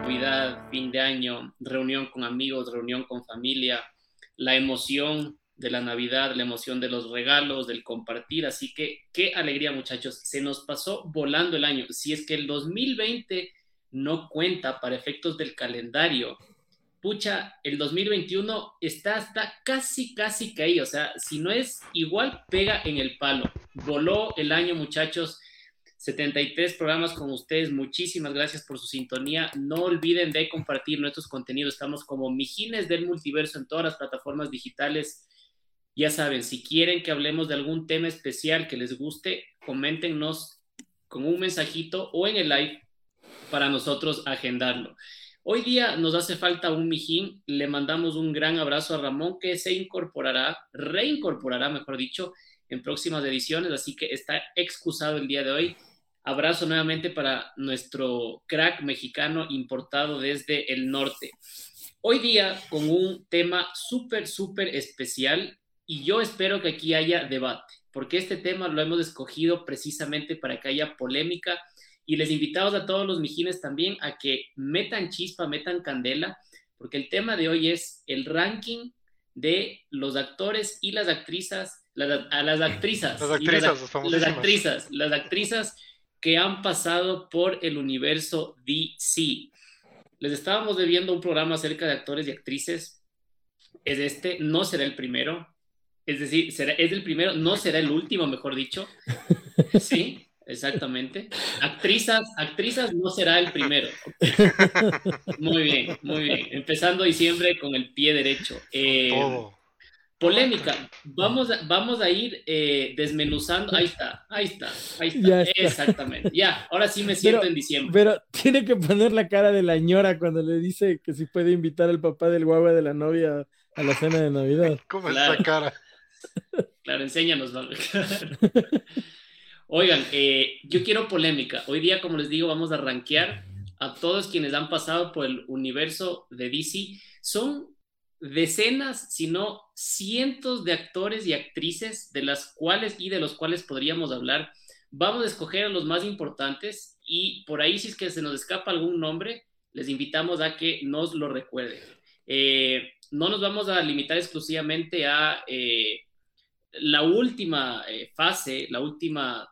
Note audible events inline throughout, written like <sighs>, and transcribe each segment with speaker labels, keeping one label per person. Speaker 1: Navidad, fin de año, reunión con amigos, reunión con familia, la emoción de la Navidad, la emoción de los regalos, del compartir. Así que qué alegría muchachos, se nos pasó volando el año. Si es que el 2020 no cuenta para efectos del calendario, pucha, el 2021 está hasta casi, casi caí. O sea, si no es igual, pega en el palo. Voló el año muchachos. 73 programas con ustedes. Muchísimas gracias por su sintonía. No olviden de compartir nuestros contenidos. Estamos como Mijines del Multiverso en todas las plataformas digitales. Ya saben, si quieren que hablemos de algún tema especial que les guste, coméntenos con un mensajito o en el live para nosotros agendarlo. Hoy día nos hace falta un mijín. Le mandamos un gran abrazo a Ramón que se incorporará, reincorporará, mejor dicho, en próximas ediciones, así que está excusado el día de hoy. Abrazo nuevamente para nuestro crack mexicano importado desde el norte. Hoy día con un tema súper, súper especial y yo espero que aquí haya debate, porque este tema lo hemos escogido precisamente para que haya polémica y les invitamos a todos los mijines también a que metan chispa, metan candela, porque el tema de hoy es el ranking de los actores y las actrices las, a las actrices.
Speaker 2: Las actrices,
Speaker 1: las, las, actrices, las actrices que han pasado por el universo DC. Les estábamos debiendo un programa acerca de actores y actrices. Es este, no será el primero. Es decir, será, es el primero, no será el último, mejor dicho. Sí, exactamente. Actrices, actrices no será el primero. Muy bien, muy bien. Empezando diciembre con el pie derecho. Eh,
Speaker 2: todo.
Speaker 1: Polémica. Vamos a, vamos a ir eh, desmenuzando. Ahí está, ahí está, ahí está.
Speaker 3: Ya está.
Speaker 1: Exactamente. Ya, ahora sí me siento
Speaker 3: Pero-
Speaker 1: en diciembre.
Speaker 3: Pero <laughs> tiene que poner la cara de la ñora cuando le dice que si puede invitar al papá del guagua de la novia a la cena de Navidad.
Speaker 2: ¿Cómo
Speaker 1: Claro.
Speaker 2: es la cara?
Speaker 1: Claro, enséñanos. Val. Oigan, eh, yo quiero polémica. Hoy día, como les digo, vamos a rankear a todos quienes han pasado por el universo de DC. Son decenas, si no cientos de actores y actrices de las cuales y de los cuales podríamos hablar. Vamos a escoger a los más importantes y por ahí si es que se nos escapa algún nombre, les invitamos a que nos lo recuerden. Eh, no nos vamos a limitar exclusivamente a eh, la última eh, fase, la última,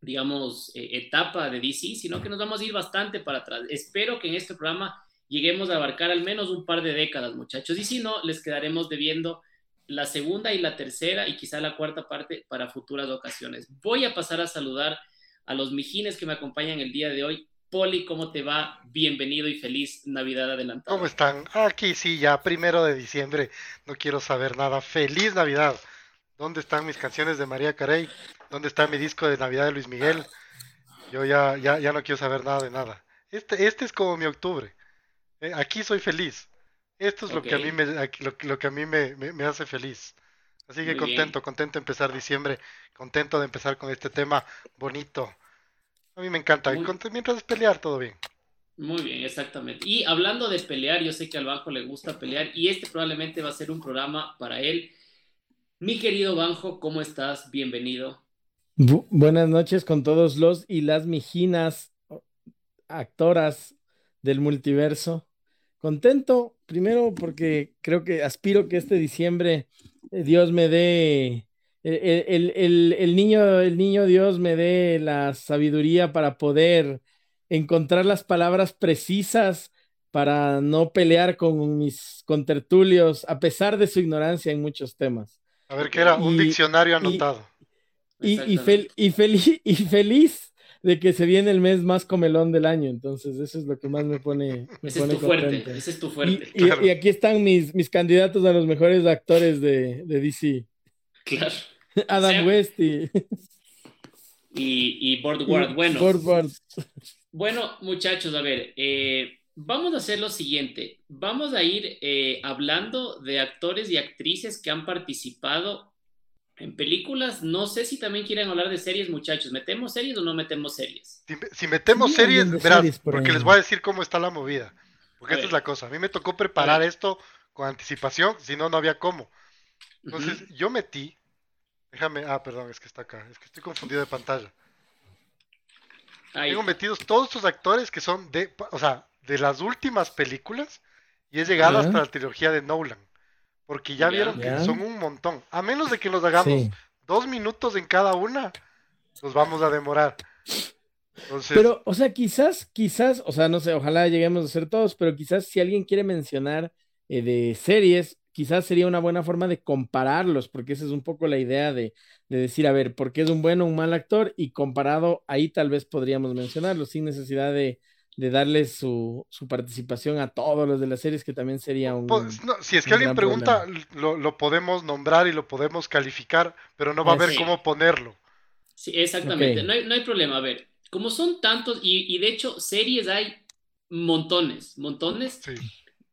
Speaker 1: digamos, eh, etapa de DC, sino que nos vamos a ir bastante para atrás. Espero que en este programa lleguemos a abarcar al menos un par de décadas, muchachos, y si no, les quedaremos debiendo la segunda y la tercera y quizá la cuarta parte para futuras ocasiones. Voy a pasar a saludar a los mijines que me acompañan el día de hoy. Poli, ¿cómo te va? Bienvenido y feliz Navidad adelantada.
Speaker 2: ¿Cómo están? Aquí sí, ya primero de diciembre. No quiero saber nada. ¡Feliz Navidad! ¿Dónde están mis canciones de María Carey? ¿Dónde está mi disco de Navidad de Luis Miguel? Yo ya, ya, ya no quiero saber nada de nada. Este, este es como mi octubre. Eh, aquí soy feliz. Esto es lo que a
Speaker 1: Ok.
Speaker 2: mí me, aquí- lo, lo que a mí me, me- me hace feliz. Así
Speaker 1: Muy
Speaker 2: que
Speaker 1: bien.
Speaker 2: contento, contento de empezar diciembre, contento de empezar con este tema bonito. A mí me encanta.
Speaker 1: Muy-
Speaker 2: Cont- Mientras es pelear, todo bien.
Speaker 1: Muy bien, exactamente. Y hablando de pelear, yo sé que al Banjo le gusta pelear y este probablemente va a ser un programa para él. Mi querido Banjo, ¿cómo estás? Bienvenido.
Speaker 3: Bu- buenas noches con todos los y las mijinas, o- actoras del multiverso. Contento, primero porque creo que aspiro que este diciembre eh, Dios me dé, el, el- el- el niño, el niño Dios me dé la sabiduría para poder encontrar las palabras precisas para no pelear con mis contertulios, a pesar de su ignorancia en muchos temas.
Speaker 2: A ver, ¿qué era? Un
Speaker 3: Y-
Speaker 2: diccionario
Speaker 3: y-
Speaker 2: anotado.
Speaker 3: Y, y, fel-
Speaker 1: Exactamente.
Speaker 3: y, feliz, <laughs> y feliz de que se viene el mes más comelón del año. Entonces, eso es lo que más me pone,
Speaker 1: <laughs>
Speaker 3: me
Speaker 1: Ese es
Speaker 3: pone
Speaker 1: tu fuerte,
Speaker 3: contento.
Speaker 1: ese es tu
Speaker 3: Y,
Speaker 1: fuerte.
Speaker 3: y-
Speaker 2: claro.
Speaker 3: y aquí están mis, mis candidatos a los mejores actores de, de DC.
Speaker 1: Claro.
Speaker 3: Adam
Speaker 1: Sí.
Speaker 3: West y,
Speaker 1: Y, y Boardward,
Speaker 3: Ward
Speaker 1: bueno. Bueno, muchachos, a ver, eh, vamos a hacer lo siguiente. Vamos a ir eh, hablando de actores y actrices que han participado en películas. No sé si también quieren hablar de series, muchachos. ¿Metemos series o no metemos series?
Speaker 2: Si, si metemos
Speaker 3: Sí,
Speaker 2: series,
Speaker 3: hablando de
Speaker 2: verás,
Speaker 3: series por
Speaker 2: porque
Speaker 3: ahí.
Speaker 2: les voy a decir cómo está la movida. Porque
Speaker 1: A
Speaker 2: esta
Speaker 1: ver.
Speaker 2: es la cosa. A mí me tocó preparar
Speaker 1: A ver.
Speaker 2: esto con anticipación, si no, no había cómo.
Speaker 1: Ujú.
Speaker 2: Entonces, yo metí. Déjame. Ah, perdón, es que está acá. Es que estoy confundido de pantalla.
Speaker 1: Ahí.
Speaker 2: Tengo metidos todos estos actores que son de. O sea, de las últimas películas y he llegado
Speaker 3: Ya.
Speaker 2: hasta la trilogía de Nolan. Porque ya
Speaker 1: Ya.
Speaker 2: vieron que
Speaker 3: Ya.
Speaker 2: son un montón. A menos de que nos hagamos
Speaker 3: Sí.
Speaker 2: dos minutos en cada una, nos vamos a demorar. Entonces,
Speaker 3: Pero, o sea, quizás, quizás, o sea, no sé, ojalá lleguemos a ser todos, pero quizás si alguien quiere mencionar eh, de series, quizás sería una buena forma de compararlos, porque esa es un poco la idea de, de decir, a ver, ¿por qué es un buen o un mal actor? Y comparado, ahí tal vez podríamos mencionarlos, sin necesidad de, de darle su, su participación a todos los de las series, que también sería un...
Speaker 2: pues, no, si es que
Speaker 3: un
Speaker 2: alguien
Speaker 3: gran
Speaker 2: pregunta, lo, lo podemos nombrar y lo podemos calificar, pero no va a
Speaker 3: Ah,
Speaker 2: haber
Speaker 1: Pues sí.
Speaker 2: cómo ponerlo.
Speaker 1: Sí, exactamente.
Speaker 3: Ok.
Speaker 1: No, hay, no hay problema. A ver, como son tantos, y, y de hecho, series hay montones, montones.
Speaker 2: Sí.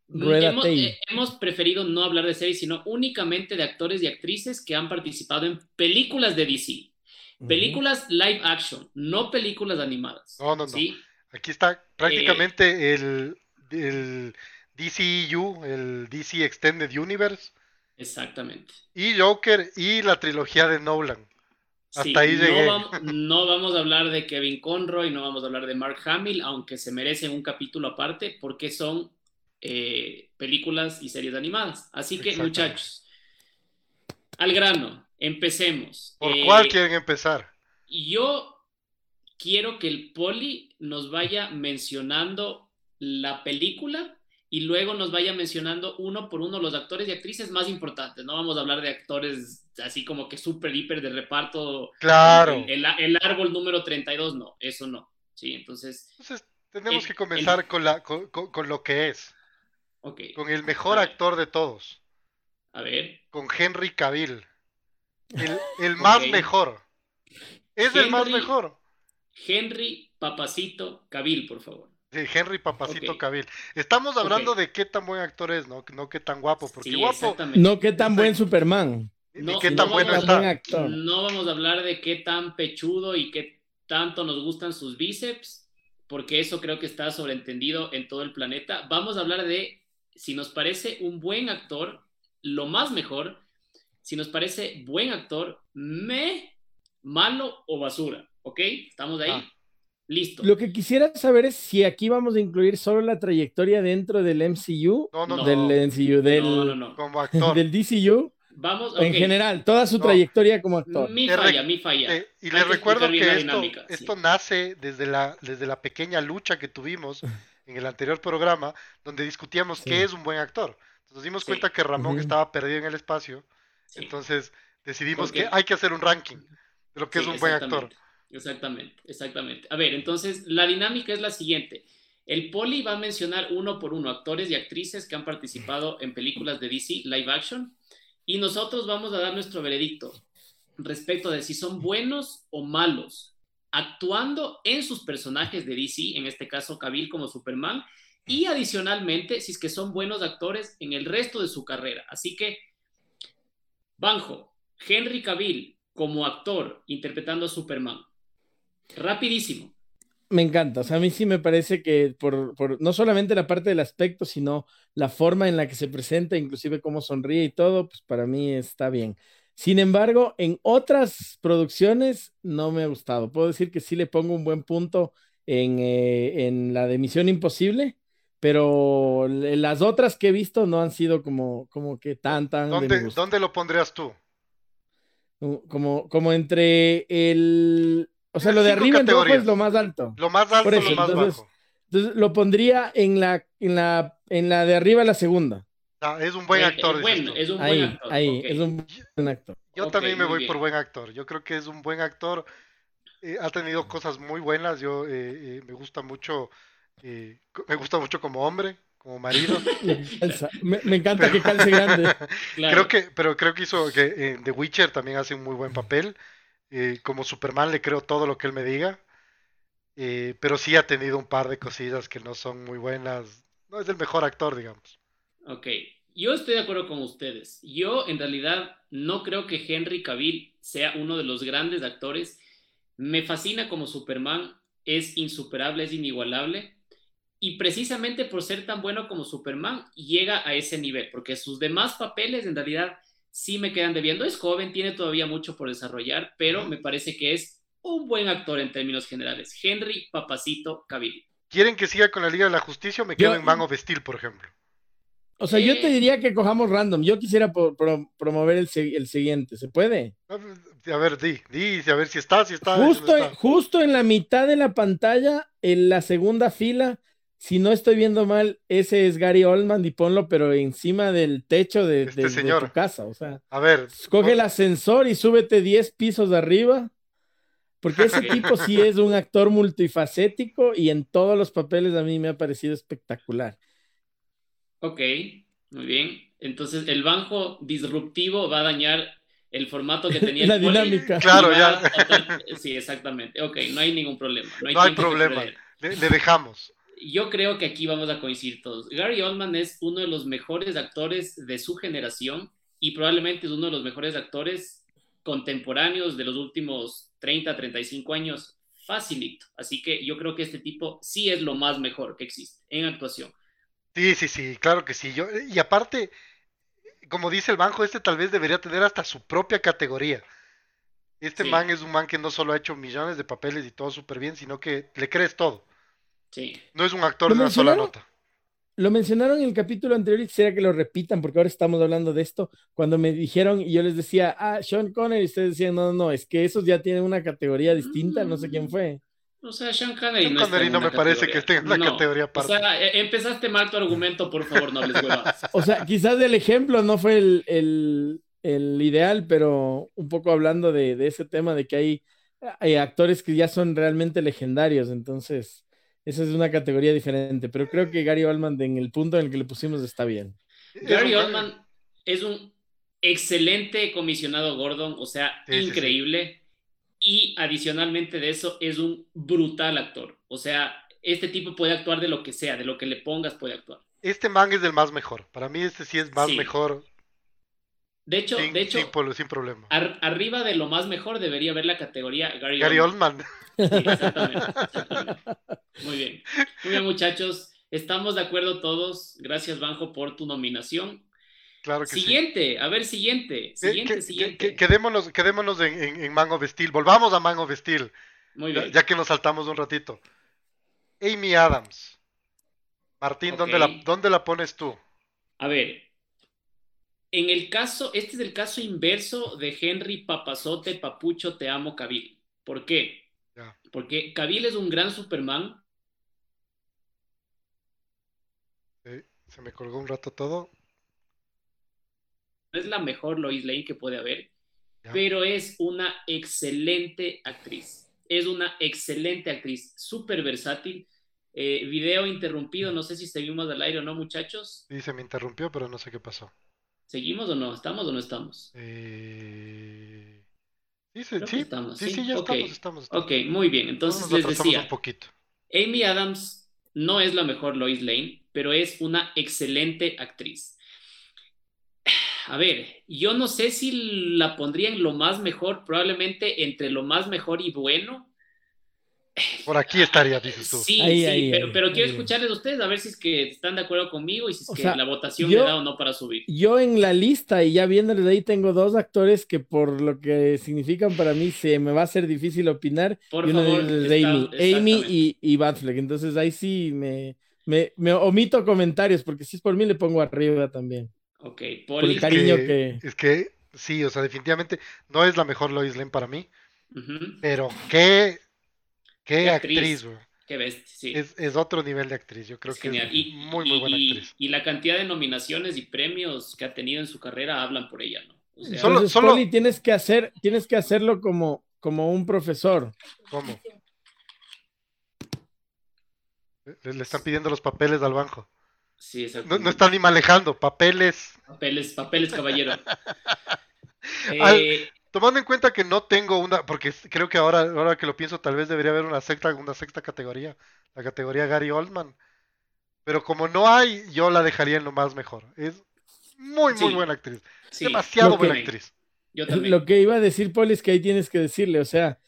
Speaker 3: Rueda
Speaker 1: hemos,
Speaker 3: Tei.
Speaker 1: eh, hemos preferido no hablar de series, sino únicamente de actores y actrices que han participado en películas de DC.
Speaker 3: Ujú.
Speaker 1: Películas live action, no películas animadas.
Speaker 2: No, no, no.
Speaker 1: ¿sí?
Speaker 2: Aquí está
Speaker 1: Eh.
Speaker 2: prácticamente el, el DCEU, el DC Extended Universe,
Speaker 1: Exactamente.
Speaker 2: y Joker y la trilogía de Nolan. Hasta
Speaker 1: Sí,
Speaker 2: ahí
Speaker 1: no
Speaker 2: llegué.
Speaker 1: vam- no vamos a hablar de Kevin Conroy, no vamos a hablar de Mark Hamill, aunque se merecen un capítulo aparte porque son eh, películas y series animadas. Así que,
Speaker 2: Exactamente.
Speaker 1: muchachos, al grano, empecemos.
Speaker 2: ¿Por
Speaker 1: Eh,
Speaker 2: cuál quieren empezar?
Speaker 1: Yo quiero que el Poli nos vaya mencionando la película y luego nos vaya mencionando uno por uno los actores y actrices más importantes. No vamos a hablar de actores así como que súper, hiper de reparto.
Speaker 2: Claro.
Speaker 1: El, el- el árbol número 32, no, eso no. Sí, entonces,
Speaker 2: Entonces tenemos
Speaker 1: el-
Speaker 2: que comenzar con, la, con, con- con lo que es,
Speaker 1: ok.
Speaker 2: con el mejor
Speaker 1: A ver.
Speaker 2: actor de todos,
Speaker 1: A ver.
Speaker 2: con Henry Cavill. El, el más
Speaker 1: Ok.
Speaker 2: mejor. Es el más
Speaker 1: Henry-
Speaker 2: mejor.
Speaker 1: Henry Papacito Cabil, por favor.
Speaker 2: Sí, Henry Papacito
Speaker 1: Ok.
Speaker 2: Cavill. Estamos hablando
Speaker 1: Ok.
Speaker 2: de qué tan buen actor es, no, no Pues, qué tan guapo, porque
Speaker 1: Sí,
Speaker 2: guapo
Speaker 1: exactamente.
Speaker 3: No, qué tan buen Superman.
Speaker 2: ni
Speaker 1: No,
Speaker 2: qué
Speaker 1: no
Speaker 2: tan
Speaker 1: vamos
Speaker 2: bueno
Speaker 1: a-
Speaker 2: está.
Speaker 3: buen actor.
Speaker 1: No vamos a hablar de qué tan pechudo y qué tanto nos gustan sus bíceps, porque eso creo que está sobreentendido en todo el planeta. Vamos a hablar de si nos parece un buen actor, lo más mejor, si nos parece buen actor, me, malo o basura. ¿Ok? ¿Estamos ahí?
Speaker 2: Ah.
Speaker 1: Listo.
Speaker 3: Lo que quisiera saber es si aquí vamos a incluir solo la trayectoria dentro del MCU,
Speaker 2: No, no,
Speaker 1: No. eh,
Speaker 3: del MCU, del,
Speaker 1: no, no, no.
Speaker 2: como actor.
Speaker 3: <laughs> del DCU,
Speaker 1: Vamos,
Speaker 3: en
Speaker 1: ok.
Speaker 3: general, toda su
Speaker 2: No.
Speaker 3: trayectoria como actor.
Speaker 1: Mi
Speaker 2: Te
Speaker 1: falla,
Speaker 2: rec-
Speaker 1: mi falla.
Speaker 2: Eh, y
Speaker 1: Hay
Speaker 2: les
Speaker 1: que
Speaker 2: recuerdo
Speaker 1: explicar bien
Speaker 2: que
Speaker 1: la
Speaker 2: esto,
Speaker 1: dinámica, sí.
Speaker 2: esto nace desde la, desde la pequeña lucha que tuvimos en el anterior programa, donde discutíamos
Speaker 3: Sí.
Speaker 2: qué es un buen actor. Nos dimos
Speaker 1: Sí.
Speaker 2: cuenta que Ramón
Speaker 3: Ujú.
Speaker 2: estaba perdido en el espacio,
Speaker 1: Sí.
Speaker 2: entonces decidimos
Speaker 1: Porque-
Speaker 2: que hay que hacer un ranking de lo que es
Speaker 1: Sí,
Speaker 2: un buen actor.
Speaker 1: exactamente, Exactamente, exactamente. A ver, entonces la dinámica es la siguiente. El Poli va a mencionar uno por uno actores y actrices que han participado en películas de DC live action y nosotros vamos a dar nuestro veredicto respecto de si son buenos o malos actuando en sus personajes de DC, en este caso Cavill como Superman, y adicionalmente si es que son buenos actores en el resto de su carrera. Así que, Banjo, Henry Cavill como actor interpretando a Superman. Rapidísimo.
Speaker 3: Me encanta, o sea, a mí sí me parece que por, por- no solamente la parte del aspecto, sino la forma en la que se presenta, inclusive cómo sonríe y todo, pues para mí está bien. Sin embargo, en otras producciones no me ha gustado. Puedo decir que sí le pongo un buen punto en, eh, en la de Misión Imposible, pero l- las otras que he visto no han sido como, como que tan, tan de mi
Speaker 2: ¿Dónde,
Speaker 3: gusto.
Speaker 2: dónde lo pondrías tú?
Speaker 3: Como, como entre el... O sea,
Speaker 2: Tienes
Speaker 3: lo de
Speaker 2: cinco
Speaker 3: arriba en rojo
Speaker 2: categorías.
Speaker 3: es lo más alto.
Speaker 2: ¿Lo más alto o
Speaker 3: Por
Speaker 2: lo
Speaker 3: eso,
Speaker 2: más
Speaker 3: entonces-
Speaker 2: bajo?
Speaker 3: Entonces lo pondría en la, en la, en la de arriba, la segunda.
Speaker 2: Ah, es un buen
Speaker 1: Eh,
Speaker 2: actor,
Speaker 1: es
Speaker 2: dices
Speaker 1: bueno,
Speaker 2: tú.
Speaker 1: es un
Speaker 3: ahí,
Speaker 1: buen actor.
Speaker 3: ahí,
Speaker 1: ok.
Speaker 3: es un buen actor.
Speaker 2: Yo
Speaker 1: Ok,
Speaker 2: también me
Speaker 1: muy
Speaker 2: voy por
Speaker 1: bien.
Speaker 2: buen actor. Yo creo que es un buen actor. Eh, ha tenido cosas muy buenas. Yo eh, eh, me gusta mucho, eh, co- me gusta mucho como hombre, como marido.
Speaker 3: Calza. Me, me encanta que calce grande.
Speaker 1: <laughs> Claro.
Speaker 2: Creo que, pero creo que hizo que en The Witcher también hace un muy buen papel. Eh, como Superman le creo todo lo que él me diga. Eh, pero sí ha tenido un par de cosillas que no son muy buenas. No es el mejor actor, digamos.
Speaker 1: Ok, yo estoy de acuerdo con ustedes. Yo en realidad no creo que Henry Cavill sea uno de los grandes actores. Me fascina como Superman, es insuperable, es inigualable. Y precisamente por ser tan bueno como Superman, llega a ese nivel, porque sus demás papeles en realidad sí me quedan debiendo. Es joven, tiene todavía mucho por desarrollar, pero me parece que es un buen actor en términos generales. Henry Papacito Cavill.
Speaker 2: ¿Quieren que siga con la Liga de la Justicia o me quedo
Speaker 3: Yo-
Speaker 2: en Man of Steel, por ejemplo?
Speaker 3: O sea,
Speaker 1: Eh.
Speaker 3: yo te diría que cojamos random. Yo quisiera pro- pro- promover el, se- el siguiente. ¿Se puede?
Speaker 2: A ver, di, di, a ver si está, si está. si no
Speaker 3: Justo,
Speaker 2: está.
Speaker 3: justo en la mitad de la pantalla, en la segunda fila, si no estoy viendo mal, ese es Gary Oldman y ponlo, pero encima del techo de,
Speaker 2: Este
Speaker 3: de- de
Speaker 2: señor.
Speaker 3: tu casa. O sea,
Speaker 2: A ver,
Speaker 3: coge el ascensor y súbete 10 pisos de arriba. Porque ese
Speaker 1: Ok.
Speaker 3: tipo sí es un actor multifacético y en todos los papeles a mí me ha parecido espectacular.
Speaker 1: Ok, muy bien. Entonces, el banco disruptivo va a dañar el formato que tenía el
Speaker 3: <laughs> La
Speaker 1: Poli
Speaker 3: dinámica.
Speaker 1: y
Speaker 2: Claro,
Speaker 1: va
Speaker 2: ya.
Speaker 1: a tratar- Sí, exactamente. Ok, no hay ningún problema. No hay,
Speaker 2: No hay
Speaker 1: tiempo que
Speaker 2: problema.
Speaker 1: perder.
Speaker 2: le, le dejamos.
Speaker 1: Yo creo que aquí vamos a coincidir todos. Gary Oldman es uno de los mejores actores de su generación y probablemente es uno de los mejores actores contemporáneos de los últimos 30, 35 años, facilito. Así que yo creo que este tipo sí es lo más mejor que existe en actuación.
Speaker 2: Sí, sí, sí, claro que sí. Yo, y aparte, como dice el banco, este tal vez debería tener hasta su propia categoría. Este
Speaker 1: Sí.
Speaker 2: man es un man que no solo ha hecho millones de papeles y todo súper bien, sino que le crees todo.
Speaker 1: Sí.
Speaker 2: No es un actor
Speaker 3: ¿Lo
Speaker 2: de una sola
Speaker 3: mencionaron?
Speaker 2: nota.
Speaker 3: Lo mencionaron en el capítulo anterior y quisiera que lo repitan porque ahora estamos hablando de esto. Cuando me dijeron y yo les decía, ah, Sean Connery, y ustedes decían, no, no, no, es que esos ya tienen una categoría distinta, no sé quién fue.
Speaker 1: O sea, Sean Connery
Speaker 2: Sean
Speaker 1: no, está
Speaker 2: Connery
Speaker 1: en
Speaker 2: no
Speaker 1: una
Speaker 2: me parece
Speaker 1: categoría.
Speaker 2: que esté en una
Speaker 1: No.
Speaker 2: categoría
Speaker 1: O
Speaker 2: aparte.
Speaker 1: sea, e- empezaste mal tu argumento, por favor, no les
Speaker 2: <laughs>
Speaker 1: huevas.
Speaker 3: O sea, quizás el ejemplo no fue el, el- el ideal, pero un poco hablando de, de ese tema de que hay, hay actores que ya son realmente legendarios, entonces esa es una categoría diferente, pero creo que Gary Oldman en el punto en el que le pusimos está bien.
Speaker 2: Es
Speaker 1: Gary
Speaker 2: un-
Speaker 1: Oldman es un excelente comisionado Gordon, o sea,
Speaker 2: Sí, sí, sí.
Speaker 1: increíble. Y adicionalmente de eso, es un brutal actor. O sea, este tipo puede actuar de lo que sea, de lo que le pongas puede actuar.
Speaker 2: Este man es el más mejor. Para mí este sí es más
Speaker 1: Sí.
Speaker 2: mejor
Speaker 1: De hecho,
Speaker 2: sin,
Speaker 1: de hecho
Speaker 2: sin polo- sin problema.
Speaker 1: ar- arriba de lo más mejor debería haber la categoría Gary,
Speaker 2: Gary
Speaker 1: Oldman.
Speaker 2: Oldman. <laughs>
Speaker 1: Sí, exactamente, exactamente. Muy bien. Muy bien, muchachos. Estamos de acuerdo todos. Gracias, Banjo, por tu nominación.
Speaker 2: Claro que sí.
Speaker 1: siguiente, a ver, siguiente.
Speaker 2: Que-
Speaker 1: Siguiente,
Speaker 2: que- que-
Speaker 1: siguiente.
Speaker 2: que- quedémonos, quedémonos en, en, en Man of Steel. Volvamos a Man of Steel,
Speaker 1: Muy
Speaker 2: ya,
Speaker 1: bien.
Speaker 2: ya que nos saltamos un ratito. Amy Adams. Martín, ¿dónde, la,
Speaker 1: Ok.
Speaker 2: ¿dónde la pones tú?
Speaker 1: A ver, en el caso, este es el caso inverso de Henry Papazote, Papucho, te amo, Cabil. ¿Por qué?
Speaker 2: Ya.
Speaker 1: Porque Cabil es un gran Superman.
Speaker 2: Eh, se me colgó un rato todo.
Speaker 1: No es la mejor Lois Lane que puede haber,
Speaker 2: Ya.
Speaker 1: pero es una excelente actriz. Es una excelente actriz, súper versátil. Eh, video interrumpido, no sé si seguimos al aire o no, muchachos.
Speaker 2: Y se me interrumpió, pero no sé qué pasó.
Speaker 1: ¿Seguimos o no? ¿Estamos o no estamos?
Speaker 2: Eh, Sí, se-
Speaker 1: Creo que
Speaker 2: sí,
Speaker 1: estamos,
Speaker 2: sí,
Speaker 1: sí.
Speaker 2: sí, ya
Speaker 1: Ok.
Speaker 2: estamos, estamos, estamos.
Speaker 1: Ok, muy bien. Entonces
Speaker 2: Nos
Speaker 1: les
Speaker 2: atrasamos
Speaker 1: decía.
Speaker 2: un poquito.
Speaker 1: Amy Adams no es la mejor Lois Lane, pero es una excelente actriz. A ver, yo no sé si la pondría en lo más mejor, probablemente entre lo más mejor y bueno.
Speaker 2: Por aquí estaría, dices tú.
Speaker 1: Sí,
Speaker 3: Ahí,
Speaker 1: sí,
Speaker 3: ahí,
Speaker 1: pero,
Speaker 3: ahí,
Speaker 1: pero quiero
Speaker 3: ahí.
Speaker 1: escucharles a ustedes a ver si es que están de acuerdo conmigo y si es
Speaker 3: O
Speaker 1: que
Speaker 3: sea,
Speaker 1: la votación
Speaker 3: yo-
Speaker 1: me da o no para subir.
Speaker 3: Yo en la lista y ya viéndoles de ahí tengo dos actores que por lo que significan para mí se me va a hacer difícil opinar.
Speaker 1: Por
Speaker 3: y uno de
Speaker 1: favor,
Speaker 3: ellos es
Speaker 1: está-
Speaker 3: Amy, Amy
Speaker 1: exactamente.
Speaker 3: y, y Batfleck. Entonces ahí sí me, me, me omito comentarios porque si es por mí le pongo arriba también.
Speaker 1: Ok,
Speaker 3: Por
Speaker 1: Poli.
Speaker 3: el cariño
Speaker 2: que-
Speaker 3: que...
Speaker 2: Es que sí, o sea, definitivamente no es la mejor Lois Lane para mí,
Speaker 1: Ujú,
Speaker 2: pero qué, qué,
Speaker 1: Qué actriz.
Speaker 2: actriz, güey.
Speaker 1: Qué bestia, sí.
Speaker 2: Es, es otro nivel de actriz, yo creo
Speaker 1: Es
Speaker 2: que
Speaker 1: genial.
Speaker 2: es muy, muy
Speaker 1: y-
Speaker 2: buena
Speaker 1: y-
Speaker 2: actriz.
Speaker 1: Y la cantidad de nominaciones y premios que ha tenido en su carrera hablan por ella, ¿no? O sea,
Speaker 2: Solo-
Speaker 3: Entonces,
Speaker 2: solo-
Speaker 3: Poli, tienes que, hacer, tienes que hacerlo como, como un profesor.
Speaker 2: ¿Cómo? Le, le están pidiendo los papeles al banco.
Speaker 1: sí, exacto.
Speaker 2: No, no están ni manejando, papeles.
Speaker 1: Papeles, papeles, caballero. Eh,
Speaker 2: <laughs> Al- Tomando en cuenta que no tengo una, porque s- creo que ahora, ahora que lo pienso, tal vez debería haber una sexta, una sexta categoría, la categoría Gary Oldman. Pero como no hay, yo la dejaría en lo más mejor. Es muy, muy
Speaker 1: Sí.
Speaker 2: buena actriz.
Speaker 1: sí,
Speaker 2: Demasiado
Speaker 1: yo
Speaker 2: buena
Speaker 1: también,
Speaker 2: actriz. <laughs>
Speaker 1: Yo también.
Speaker 3: Lo que iba a decir, Poli, es que ahí tienes que decirle, o sea,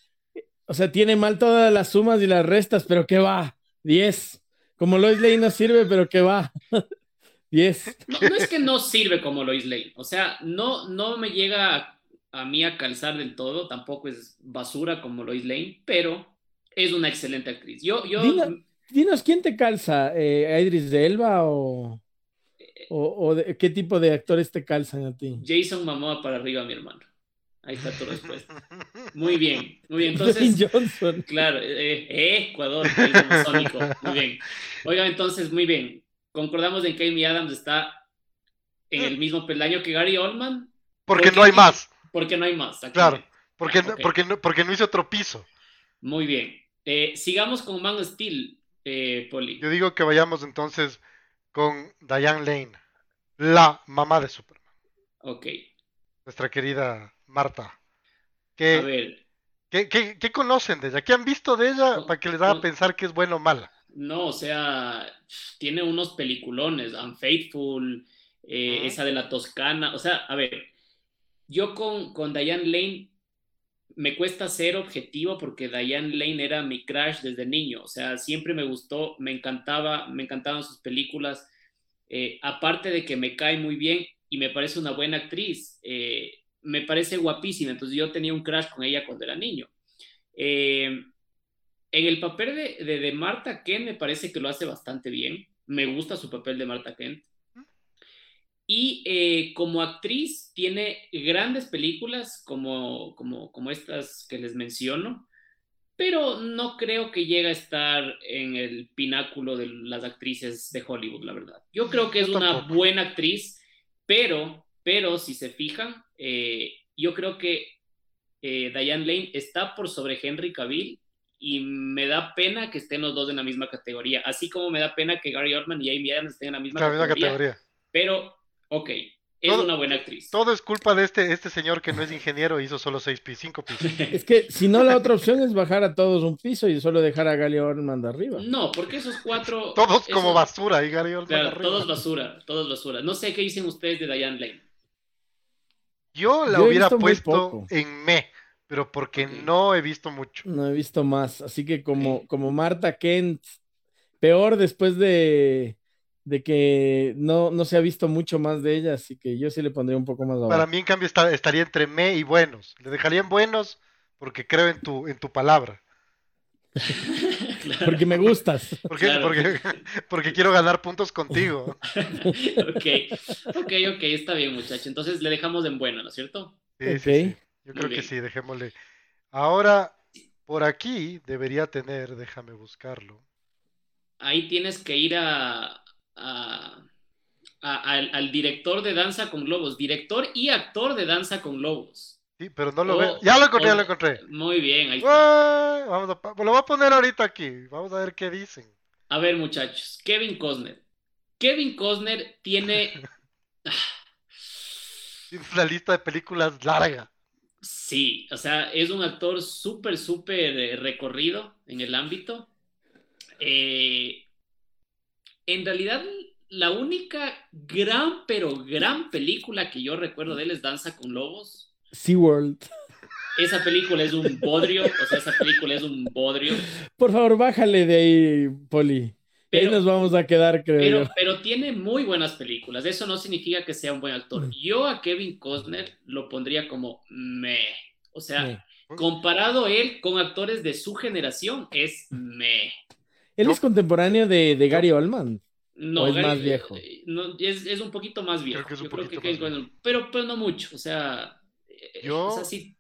Speaker 3: o sea, tiene mal todas las sumas y las restas, pero ¿qué va? 10. Como Lois Lane no sirve, pero ¿qué va? <laughs> 10.
Speaker 1: No, no es que no sirve como Lois Lane. O sea, no, no me llega a, a mí a calzar del todo. Tampoco es basura como Lois Lane, pero es una excelente actriz. Yo, yo
Speaker 3: Dila. Dinos, ¿quién te calza? Eh, ¿a Idris de Elba o, o, o de- qué tipo de actores te calzan a ti?
Speaker 1: Jason Momoa para arriba, mi hermano. Ahí está tu respuesta. Muy bien, muy
Speaker 3: <laughs>
Speaker 1: bien. Entonces,
Speaker 3: Dwayne Johnson.
Speaker 1: claro, eh, eh, Ecuador, el amazónico. Muy bien. Oigan, entonces, muy bien. Concordamos en que Amy Adams está en el mismo peldaño que Gary Oldman,
Speaker 2: Porque
Speaker 1: ¿Por
Speaker 2: no
Speaker 1: qué?
Speaker 2: hay más.
Speaker 1: porque no hay más. Aquí.
Speaker 2: Claro. Porque,
Speaker 1: Ah, ok.
Speaker 2: porque, no- porque no hice otro piso.
Speaker 1: Muy bien. Eh, sigamos con Man of Steel, eh, Poli.
Speaker 2: Yo digo que vayamos entonces con Diane Lane, la mamá de Superman,
Speaker 1: Ok.
Speaker 2: nuestra querida Marta.
Speaker 1: A
Speaker 2: ¿Qué,
Speaker 1: ver,
Speaker 2: qué, qué- qué conocen de ella? ¿Qué han visto de ella
Speaker 1: Con-
Speaker 2: para que les haga
Speaker 1: con-
Speaker 2: pensar que es buena o mala?
Speaker 1: no, o sea, tiene unos peliculones, Unfaithful, eh,
Speaker 2: Ujú.
Speaker 1: esa de la Toscana, o sea, a ver, yo con, con Diane Lane me cuesta ser objetivo porque Diane Lane era mi crush desde niño, o sea, siempre me gustó, me encantaba, me encantaban sus películas, eh, aparte de que me cae muy bien y me parece una buena actriz, eh, me parece guapísima, entonces yo tenía un crush con ella cuando era niño. Eh, en el papel de, de- de Marta Kent me parece que lo hace bastante bien. Me gusta su papel de Marta Kent. Y eh, como actriz tiene grandes películas como, como, como estas que les menciono, pero no creo que llegue a estar en el pináculo de las actrices de Hollywood, la verdad. Yo creo que es
Speaker 2: Yo
Speaker 1: una
Speaker 2: tampoco.
Speaker 1: buena actriz, pero, pero si se fijan, eh, yo creo que eh, Diane Lane está por sobre Henry Cavill y me da pena que estén los dos en la misma categoría, así como me da pena que Gary Oldman y Amy Adams estén en la misma
Speaker 2: La misma
Speaker 1: categoría.
Speaker 2: categoría.
Speaker 1: Pero, ok, es
Speaker 2: Todo-
Speaker 1: una buena actriz.
Speaker 2: Todo es culpa de este, este señor que no es ingeniero, hizo solo seis pisos, cinco
Speaker 1: <laughs>
Speaker 2: pisos.
Speaker 3: Es que si no, la otra opción es bajar a todos un piso y solo dejar a Gale Orman de arriba.
Speaker 1: No, porque esos cuatro.
Speaker 2: <laughs> Todos
Speaker 1: esos-
Speaker 2: como basura, y Gary Oldman
Speaker 1: Claro,
Speaker 2: arriba.
Speaker 1: todos basura, todos basura. No sé qué dicen ustedes de Diane Lane.
Speaker 2: Yo la
Speaker 3: Yo he
Speaker 2: hubiera
Speaker 3: visto muy
Speaker 2: puesto
Speaker 3: poco.
Speaker 2: en me, pero porque
Speaker 1: Ok.
Speaker 2: no he visto mucho.
Speaker 3: No he visto más. Así que como,
Speaker 1: Ok.
Speaker 3: como Marta Kent, peor después de, de que no, no se ha visto mucho más de ella, así que yo sí le pondría un poco más abajo.
Speaker 2: Para mí, en cambio, está- estaría entre me y buenos. Le dejaría en buenos porque creo en tu, en tu palabra.
Speaker 1: Claro.
Speaker 3: Porque me gustas.
Speaker 2: Porque,
Speaker 1: Claro.
Speaker 2: porque, <laughs> porque quiero ganar puntos contigo.
Speaker 1: <laughs> <laughs> ok, ok, ok, está bien, muchacho. Entonces le dejamos en bueno, ¿no es cierto?
Speaker 2: Sí, sí,
Speaker 3: Ok.
Speaker 2: sí.
Speaker 1: Muy
Speaker 2: Yo creo que
Speaker 1: bien.
Speaker 2: sí, dejémosle. Ahora, por aquí debería tener, déjame buscarlo.
Speaker 1: Ahí tienes que ir a. a- a- al, al director de Danza con Globos, director y actor de Danza con Globos.
Speaker 2: Sí, pero no lo veo.
Speaker 1: Oh,
Speaker 2: Ya lo encontré, ya lo
Speaker 1: oh.
Speaker 2: encontré.
Speaker 1: Muy bien, ahí está.
Speaker 2: ¡Ué! Vamos a, pa- lo voy a poner ahorita aquí. Vamos a ver qué dicen.
Speaker 1: A ver, muchachos, Kevin Costner. Kevin Costner tiene
Speaker 2: Tienes la lista de películas larga.
Speaker 1: Sí, o sea, es un actor súper, súper eh, recorrido en el ámbito. Eh, en realidad, la única gran, pero gran película que yo recuerdo de él es Danza con Lobos.
Speaker 3: SeaWorld.
Speaker 1: Esa película es un bodrio, o sea, esa película es un bodrio.
Speaker 3: Por favor, bájale de ahí, Poli. ahí
Speaker 1: Pero,
Speaker 3: nos vamos a quedar, creo
Speaker 1: pero,
Speaker 3: yo.
Speaker 1: pero tiene muy buenas películas. Eso no significa que sea un buen actor. Yo a Kevin Costner lo pondría como meh. O sea,
Speaker 3: Sí.
Speaker 1: Comparado él con actores de su generación, es me.
Speaker 3: Él
Speaker 2: yo-
Speaker 3: es contemporáneo de, de
Speaker 2: yo-
Speaker 3: Gary Oldman.
Speaker 1: No,
Speaker 3: ¿O es
Speaker 1: Gary-
Speaker 3: más viejo?
Speaker 1: eh, no, es, es un poquito más viejo.
Speaker 2: que es un
Speaker 1: Yo creo que
Speaker 2: poquito
Speaker 1: Kevin
Speaker 2: más
Speaker 1: Costner- Pero, pero no mucho. O sea, eh,
Speaker 2: Yo-
Speaker 1: o sea, sí.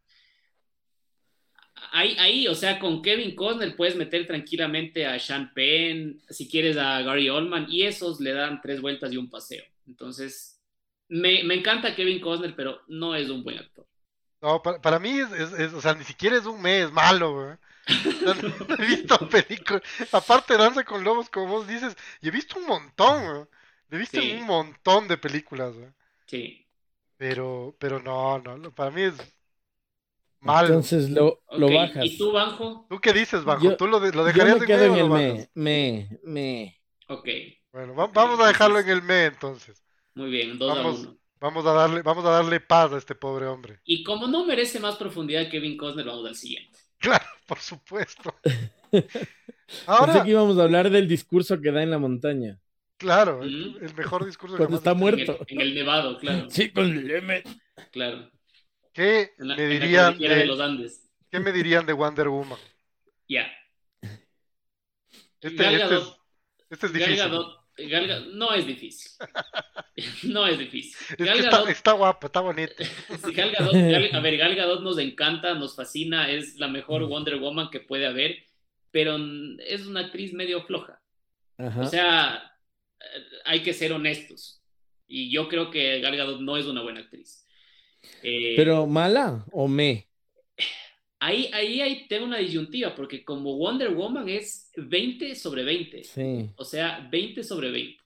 Speaker 1: Ahí, ahí, o sea, con Kevin Costner puedes meter tranquilamente a Sean Penn, si quieres a Gary Oldman, y esos le dan tres vueltas y un paseo. Entonces, me, me encanta Kevin Costner, pero no es un buen actor.
Speaker 2: No, pa- para, mí es, es- es- o sea, ni siquiera es un mes malo, güey. O sea, <laughs> no, no he visto películas. Aparte, Danza con Lobos, como vos dices, y he visto un montón, güey. Le he visto en
Speaker 1: Sí.
Speaker 2: un montón de películas, güey.
Speaker 1: Sí.
Speaker 2: Pero, pero no, no, no, para mí es malo.
Speaker 3: Entonces lo, lo
Speaker 1: Ok,
Speaker 3: bajas.
Speaker 1: ¿Y tú, Banjo?
Speaker 2: ¿Tú qué dices, Banjo?
Speaker 3: Yo-
Speaker 2: ¿Tú lo, de- lo
Speaker 3: Yo
Speaker 2: dejarías
Speaker 3: me
Speaker 2: en
Speaker 3: quedo
Speaker 2: medio
Speaker 3: en el
Speaker 2: o lo
Speaker 3: me,
Speaker 2: bajas?
Speaker 3: me, me.
Speaker 1: Ok,
Speaker 2: Bueno, va- vamos a dejarlo en el me entonces.
Speaker 1: muy bien, dos
Speaker 2: Vamos.
Speaker 1: a uno.
Speaker 2: Vamos a darle, vamos a darle paz a este pobre hombre. <laughs>
Speaker 1: Y como no merece más profundidad Kevin Costner, vamos al siguiente.
Speaker 2: Claro, por
Speaker 3: <laughs>
Speaker 2: supuesto.
Speaker 3: Pensé
Speaker 2: Ahora,
Speaker 3: que íbamos a hablar del discurso que da en la montaña.
Speaker 2: claro, el,
Speaker 1: Ujú.
Speaker 2: el mejor discurso que
Speaker 3: Cuando
Speaker 2: jamás
Speaker 3: está
Speaker 2: escuché.
Speaker 1: En el, en
Speaker 3: muerto.
Speaker 1: el Nevado, claro,
Speaker 3: Sí, con el M.
Speaker 1: claro.
Speaker 2: ¿Qué
Speaker 1: En la,
Speaker 2: me
Speaker 1: en la
Speaker 2: dirían
Speaker 1: cordillera
Speaker 2: de,
Speaker 1: de los Andes.
Speaker 2: qué me dirían de Wonder Woman?
Speaker 1: Ya.
Speaker 2: Este,
Speaker 1: Gal
Speaker 2: este es,
Speaker 1: Gadot-
Speaker 2: este es
Speaker 1: Gal
Speaker 2: difícil.
Speaker 1: Gadot- Gal Ga- no es
Speaker 2: <laughs>
Speaker 1: difícil. No es difícil.
Speaker 2: Es
Speaker 1: Gal
Speaker 2: que está,
Speaker 1: Gadot-
Speaker 2: está guapo, está bonito.
Speaker 1: Sí, Gal Gadot- Gal- a ver, Gal Gadot nos encanta, nos fascina, es la mejor Wonder Woman que puede haber, pero mm, es una actriz medio floja.
Speaker 3: Ajá.
Speaker 1: O sea, eh, hay que ser honestos. Y yo creo que Gal Gadot no es una buena actriz. Eh,
Speaker 3: Pero mala o me.
Speaker 1: ahí, ahí hay, tengo una disyuntiva, porque como Wonder Woman es 20 sobre
Speaker 3: eh,
Speaker 1: 20,
Speaker 3: <laughs> Sí.
Speaker 1: o sea, 20 sobre 20.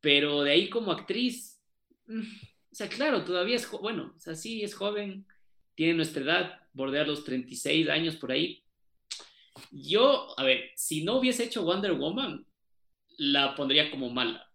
Speaker 1: Pero de ahí como actriz, mm, o sea, claro, todavía es, jo- bueno, o sea, sí es joven, tiene nuestra edad, bordear los 36 años por ahí. Yo, a ver, si no hubiese hecho Wonder Woman, la pondría como mala.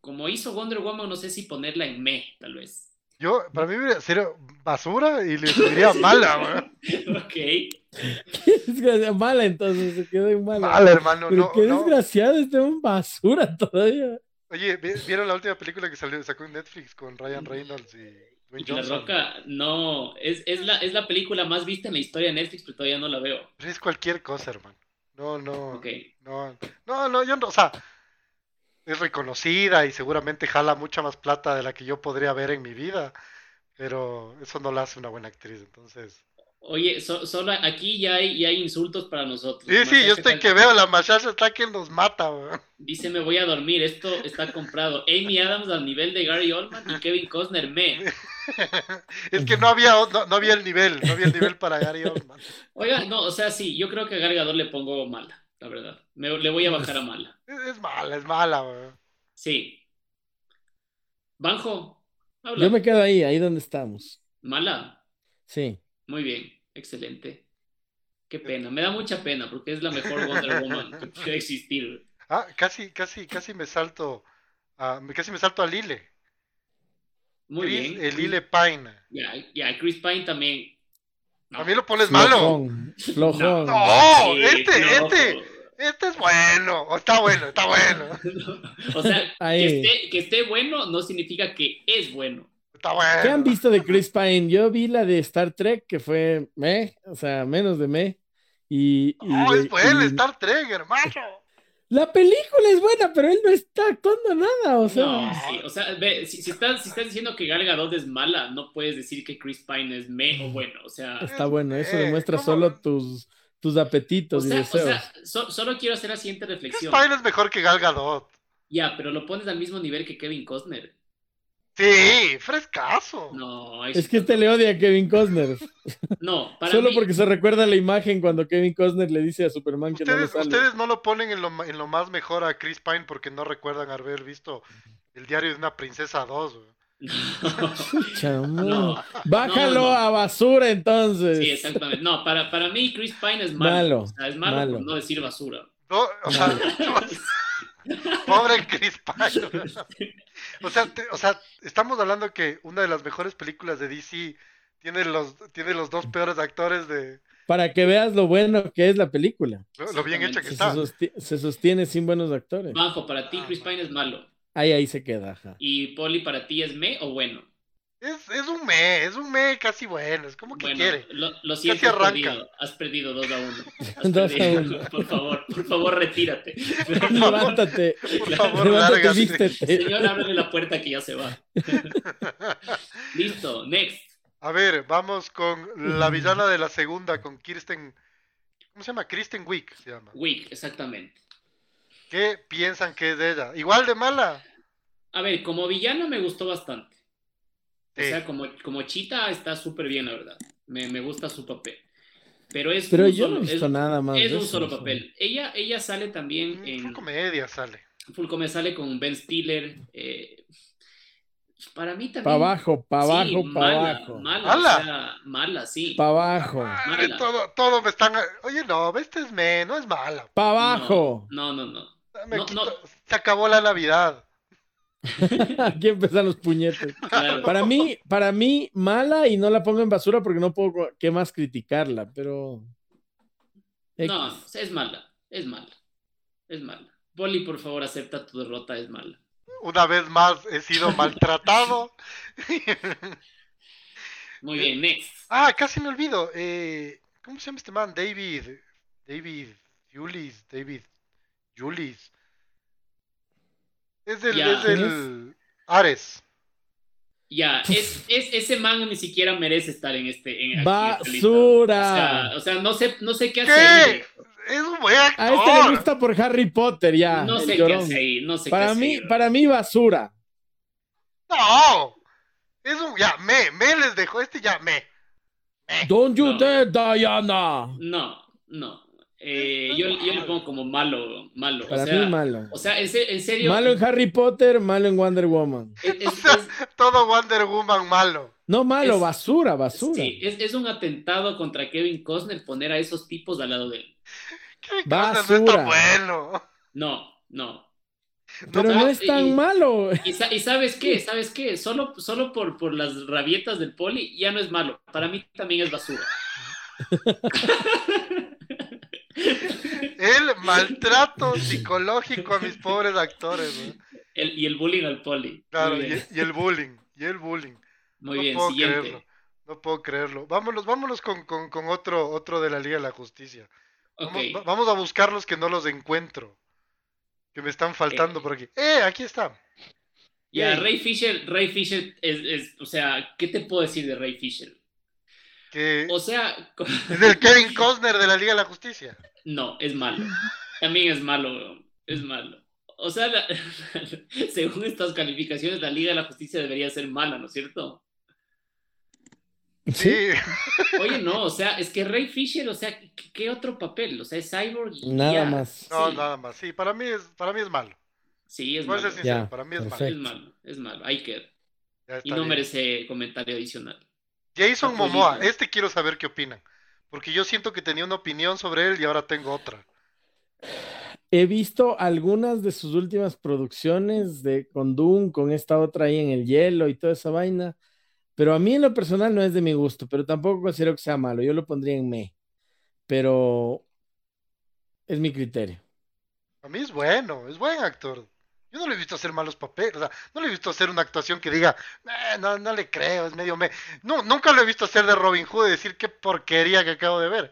Speaker 1: Como hizo Wonder Woman, no sé si ponerla en me, tal vez. <laughs>
Speaker 2: Yo, para mí hubiera- sería basura
Speaker 3: <laughs>
Speaker 2: y le diría mala, weón.
Speaker 1: ok.
Speaker 3: Es que- mala entonces, se quedó en mala.
Speaker 2: Mala, hermano.
Speaker 3: Pero
Speaker 2: No,
Speaker 3: qué
Speaker 2: no.
Speaker 3: desgraciado, este es un basura todavía.
Speaker 2: Oye, ¿vi- ¿vieron la última película que salió, sacó en Netflix con Ryan Reynolds y
Speaker 1: Y
Speaker 2: Dwayne
Speaker 1: La
Speaker 2: Johnson?
Speaker 1: Roca, no, es, es, la, es la película más vista en la historia de Netflix, pero todavía no la veo.
Speaker 2: Pero Es cualquier cosa, hermano. No, no.
Speaker 1: Ok.
Speaker 2: No, no, no, yo no, o sea, es reconocida y seguramente jala mucha más plata de la que yo podría ver en mi vida, pero eso no la hace una buena actriz, entonces.
Speaker 1: Oye, so- solo aquí ya hay, ya hay insultos para nosotros.
Speaker 2: Sí, sí, yo
Speaker 1: Machaca
Speaker 2: estoy
Speaker 1: está-
Speaker 2: que veo la machacha está que nos mata, weón. <laughs>
Speaker 1: Dice, me voy a dormir, esto está comprado. <laughs> Amy Adams al nivel de Gary Oldman y Kevin Costner, me.
Speaker 2: Es que no había, o- no, no había el nivel, no había el nivel para Gary Oldman.
Speaker 1: Oiga, no, o sea, sí, yo creo que a Gargador le pongo mala, la verdad. Me- le
Speaker 3: Pues
Speaker 1: voy a bajar a mala.
Speaker 2: Es, es mala, es mala, weón.
Speaker 1: Sí. Banjo, habla.
Speaker 3: Yo me quedo ahí, ahí donde estamos.
Speaker 1: Mala.
Speaker 3: Sí.
Speaker 1: Muy bien, excelente. Qué pena, me da mucha pena porque es la
Speaker 2: <laughs>
Speaker 1: mejor Wonder Woman que puede existir.
Speaker 2: Ah, casi, casi, casi me salto, a, casi me salto a Lile.
Speaker 1: Muy
Speaker 2: Chris-
Speaker 1: bien.
Speaker 2: el Lile Pine.
Speaker 1: Ya, ya, Chris Pine también. No.
Speaker 2: A mí lo pones malo.
Speaker 3: Flojón, flojón.
Speaker 2: No,
Speaker 1: Sí,
Speaker 2: este,
Speaker 1: no.
Speaker 2: este. Este es bueno, o está bueno, está bueno,
Speaker 1: O sea, que
Speaker 3: <laughs> Ahí.
Speaker 1: esté, que esté bueno no significa que es bueno.
Speaker 2: está bueno.
Speaker 3: ¿Qué han visto de Chris Pine? Yo vi la de Star Trek, que fue me, o sea, menos de me. Y, y
Speaker 2: No, Oh,
Speaker 3: de-
Speaker 2: es bueno,
Speaker 3: y-
Speaker 2: Star Trek, hermano.
Speaker 3: La película es buena, pero él no está actuando nada, o sea.
Speaker 1: No, sí, o sea, ve, si, si estás, si estás diciendo que Gal Gadot es mala, no puedes decir que Chris Pine es me o bueno. O sea,
Speaker 3: Está bueno, eso
Speaker 2: Eh,
Speaker 3: demuestra
Speaker 2: ¿cómo?
Speaker 3: solo tus, tus
Speaker 1: o
Speaker 3: apetitos y
Speaker 1: sea, o
Speaker 3: deseos.
Speaker 1: sea, so- solo quiero hacer la siguiente
Speaker 2: Chris
Speaker 1: reflexión.
Speaker 2: Pine es mejor que Gal Gadot.
Speaker 1: Ya, pero lo pones al mismo nivel que Kevin Costner.
Speaker 2: Sí, frescaso.
Speaker 1: No, ahí sí
Speaker 3: es que
Speaker 1: está-
Speaker 3: este le odia a Kevin Costner.
Speaker 1: <laughs> No, para
Speaker 3: Solo
Speaker 1: mí,
Speaker 3: porque se recuerda la imagen cuando Kevin Costner le dice a Superman que no lo
Speaker 2: Ustedes,
Speaker 3: salve.
Speaker 2: ustedes no lo ponen en lo, ma- en lo más mejor a Chris Pine porque no recuerdan haber visto el diario de una princesa 2. güey.
Speaker 3: Chamón.
Speaker 1: <laughs>
Speaker 3: <laughs>
Speaker 1: No.
Speaker 3: Bájalo
Speaker 1: No, no.
Speaker 3: a basura entonces.
Speaker 1: sí, exactamente. No, para, para mí Chris Pine es malo.
Speaker 3: Malo,
Speaker 1: O sea, es malo,
Speaker 3: malo.
Speaker 1: por no decir basura. <laughs>
Speaker 2: No, o sea, <laughs> pobre Chris Pine. güey. O sea, te- o sea, estamos hablando que una de las mejores películas de DC tiene los, tiene los dos peores actores de
Speaker 3: Para que veas lo bueno que es la película.
Speaker 2: lo, lo bien hecha que
Speaker 3: Se,
Speaker 2: está.
Speaker 3: sosti- se sostiene sin buenos actores.
Speaker 1: Bajo, para ti Chris Pine es malo.
Speaker 3: Ahí, ahí se
Speaker 1: <laughs>
Speaker 3: queda. ajá.
Speaker 1: Y Polly, para ti es me o bueno.
Speaker 2: Es, es un me, es un me casi bueno, es como que
Speaker 1: Bueno, <laughs>
Speaker 2: quiere.
Speaker 1: Lo, lo siento,
Speaker 2: se
Speaker 1: has
Speaker 2: arranca.
Speaker 1: perdido, has perdido 2 a 1.
Speaker 3: <laughs> Dos a uno.
Speaker 1: <laughs> Por favor, por favor, retírate.
Speaker 2: <laughs>
Speaker 3: Levántate,
Speaker 2: Por favor,
Speaker 3: levántate,
Speaker 2: lárgate.
Speaker 3: vístete.
Speaker 1: Señor, ábrele la puerta que ya se va. <laughs> Listo, next.
Speaker 2: A ver, vamos con la villana de la segunda, con Kirsten. ¿Cómo se llama? Kristen Wick se llama.
Speaker 1: Week, exactamente.
Speaker 2: ¿Qué piensan que es de ella? ¿Igual de mala?
Speaker 1: A ver, como villano me gustó bastante. O
Speaker 2: Sí.
Speaker 1: sea, como, como chita está súper bien, la verdad. Me, me gusta su papel. Pero es
Speaker 3: Pero
Speaker 1: un
Speaker 3: yo no
Speaker 1: solo-
Speaker 3: he
Speaker 1: es-
Speaker 3: visto nada más.
Speaker 1: es
Speaker 3: de
Speaker 1: un
Speaker 3: eso,
Speaker 1: solo
Speaker 3: o sea.
Speaker 1: papel. Ella, ella sale también
Speaker 2: Mm,
Speaker 1: en,
Speaker 2: Fue comedia, sale.
Speaker 1: Fulco me sale con Ben Stiller. eh, para mí también.
Speaker 3: Para abajo, para abajo,
Speaker 1: sí,
Speaker 3: para
Speaker 1: mala,
Speaker 3: abajo.
Speaker 1: Mala,
Speaker 2: Mala.
Speaker 1: o sea, mala, sí.
Speaker 3: Para abajo,
Speaker 2: Ay,
Speaker 1: Ah, Mala.
Speaker 2: todo, todo me están. Oye, no, este es me, no es mala.
Speaker 3: para abajo.
Speaker 1: No, no,
Speaker 2: <laughs>
Speaker 1: no.
Speaker 2: Me
Speaker 1: No,
Speaker 2: quito-
Speaker 1: no.
Speaker 2: Se acabó la Navidad.
Speaker 3: <laughs> Aquí empiezan los puñetes.
Speaker 1: no, claro.
Speaker 3: Para mí, para mí, mala y no la pongo en basura porque no puedo co- qué más criticarla, pero.
Speaker 1: No, es mala, es mala, es mala. Poli, por favor, acepta tu derrota, es mala.
Speaker 2: Una vez más he sido <laughs> maltratado.
Speaker 1: Muy bien, next.
Speaker 2: Ah, casi me olvido. eh, ¿cómo se llama este man? David. David Julis, David. Julis. Es del,
Speaker 1: Ya.
Speaker 2: es del Ares.
Speaker 1: Ya, es, es- ese man ni siquiera merece estar en este. En, aquí, en esta lista.
Speaker 3: Basura.
Speaker 1: O sea, o sea, no sé, no sé qué hace ahí.
Speaker 2: ¿Qué? Es un buen actor.
Speaker 3: A este le gusta por Harry Potter, ya.
Speaker 1: ¡Oh! No
Speaker 3: Ah, el
Speaker 1: sé qué
Speaker 3: llorón.
Speaker 1: hace ahí. No sé qué
Speaker 3: Para
Speaker 1: hace
Speaker 3: mí,
Speaker 1: ahí.
Speaker 3: para mí, basura.
Speaker 2: No. Es un ya me, me les dejó este ya me. <laughs>
Speaker 3: Don't you
Speaker 1: No.
Speaker 3: dare, Diana.
Speaker 1: No, no. Eh,
Speaker 2: Está
Speaker 1: yo, yo le
Speaker 2: mal.
Speaker 1: pongo como malo, malo.
Speaker 3: Para
Speaker 1: o sea,
Speaker 3: mí, malo.
Speaker 1: O sea, en, se- en serio.
Speaker 3: Malo en Harry Potter, malo en Wonder Woman.
Speaker 1: es- es-
Speaker 2: O sea,
Speaker 1: es-
Speaker 2: Todo Wonder Woman malo.
Speaker 3: No malo,
Speaker 1: Es-
Speaker 3: basura, basura.
Speaker 1: sí, es- es un atentado contra Kevin Costner poner a esos tipos al lado de él.
Speaker 2: ¿Qué No es
Speaker 3: Basura.
Speaker 2: tan bueno.
Speaker 1: No, no.
Speaker 3: Pero
Speaker 1: No,
Speaker 3: no
Speaker 1: ah,
Speaker 3: es tan
Speaker 1: y-
Speaker 3: malo.
Speaker 1: Y, sa- y sabes qué, sabes qué, solo, solo por, por las rabietas del poli ya no es malo. Para mí también es basura.
Speaker 2: El maltrato psicológico a mis pobres actores. ¿no?
Speaker 1: El- y el bullying al poli.
Speaker 2: Claro,
Speaker 1: muy bien,
Speaker 2: y, y el bullying. Y el bullying.
Speaker 1: <laughs> muy
Speaker 2: no
Speaker 1: bien,
Speaker 2: puedo
Speaker 1: siguiente.
Speaker 2: creerlo. No puedo creerlo. Vámonos, vámonos con, con- con otro, otro de la Liga de la Justicia.
Speaker 1: Ok,
Speaker 2: Vamos, va- vamos a buscar los que no los encuentro. Que me están faltando por aquí. ¡Eh! Aquí está.
Speaker 1: ya,
Speaker 2: Yay.
Speaker 1: Ray Fisher, Ray Fisher es, es- o sea, ¿qué te puedo decir de Ray Fisher? <laughs>
Speaker 2: Que
Speaker 1: O sea, co-
Speaker 2: es el Kevin Costner de la Liga de la Justicia.
Speaker 1: no, es malo. También es malo, weón, es malo. O sea, la- <laughs> según estas calificaciones, la Liga de la Justicia debería ser mala, ¿no es cierto?
Speaker 2: Sí. <laughs>
Speaker 1: Oye, no, o sea, es que Ray Fisher, o sea, ¿qué, qué otro papel? O sea, es Cyborg y
Speaker 3: <laughs> Nada
Speaker 1: ya.
Speaker 3: más.
Speaker 2: No,
Speaker 1: sí,
Speaker 2: nada más. Sí, para mí es, para mí es malo.
Speaker 1: Sí, es
Speaker 2: Voy a
Speaker 1: malo.
Speaker 2: ser sincero,
Speaker 3: Ya,
Speaker 2: para mí Pues es
Speaker 3: perfecto.
Speaker 2: malo.
Speaker 1: Es malo, es malo. Ahí queda.
Speaker 2: Ya
Speaker 1: Y
Speaker 2: está
Speaker 1: no
Speaker 2: bien.
Speaker 1: merece comentario adicional.
Speaker 2: Jason
Speaker 1: Apoyito.
Speaker 2: Momoa, este quiero saber qué opinan. Porque yo siento que tenía una opinión sobre él y ahora tengo otra.
Speaker 3: He visto algunas de sus últimas producciones de con Doom, con esta otra ahí en el hielo y toda esa vaina. Pero a mí en lo personal no es de mi gusto, pero tampoco considero que sea malo. Yo lo pondría en me. Pero es mi criterio.
Speaker 2: A mí es bueno, es buen actor. Yo no le he visto hacer malos papeles, o sea, no le he visto hacer una actuación que diga, "Eh, no, no le creo, es medio me. No, nunca lo he visto hacer de Robin Hood y decir qué porquería que acabo de ver.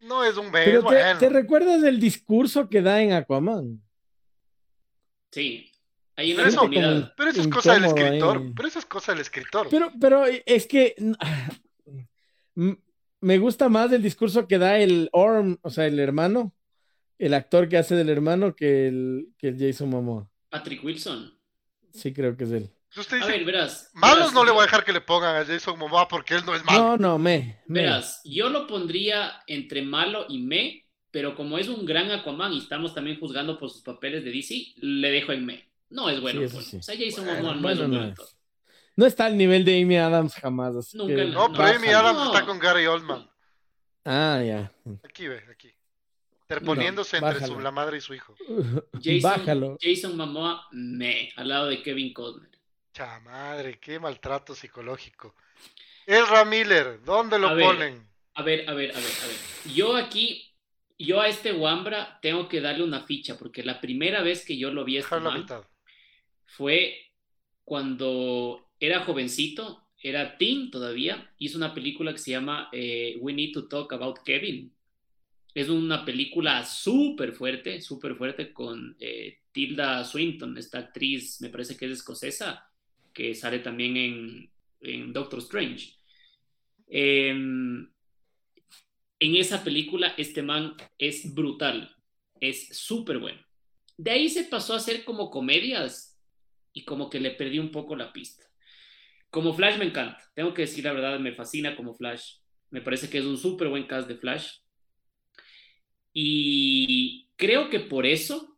Speaker 2: No es un me, es
Speaker 3: Pero te,
Speaker 2: bueno.
Speaker 3: ¿te recuerdas del discurso que da en Aquaman?
Speaker 1: Sí. Ahí en
Speaker 2: Pero
Speaker 1: la
Speaker 2: eso-
Speaker 1: comunidad.
Speaker 2: Pero eso es cosa del
Speaker 3: incómodo ahí.
Speaker 2: escritor, pero eso es cosa del escritor.
Speaker 3: Pero, pero es que m- me gusta más el discurso que da el Orm, o sea, el hermano, el actor que hace del hermano que el, que el Jason Momoa.
Speaker 1: Patrick Wilson.
Speaker 3: Sí, creo que es él.
Speaker 2: Usted
Speaker 1: A
Speaker 2: dice,
Speaker 1: ver, verás.
Speaker 2: malos
Speaker 1: verás,
Speaker 2: no le
Speaker 1: yo-
Speaker 2: voy a dejar que le pongan a Jason Momoa porque él no es malo.
Speaker 3: No, no, me. me.
Speaker 1: Verás, yo lo pondría entre malo y me, pero como es un gran Aquaman y estamos también juzgando por sus papeles de DC, le dejo en me. No es bueno.
Speaker 3: Sí, eso
Speaker 1: pues.
Speaker 3: sí.
Speaker 1: O sea, Jason
Speaker 2: Bueno,
Speaker 1: Momoa no es
Speaker 3: Bueno,
Speaker 1: un
Speaker 3: no,
Speaker 1: buen
Speaker 3: es.
Speaker 1: actor.
Speaker 3: <laughs> No está al nivel de Amy Adams jamás. así
Speaker 1: Nunca
Speaker 3: que
Speaker 1: en la-
Speaker 2: No, pero Amy
Speaker 3: bájale.
Speaker 2: Adams
Speaker 1: No.
Speaker 2: está con Gary Oldman.
Speaker 3: Ah, ya.
Speaker 2: Aquí ve, aquí. Interponiéndose entre su,
Speaker 3: bájalo.
Speaker 2: la madre y su hijo.
Speaker 1: Jason,
Speaker 3: Bájalo.
Speaker 1: Jason Momoa, me, al lado de Kevin Costner.
Speaker 2: Cha madre, qué maltrato psicológico. Ezra Miller, ¿dónde lo
Speaker 1: A ver.
Speaker 2: ponen?
Speaker 1: A ver, a ver, a ver, a ver. Yo aquí, yo a este Wambra tengo que darle una ficha, porque la primera vez que yo lo vi a este
Speaker 2: Dejarlo a
Speaker 1: man
Speaker 2: mitad.
Speaker 1: fue cuando era jovencito, era teen todavía, hizo una película que se llama eh, We Need to Talk About Kevin. Es una película súper fuerte, súper fuerte con eh, Tilda Swinton, esta actriz, me parece que es escocesa, que sale también en, en Doctor Strange. Eh, en esa película este man es brutal, es súper bueno. De ahí se pasó a hacer como comedias y como que le perdí un poco la pista. Como Flash me encanta, tengo que decir la verdad, me fascina como Flash. Me parece que es un súper buen cast de Flash. Y creo que por eso,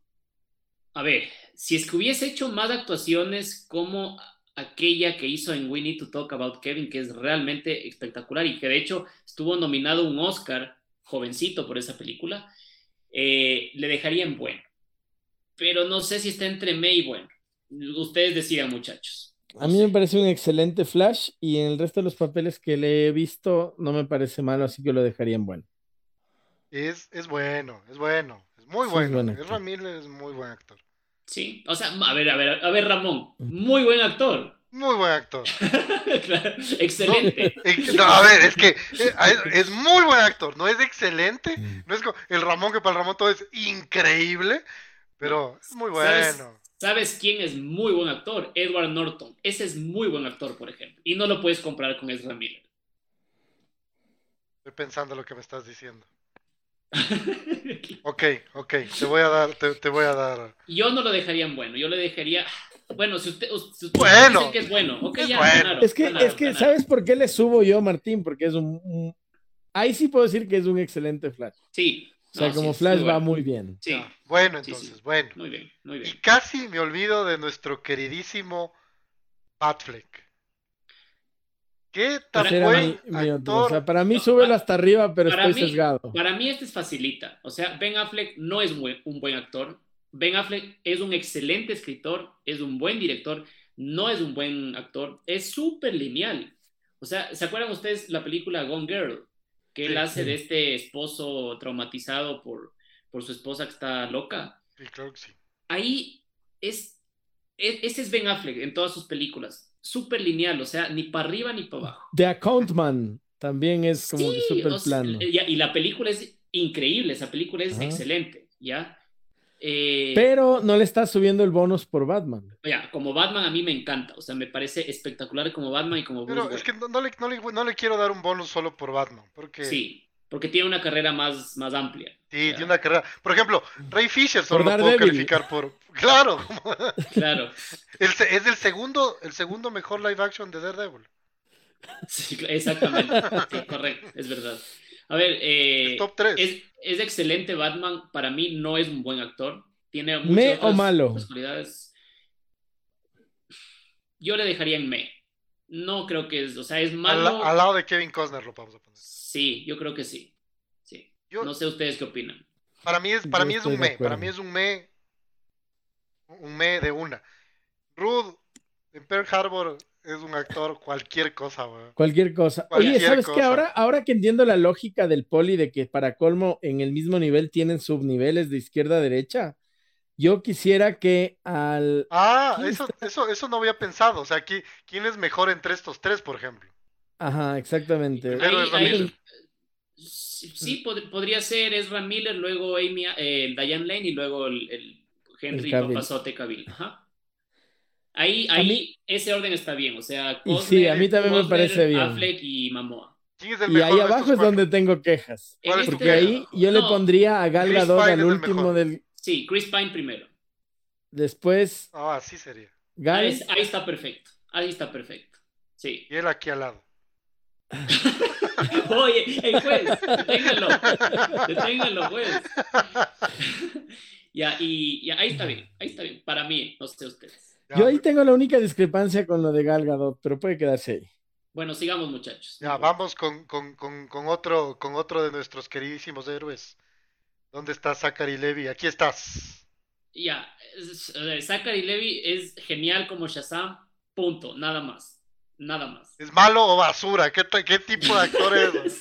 Speaker 1: a ver, si es que hubiese hecho más actuaciones como aquella que hizo en We Need to Talk About Kevin, que es realmente espectacular y que de hecho estuvo nominado a un Oscar jovencito por esa película, eh, le dejaría en bueno. Pero no sé si está entre me y bueno. Ustedes decidan, muchachos.
Speaker 3: A mí me parece un excelente Flash y en el resto de los papeles que le he visto no me parece malo, así que lo dejaría en bueno.
Speaker 2: Es, es bueno, es bueno, es muy
Speaker 3: Sí, es
Speaker 2: bueno.
Speaker 3: buen
Speaker 2: Ezra
Speaker 3: actor.
Speaker 2: Miller es muy buen actor.
Speaker 1: Sí, o sea, a ver, a ver, a ver, Ramón, muy buen actor. <laughs>
Speaker 2: Muy buen actor.
Speaker 1: Excelente.
Speaker 2: Eh, no, a ver, es que eh, a- es, muy buen actor, no es excelente, no es como el Ramón, que para el Ramón todo es increíble, pero es muy
Speaker 1: ¿Sabes?
Speaker 2: bueno.
Speaker 1: ¿Sabes quién es muy buen actor? Edward Norton. Ese es muy buen actor, por ejemplo. Y no lo puedes comparar con Ezra Miller. <laughs>
Speaker 2: Estoy pensando lo que me estás diciendo. Ok, ok, te voy a dar, te, te voy a dar.
Speaker 1: Yo no lo dejaría en bueno. Yo le dejaría. Bueno, si usted. si usted
Speaker 2: Bueno.
Speaker 1: dice que es bueno. Ok,
Speaker 2: Es
Speaker 1: ya,
Speaker 2: bueno.
Speaker 1: ganaron,
Speaker 3: Es que,
Speaker 1: ganaron,
Speaker 3: es que,
Speaker 1: ganaron.
Speaker 3: ¿sabes por qué le subo yo, Martín? Porque es un, un- Ahí sí puedo decir que es un excelente Flash.
Speaker 1: Sí.
Speaker 3: O sea,
Speaker 1: No,
Speaker 3: como
Speaker 1: sí,
Speaker 3: Flash
Speaker 1: muy
Speaker 3: va
Speaker 1: bueno.
Speaker 3: muy bien.
Speaker 1: Sí,
Speaker 2: Bueno,
Speaker 1: Sí,
Speaker 2: entonces,
Speaker 1: sí.
Speaker 2: bueno.
Speaker 1: muy bien, muy
Speaker 2: Y
Speaker 1: bien.
Speaker 2: casi me olvido de nuestro queridísimo Batfleck. ¿Qué tan
Speaker 3: Ese Pues era
Speaker 2: buen
Speaker 3: mi- mi otro. O
Speaker 2: actor?
Speaker 3: sea, para mí
Speaker 1: No,
Speaker 3: súbelo
Speaker 1: pa-
Speaker 3: hasta arriba, pero
Speaker 1: para
Speaker 3: estoy
Speaker 1: mí-
Speaker 3: sesgado.
Speaker 1: Para mí este es facilita. O sea, Ben Affleck no es muy- un buen actor. Ben Affleck es un excelente escritor, es un buen director, no es un buen actor, es súper lineal. O sea, ¿se acuerdan ustedes la película Gone Girl? Que él
Speaker 2: Sí,
Speaker 1: hace
Speaker 3: sí.
Speaker 1: de este esposo traumatizado por, por su esposa que está loca.
Speaker 2: Sí, claro que sí.
Speaker 1: Ahí es, e- ese es Ben Affleck en todas sus películas. Súper lineal, o sea, ni para arriba ni para abajo.
Speaker 3: The Accountman también es como que
Speaker 1: Sí,
Speaker 3: súper
Speaker 1: o sea,
Speaker 3: plano.
Speaker 1: ya, y la película es increíble, esa película es
Speaker 3: Ajá.
Speaker 1: excelente, ¿ya? Eh,
Speaker 3: Pero no le está subiendo el bonus por Batman.
Speaker 1: ya, como Batman a mí me encanta, o sea, me parece espectacular como Batman y como Bruce
Speaker 2: Pero
Speaker 1: Wayne.
Speaker 2: es que no, no le, no le- no le quiero dar un bonus solo por Batman, porque sí,
Speaker 1: Sí, porque tiene una carrera más, más amplia.
Speaker 2: tiene una carrera. Por ejemplo, Ray Fisher solo
Speaker 3: Por
Speaker 2: lo puedo
Speaker 3: Daredevil.
Speaker 2: calificar por. <laughs> Claro, como-
Speaker 3: <laughs>
Speaker 1: Claro,
Speaker 2: el se- es el segundo, el segundo mejor live action de Daredevil.
Speaker 1: sí, cl- exactamente, Sí, correcto, es verdad. A ver, eh,
Speaker 2: El top 3.
Speaker 1: es, es excelente Batman, para mí no es un buen actor, tiene muchas
Speaker 3: ¿Me
Speaker 1: otras
Speaker 3: o malo?
Speaker 1: otras cualidades. Yo le dejaría en me. No creo que es, o sea, es
Speaker 2: al,
Speaker 1: malo.
Speaker 2: al lado de Kevin Costner lo vamos a poner.
Speaker 1: Sí, yo creo que sí. Sí.
Speaker 2: Yo-
Speaker 1: No sé ustedes qué opinan.
Speaker 2: Para mí es, para
Speaker 3: Yo
Speaker 2: mí es
Speaker 3: estoy
Speaker 2: un me,
Speaker 3: de
Speaker 2: para
Speaker 3: acuerdo.
Speaker 2: mí es un me, un me de una. Rude en Pearl Harbor es un actor cualquier cosa, weón.
Speaker 3: Cualquier cosa. Oye,
Speaker 2: Cualquier
Speaker 3: ¿sabes qué?
Speaker 2: cosa.
Speaker 3: Ahora, ahora que entiendo la lógica del poli de que para colmo en el mismo nivel tienen subniveles de izquierda a derecha, yo quisiera que al...
Speaker 2: Ah,
Speaker 3: ¿Quién
Speaker 2: eso, eso, eso no había pensado. O sea, aquí, ¿quién es mejor entre estos tres, por ejemplo?
Speaker 3: Ajá, exactamente.
Speaker 2: Primero
Speaker 1: Ahí-
Speaker 2: Ezra
Speaker 1: ahí-
Speaker 2: Miller.
Speaker 1: Sí, sí, pod- podría ser Ezra Miller, luego Amy, eh, Diane Lane y luego el, el Henry
Speaker 3: El Cavill.
Speaker 1: Papazote Cavill. Ajá. Ahí,
Speaker 3: A
Speaker 1: ahí
Speaker 3: mí-
Speaker 1: ese orden está bien. O sea,
Speaker 3: Y sí, a mí también me
Speaker 1: Costner,
Speaker 3: parece bien.
Speaker 1: Affleck y Mamoa.
Speaker 2: ¿Quién es el
Speaker 3: Y
Speaker 2: mejor
Speaker 3: ahí
Speaker 2: de estos
Speaker 3: abajo es
Speaker 2: cuatro?
Speaker 3: donde tengo quejas.
Speaker 1: En
Speaker 2: ¿Cuál es tu
Speaker 3: Porque
Speaker 2: queja?
Speaker 3: ahí yo le
Speaker 1: no,
Speaker 3: pondría a Gal
Speaker 2: Chris
Speaker 3: Gadot
Speaker 2: Pine
Speaker 3: al
Speaker 2: es el
Speaker 3: último
Speaker 2: mejor.
Speaker 3: del...
Speaker 1: Sí, Chris Pine primero.
Speaker 3: Después,
Speaker 2: Ah, sí sería.
Speaker 1: Ahí,
Speaker 3: Gal...
Speaker 1: es- ahí está perfecto. Ahí está perfecto. Sí.
Speaker 2: Y él aquí al lado.
Speaker 1: <laughs> Oye, el juez, deténgalo. Deténgalo, juez. Ya, y ya, ahí está bien, ahí está bien. Para mí, no sé ustedes.
Speaker 2: Ya,
Speaker 3: Yo ahí tengo la única discrepancia con lo de Gal Gadot, pero puede quedarse ahí.
Speaker 1: Bueno, sigamos, muchachos.
Speaker 2: ya, vamos con, con- con- con otro, con otro de nuestros queridísimos héroes. ¿Dónde está Zachary Levy? Aquí estás.
Speaker 1: Ya, es- eh, Zachary Levy es genial como Shazam, punto, nada más. Nada más. <laughs>
Speaker 2: ¿Es malo o basura? ¿Qué, ta- qué tipo de actor es?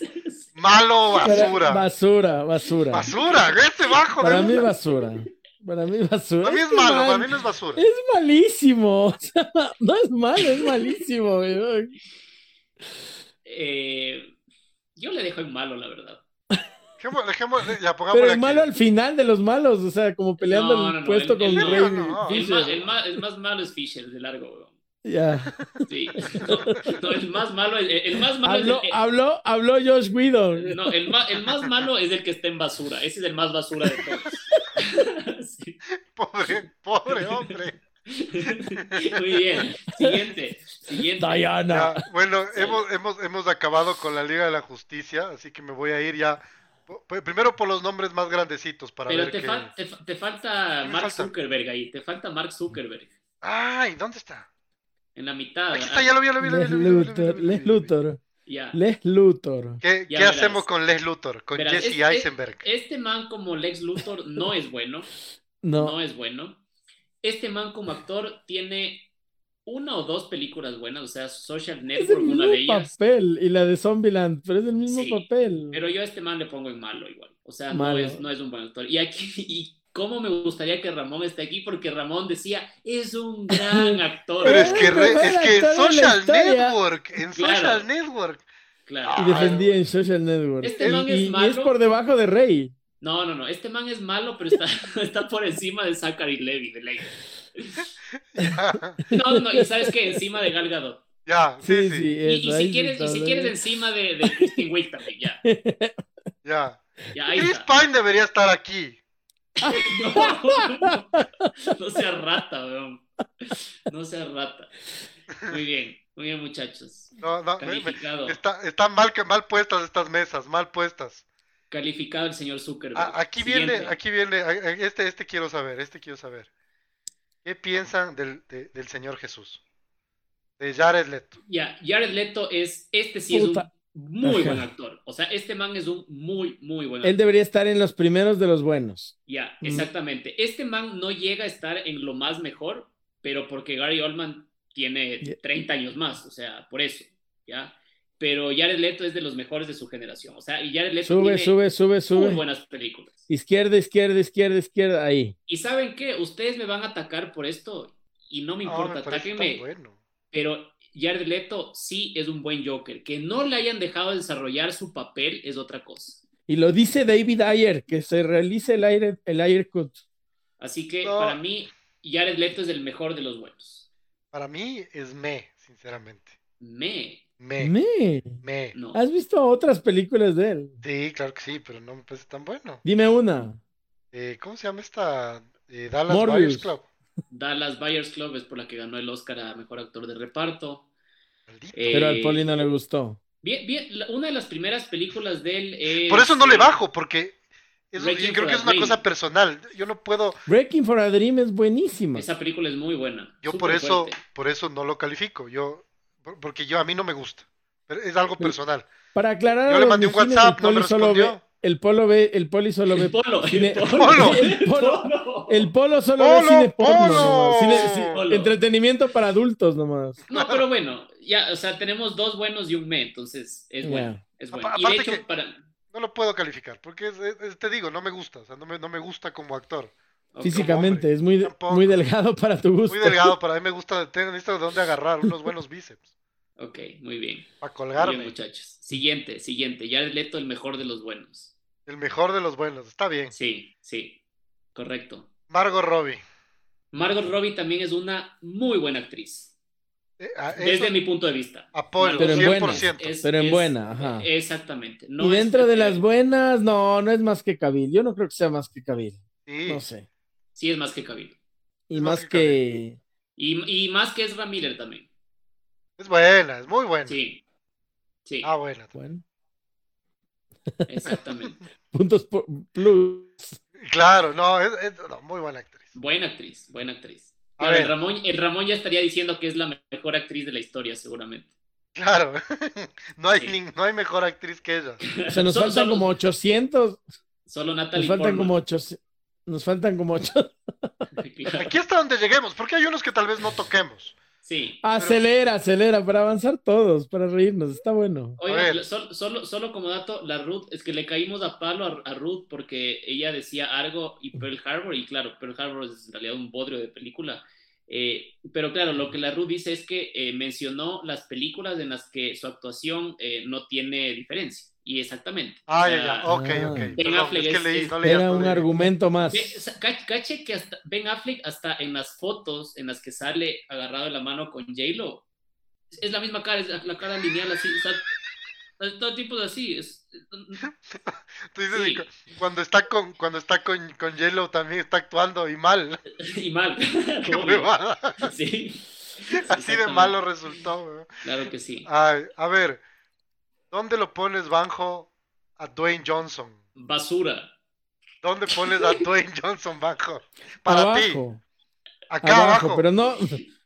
Speaker 2: ¿Malo o
Speaker 3: Para-
Speaker 2: basura?
Speaker 3: basura, basura.
Speaker 2: Basura, este bajo.
Speaker 3: Para
Speaker 2: de
Speaker 3: mí
Speaker 2: una.
Speaker 3: basura. Para mí basura.
Speaker 2: Para mí es
Speaker 3: Este
Speaker 2: malo,
Speaker 3: man
Speaker 2: para mí no es basura.
Speaker 3: Es malísimo. <laughs> O sea, no es malo, es malísimo. güey.
Speaker 1: Eh, yo le dejo en malo, la verdad.
Speaker 2: Dejémosle- dejémosle- eh, ya,
Speaker 3: Pero
Speaker 2: pongámosle
Speaker 3: el malo
Speaker 2: aquí.
Speaker 3: al final de los malos, o sea, como peleando
Speaker 1: No,
Speaker 3: el
Speaker 1: no, no,
Speaker 3: puesto
Speaker 1: el-
Speaker 3: con
Speaker 1: el-
Speaker 3: Rey.
Speaker 2: no, no,
Speaker 1: El
Speaker 3: Fisher.
Speaker 1: más, el más- el más malo es Fisher, de largo, weón.
Speaker 3: <laughs>
Speaker 1: <laughs>
Speaker 3: Ya.
Speaker 1: Sí. No, no, el más malo es. El más malo
Speaker 3: Habló,
Speaker 1: es el-
Speaker 3: habló, habló Josh Whedon.
Speaker 1: No, el más, el más malo es el que está en basura. Ese es el más basura de todos. <laughs> Sí.
Speaker 3: <laughs>
Speaker 2: Pobre, pobre hombre.
Speaker 1: Muy bien. Siguiente. Siguiente.
Speaker 3: Diana.
Speaker 2: Ya, bueno,
Speaker 1: Sí.
Speaker 2: hemos, hemos, hemos acabado con la Liga de la Justicia, así que me voy a ir ya. po- po- Primero por los nombres más grandecitos para
Speaker 1: Pero
Speaker 2: ver
Speaker 1: te,
Speaker 2: qué-
Speaker 1: fal- te fa- te falta
Speaker 2: ¿Qué me
Speaker 1: Mark
Speaker 2: falta?
Speaker 1: Zuckerberg ahí. Te falta Mark Zuckerberg.
Speaker 2: Ay, ¿dónde está?
Speaker 1: En la mitad. Ah,
Speaker 2: Aquí está, ya lo vi, ya lo vi, ya lo vi,
Speaker 3: Les
Speaker 2: ya lo vi, ya lo vi, ya lo vi,
Speaker 3: Luthor,
Speaker 2: ya lo vi, ya
Speaker 3: Les
Speaker 2: lo vi.
Speaker 3: Luthor,
Speaker 1: Ya.
Speaker 3: Les Luthor.
Speaker 2: ¿Qué,
Speaker 1: Ya
Speaker 2: qué
Speaker 1: verás.
Speaker 2: hacemos con Les Luthor? Con
Speaker 1: Verás,
Speaker 2: Jesse
Speaker 1: es- es-
Speaker 2: Eisenberg.
Speaker 1: <laughs> Este man como Lex Luthor no es bueno.
Speaker 3: <laughs> No,
Speaker 1: No es bueno. Este man como actor tiene una o dos películas buenas. O sea, Social
Speaker 3: es el
Speaker 1: Network, una
Speaker 3: mismo
Speaker 1: de ellas.
Speaker 3: papel y la de Zombieland, pero es el mismo
Speaker 1: Sí,
Speaker 3: papel.
Speaker 1: Pero yo a este man le pongo en malo igual. O sea, no
Speaker 3: Malo.
Speaker 1: es, no es un buen actor. Y aquí, <laughs> y cómo me gustaría que Ramón esté aquí, porque Ramón decía, es un
Speaker 3: <laughs>
Speaker 1: gran actor.
Speaker 2: Pero es que, re-
Speaker 3: Mejor
Speaker 2: es que en
Speaker 3: actor de la
Speaker 2: Social
Speaker 3: historia.
Speaker 2: Network, en
Speaker 1: Claro.
Speaker 2: Social Network. <laughs>
Speaker 1: Claro.
Speaker 3: Y defendí en Social Network.
Speaker 1: Este
Speaker 3: Y-
Speaker 1: man es
Speaker 3: y, y
Speaker 1: malo.
Speaker 3: es por debajo de Rey.
Speaker 1: No, no, no. Este man es malo, pero está, <laughs> está por encima de Zachary Levy, de ley.
Speaker 2: ya,
Speaker 1: No, no, y sabes que encima de Gal Gadot.
Speaker 2: Ah, ya, sí,
Speaker 3: Sí,
Speaker 2: sí,
Speaker 3: sí.
Speaker 1: Y,
Speaker 3: es
Speaker 1: y
Speaker 3: ahí
Speaker 1: si
Speaker 3: sí
Speaker 1: quieres, y
Speaker 3: está
Speaker 1: si
Speaker 3: bien.
Speaker 1: quieres encima de, de Kristen Wiig también, ya.
Speaker 2: ya.
Speaker 1: Ya, ahí
Speaker 2: Chris <laughs>
Speaker 1: está.
Speaker 2: Pine debería estar aquí.
Speaker 1: No, no seas rata, weón. No seas rata. Muy bien, muy bien, muchachos.
Speaker 2: No, no, me- me-
Speaker 1: Calificado,
Speaker 2: está- están mal, que- mal puestas estas mesas, mal puestas.
Speaker 1: calificado el señor Zuckerberg.
Speaker 2: A- aquí viene,
Speaker 1: Siguiente.
Speaker 2: aquí viene, a- a- este, este quiero saber, este quiero saber. ¿Qué piensan del, de- del Señor Jesús? De Jared Leto.
Speaker 1: Ya, Jared Leto es, este sí
Speaker 3: Puta.
Speaker 1: es un muy
Speaker 3: Ajá.
Speaker 1: buen actor. O sea, este man es un muy, muy buen actor.
Speaker 3: Él debería estar en los primeros de los buenos.
Speaker 1: Ya,
Speaker 3: Mm.
Speaker 1: exactamente. Este man no llega a estar en lo más mejor, pero porque Gary Oldman
Speaker 3: Ya.
Speaker 1: tiene 30 años más, o sea, por eso, ¿ya? Pero Jared Leto es de los mejores de su generación, o sea, y Jared Leto
Speaker 3: Sube,
Speaker 1: tiene
Speaker 3: sube, sube,
Speaker 1: muy
Speaker 3: sube.
Speaker 1: buenas películas.
Speaker 3: Izquierda, izquierda, izquierda, izquierda. Ahí.
Speaker 1: Y ¿saben qué? Ustedes me van a atacar por esto y no me
Speaker 2: No,
Speaker 1: importa,
Speaker 2: Ah, me parece tan
Speaker 1: atáquenme,
Speaker 2: bueno.
Speaker 1: pero Jared Leto sí es un buen Joker. Que no le hayan dejado desarrollar su papel es otra cosa.
Speaker 3: Y lo dice David Ayer, que se realice el aire, el aire cut.
Speaker 1: Así que
Speaker 2: No.
Speaker 1: para mí, Jared Leto es el mejor de los buenos.
Speaker 2: Para mí es me, sinceramente.
Speaker 1: Me...
Speaker 2: Me, me.
Speaker 3: Me.
Speaker 1: No.
Speaker 3: ¿Has visto otras películas de él?
Speaker 2: Sí, claro que sí, pero no me parece tan bueno.
Speaker 3: Dime una.
Speaker 2: Eh, ¿cómo se llama esta? Eh, Dallas
Speaker 3: Morbius.
Speaker 2: Buyers Club.
Speaker 1: Dallas Buyers Club es por la que ganó el Oscar a Mejor Actor de Reparto.
Speaker 2: Maldito.
Speaker 1: Eh,
Speaker 3: Pero al Poli no le gustó.
Speaker 1: bien, bien, la- una de las primeras películas de él es...
Speaker 2: Por eso no le
Speaker 1: eh,
Speaker 2: bajo, porque eso-
Speaker 1: Breaking
Speaker 2: yo creo
Speaker 1: for
Speaker 2: que
Speaker 1: a
Speaker 2: es una
Speaker 1: Dream.
Speaker 2: cosa personal. Yo no puedo,
Speaker 3: Breaking for a Dream es buenísima.
Speaker 1: Esa película es muy buena.
Speaker 2: yo
Speaker 1: súper
Speaker 2: por eso,
Speaker 1: fuerte.
Speaker 2: por eso no lo califico. Yo, por- porque yo a mí no me gusta. Pero es algo personal.
Speaker 3: Para aclarar, a
Speaker 2: Yo le
Speaker 3: los
Speaker 2: mandé un
Speaker 3: vecinos,
Speaker 2: WhatsApp,
Speaker 3: el
Speaker 2: no me
Speaker 3: Poli solo ve-
Speaker 2: respondió.
Speaker 3: el polo ve, el poli solo ve
Speaker 1: El polo, el
Speaker 3: cine-
Speaker 1: <laughs> polo,
Speaker 3: el polo.
Speaker 1: polo.
Speaker 3: El polo solo
Speaker 2: ¡Polo,
Speaker 3: ve cine porno,
Speaker 2: polo!
Speaker 3: nomás. Cine- ci-
Speaker 1: Polo.
Speaker 3: entretenimiento para adultos nomás.
Speaker 1: No, pero bueno, ya, o sea, tenemos dos buenos y un me, entonces es
Speaker 3: Ya.
Speaker 1: bueno. Es bueno.
Speaker 2: Apa-
Speaker 1: Y de
Speaker 2: aparte
Speaker 1: hecho,
Speaker 2: que-
Speaker 1: para...
Speaker 2: No lo puedo calificar, porque es- es- es- te digo, no me gusta. O sea, no me, no me gusta como actor.
Speaker 1: ok.
Speaker 3: Físicamente, es muy,
Speaker 2: Tampoco.
Speaker 3: muy delgado para tu gusto.
Speaker 2: Muy delgado, para mí me gusta, tengo necesito de dónde agarrar unos buenos bíceps.
Speaker 1: Ok, muy bien. Muy bien,
Speaker 2: Para colgarme.
Speaker 1: muchachos. Siguiente, siguiente. Jared Leto, el mejor de los buenos.
Speaker 2: El mejor de los buenos. Está bien.
Speaker 1: Sí, sí. Correcto.
Speaker 2: Margot Robbie.
Speaker 1: Margot Robbie también es una muy buena actriz.
Speaker 2: Eh, a-
Speaker 1: Desde
Speaker 2: eso
Speaker 1: mi punto de vista.
Speaker 2: apoyo,
Speaker 3: Pero en buenas.
Speaker 2: 100%.
Speaker 1: Es-
Speaker 3: Pero en
Speaker 1: es-
Speaker 3: buena,
Speaker 2: Ah.
Speaker 3: ajá.
Speaker 1: Exactamente. No
Speaker 3: y
Speaker 1: es
Speaker 3: dentro de
Speaker 1: que-
Speaker 3: las buenas, no, no es más que Cabil. Yo no creo que sea más que Cabil.
Speaker 2: Sí.
Speaker 3: No sé.
Speaker 1: Sí, es más que Cabil.
Speaker 3: Y
Speaker 2: Es más
Speaker 3: más,
Speaker 2: que
Speaker 3: que.
Speaker 1: Y, y más que Ezra Miller también.
Speaker 2: Es buena, es muy buena.
Speaker 1: Sí. Sí,
Speaker 2: Ah, buena.
Speaker 3: Bueno,
Speaker 2: <laughs>
Speaker 1: exactamente.
Speaker 3: puntos por- plus.
Speaker 2: Claro, no, es, es- no, muy buena actriz.
Speaker 1: Buena actriz, buena actriz.
Speaker 2: A
Speaker 1: Claro, el
Speaker 2: ver.
Speaker 1: Ramón, el Ramón ya estaría diciendo que es la mejor actriz de la historia, seguramente.
Speaker 2: Claro, <laughs> no hay,
Speaker 1: Sí.
Speaker 2: nin- no hay mejor actriz
Speaker 1: <laughs>
Speaker 2: que ella.
Speaker 3: O sea, nos
Speaker 1: Solo-
Speaker 3: faltan
Speaker 1: solo-
Speaker 3: como 800.
Speaker 1: Solo Natalie
Speaker 3: Nos faltan
Speaker 1: Portman.
Speaker 3: como 800. Nos faltan como 8.
Speaker 1: Claro,
Speaker 2: Aquí hasta donde lleguemos, porque hay unos que tal vez no toquemos.
Speaker 1: <laughs> Sí.
Speaker 3: Acelera, acelera, para avanzar todos, para reírnos. Está bueno.
Speaker 2: A
Speaker 1: Oigan,
Speaker 2: ver.
Speaker 1: sol- solo, solo como dato, la Ruth, es que le caímos a palo a, a Ruth porque ella decía algo y Pearl Harbor, y claro, Pearl Harbor es en realidad un bodrio de película. Eh, pero claro, lo que la Ruth dice es que eh, mencionó las películas en las que su actuación eh, no tiene diferencia. Y exactamente. O
Speaker 2: Ah, ya,
Speaker 1: sea,
Speaker 2: ya, ok,
Speaker 3: Ah.
Speaker 2: ok.
Speaker 3: Ben
Speaker 2: Perdón,
Speaker 1: Affleck
Speaker 2: es que
Speaker 1: es-
Speaker 2: leí,
Speaker 1: es-
Speaker 2: no leí
Speaker 3: Era
Speaker 2: hasta
Speaker 3: un
Speaker 2: donde-
Speaker 3: argumento más.
Speaker 1: Ve, o sea, ca- Cache que hasta Ben Affleck, hasta en las fotos en las que sale agarrado de la mano con J-Lo, es- es la misma cara, es la, la cara lineal así, o sea, es todo tipo de así. es-
Speaker 2: Tú dices,
Speaker 1: sí.
Speaker 2: y cu- cuando está con cuando está con, con Yellow también está actuando y mal.
Speaker 1: <laughs>
Speaker 2: <laughs>
Speaker 1: Y mal. <laughs>
Speaker 2: Qué
Speaker 1: Obvio.
Speaker 2: huevada.
Speaker 1: Sí.
Speaker 2: <laughs> Así de
Speaker 1: Exactamente.
Speaker 2: malo resultó. weón.
Speaker 1: Claro que sí.
Speaker 2: Ay, a ver, ¿dónde lo pones, Banjo, a Dwayne Johnson?
Speaker 1: Basura.
Speaker 2: ¿Dónde
Speaker 1: <laughs>
Speaker 2: pones a Dwayne Johnson, Banjo? Para ti,
Speaker 3: abajo,
Speaker 2: acá
Speaker 3: abajo,
Speaker 2: abajo.
Speaker 3: pero no.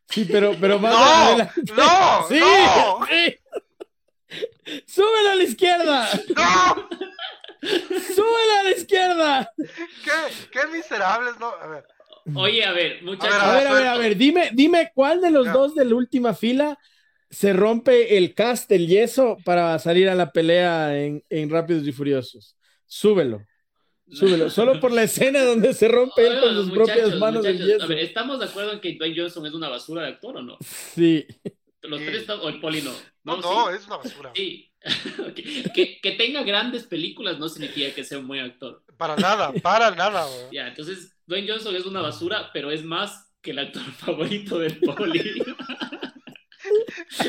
Speaker 3: Sí, pero, pero más
Speaker 2: ¡No!
Speaker 3: adelante.
Speaker 2: ¡No!
Speaker 3: <laughs> Sí,
Speaker 2: ¡No!
Speaker 3: sí. ¡Súbelo a la izquierda!
Speaker 2: ¡No!
Speaker 3: ¡Súbelo a la izquierda!
Speaker 2: ¿Qué, qué miserables, no. A ver,
Speaker 3: Mm.
Speaker 1: Oye, a ver, muchachos.
Speaker 2: A
Speaker 3: A ver, a ver, a ver, dime, dime cuál de los
Speaker 2: Ya.
Speaker 3: dos de la última fila se rompe el cast, el yeso, para salir a la pelea en, en Rápidos y Furiosos. Súbelo. Súbelo, solo por la escena donde se rompe él
Speaker 1: Oigan,
Speaker 3: con sus
Speaker 1: muchachos,
Speaker 3: propias manos el
Speaker 1: muchachos,
Speaker 3: yeso.
Speaker 1: A ver, ¿estamos de acuerdo en que Dwayne Johnson es una basura de actor o no?
Speaker 3: Sí.
Speaker 1: Los
Speaker 2: Sí.
Speaker 1: tres estamos, o el Poli no.
Speaker 2: No,
Speaker 1: No,
Speaker 2: no, eh.
Speaker 1: sí.
Speaker 2: es una basura.
Speaker 1: Sí. <laughs> Ok. que, que tenga grandes películas no significa que sea un buen actor.
Speaker 2: Para nada, para nada, güey.
Speaker 1: Ya, entonces Dwayne Johnson es una basura, pero es más que el actor <laughs> favorito del Poli.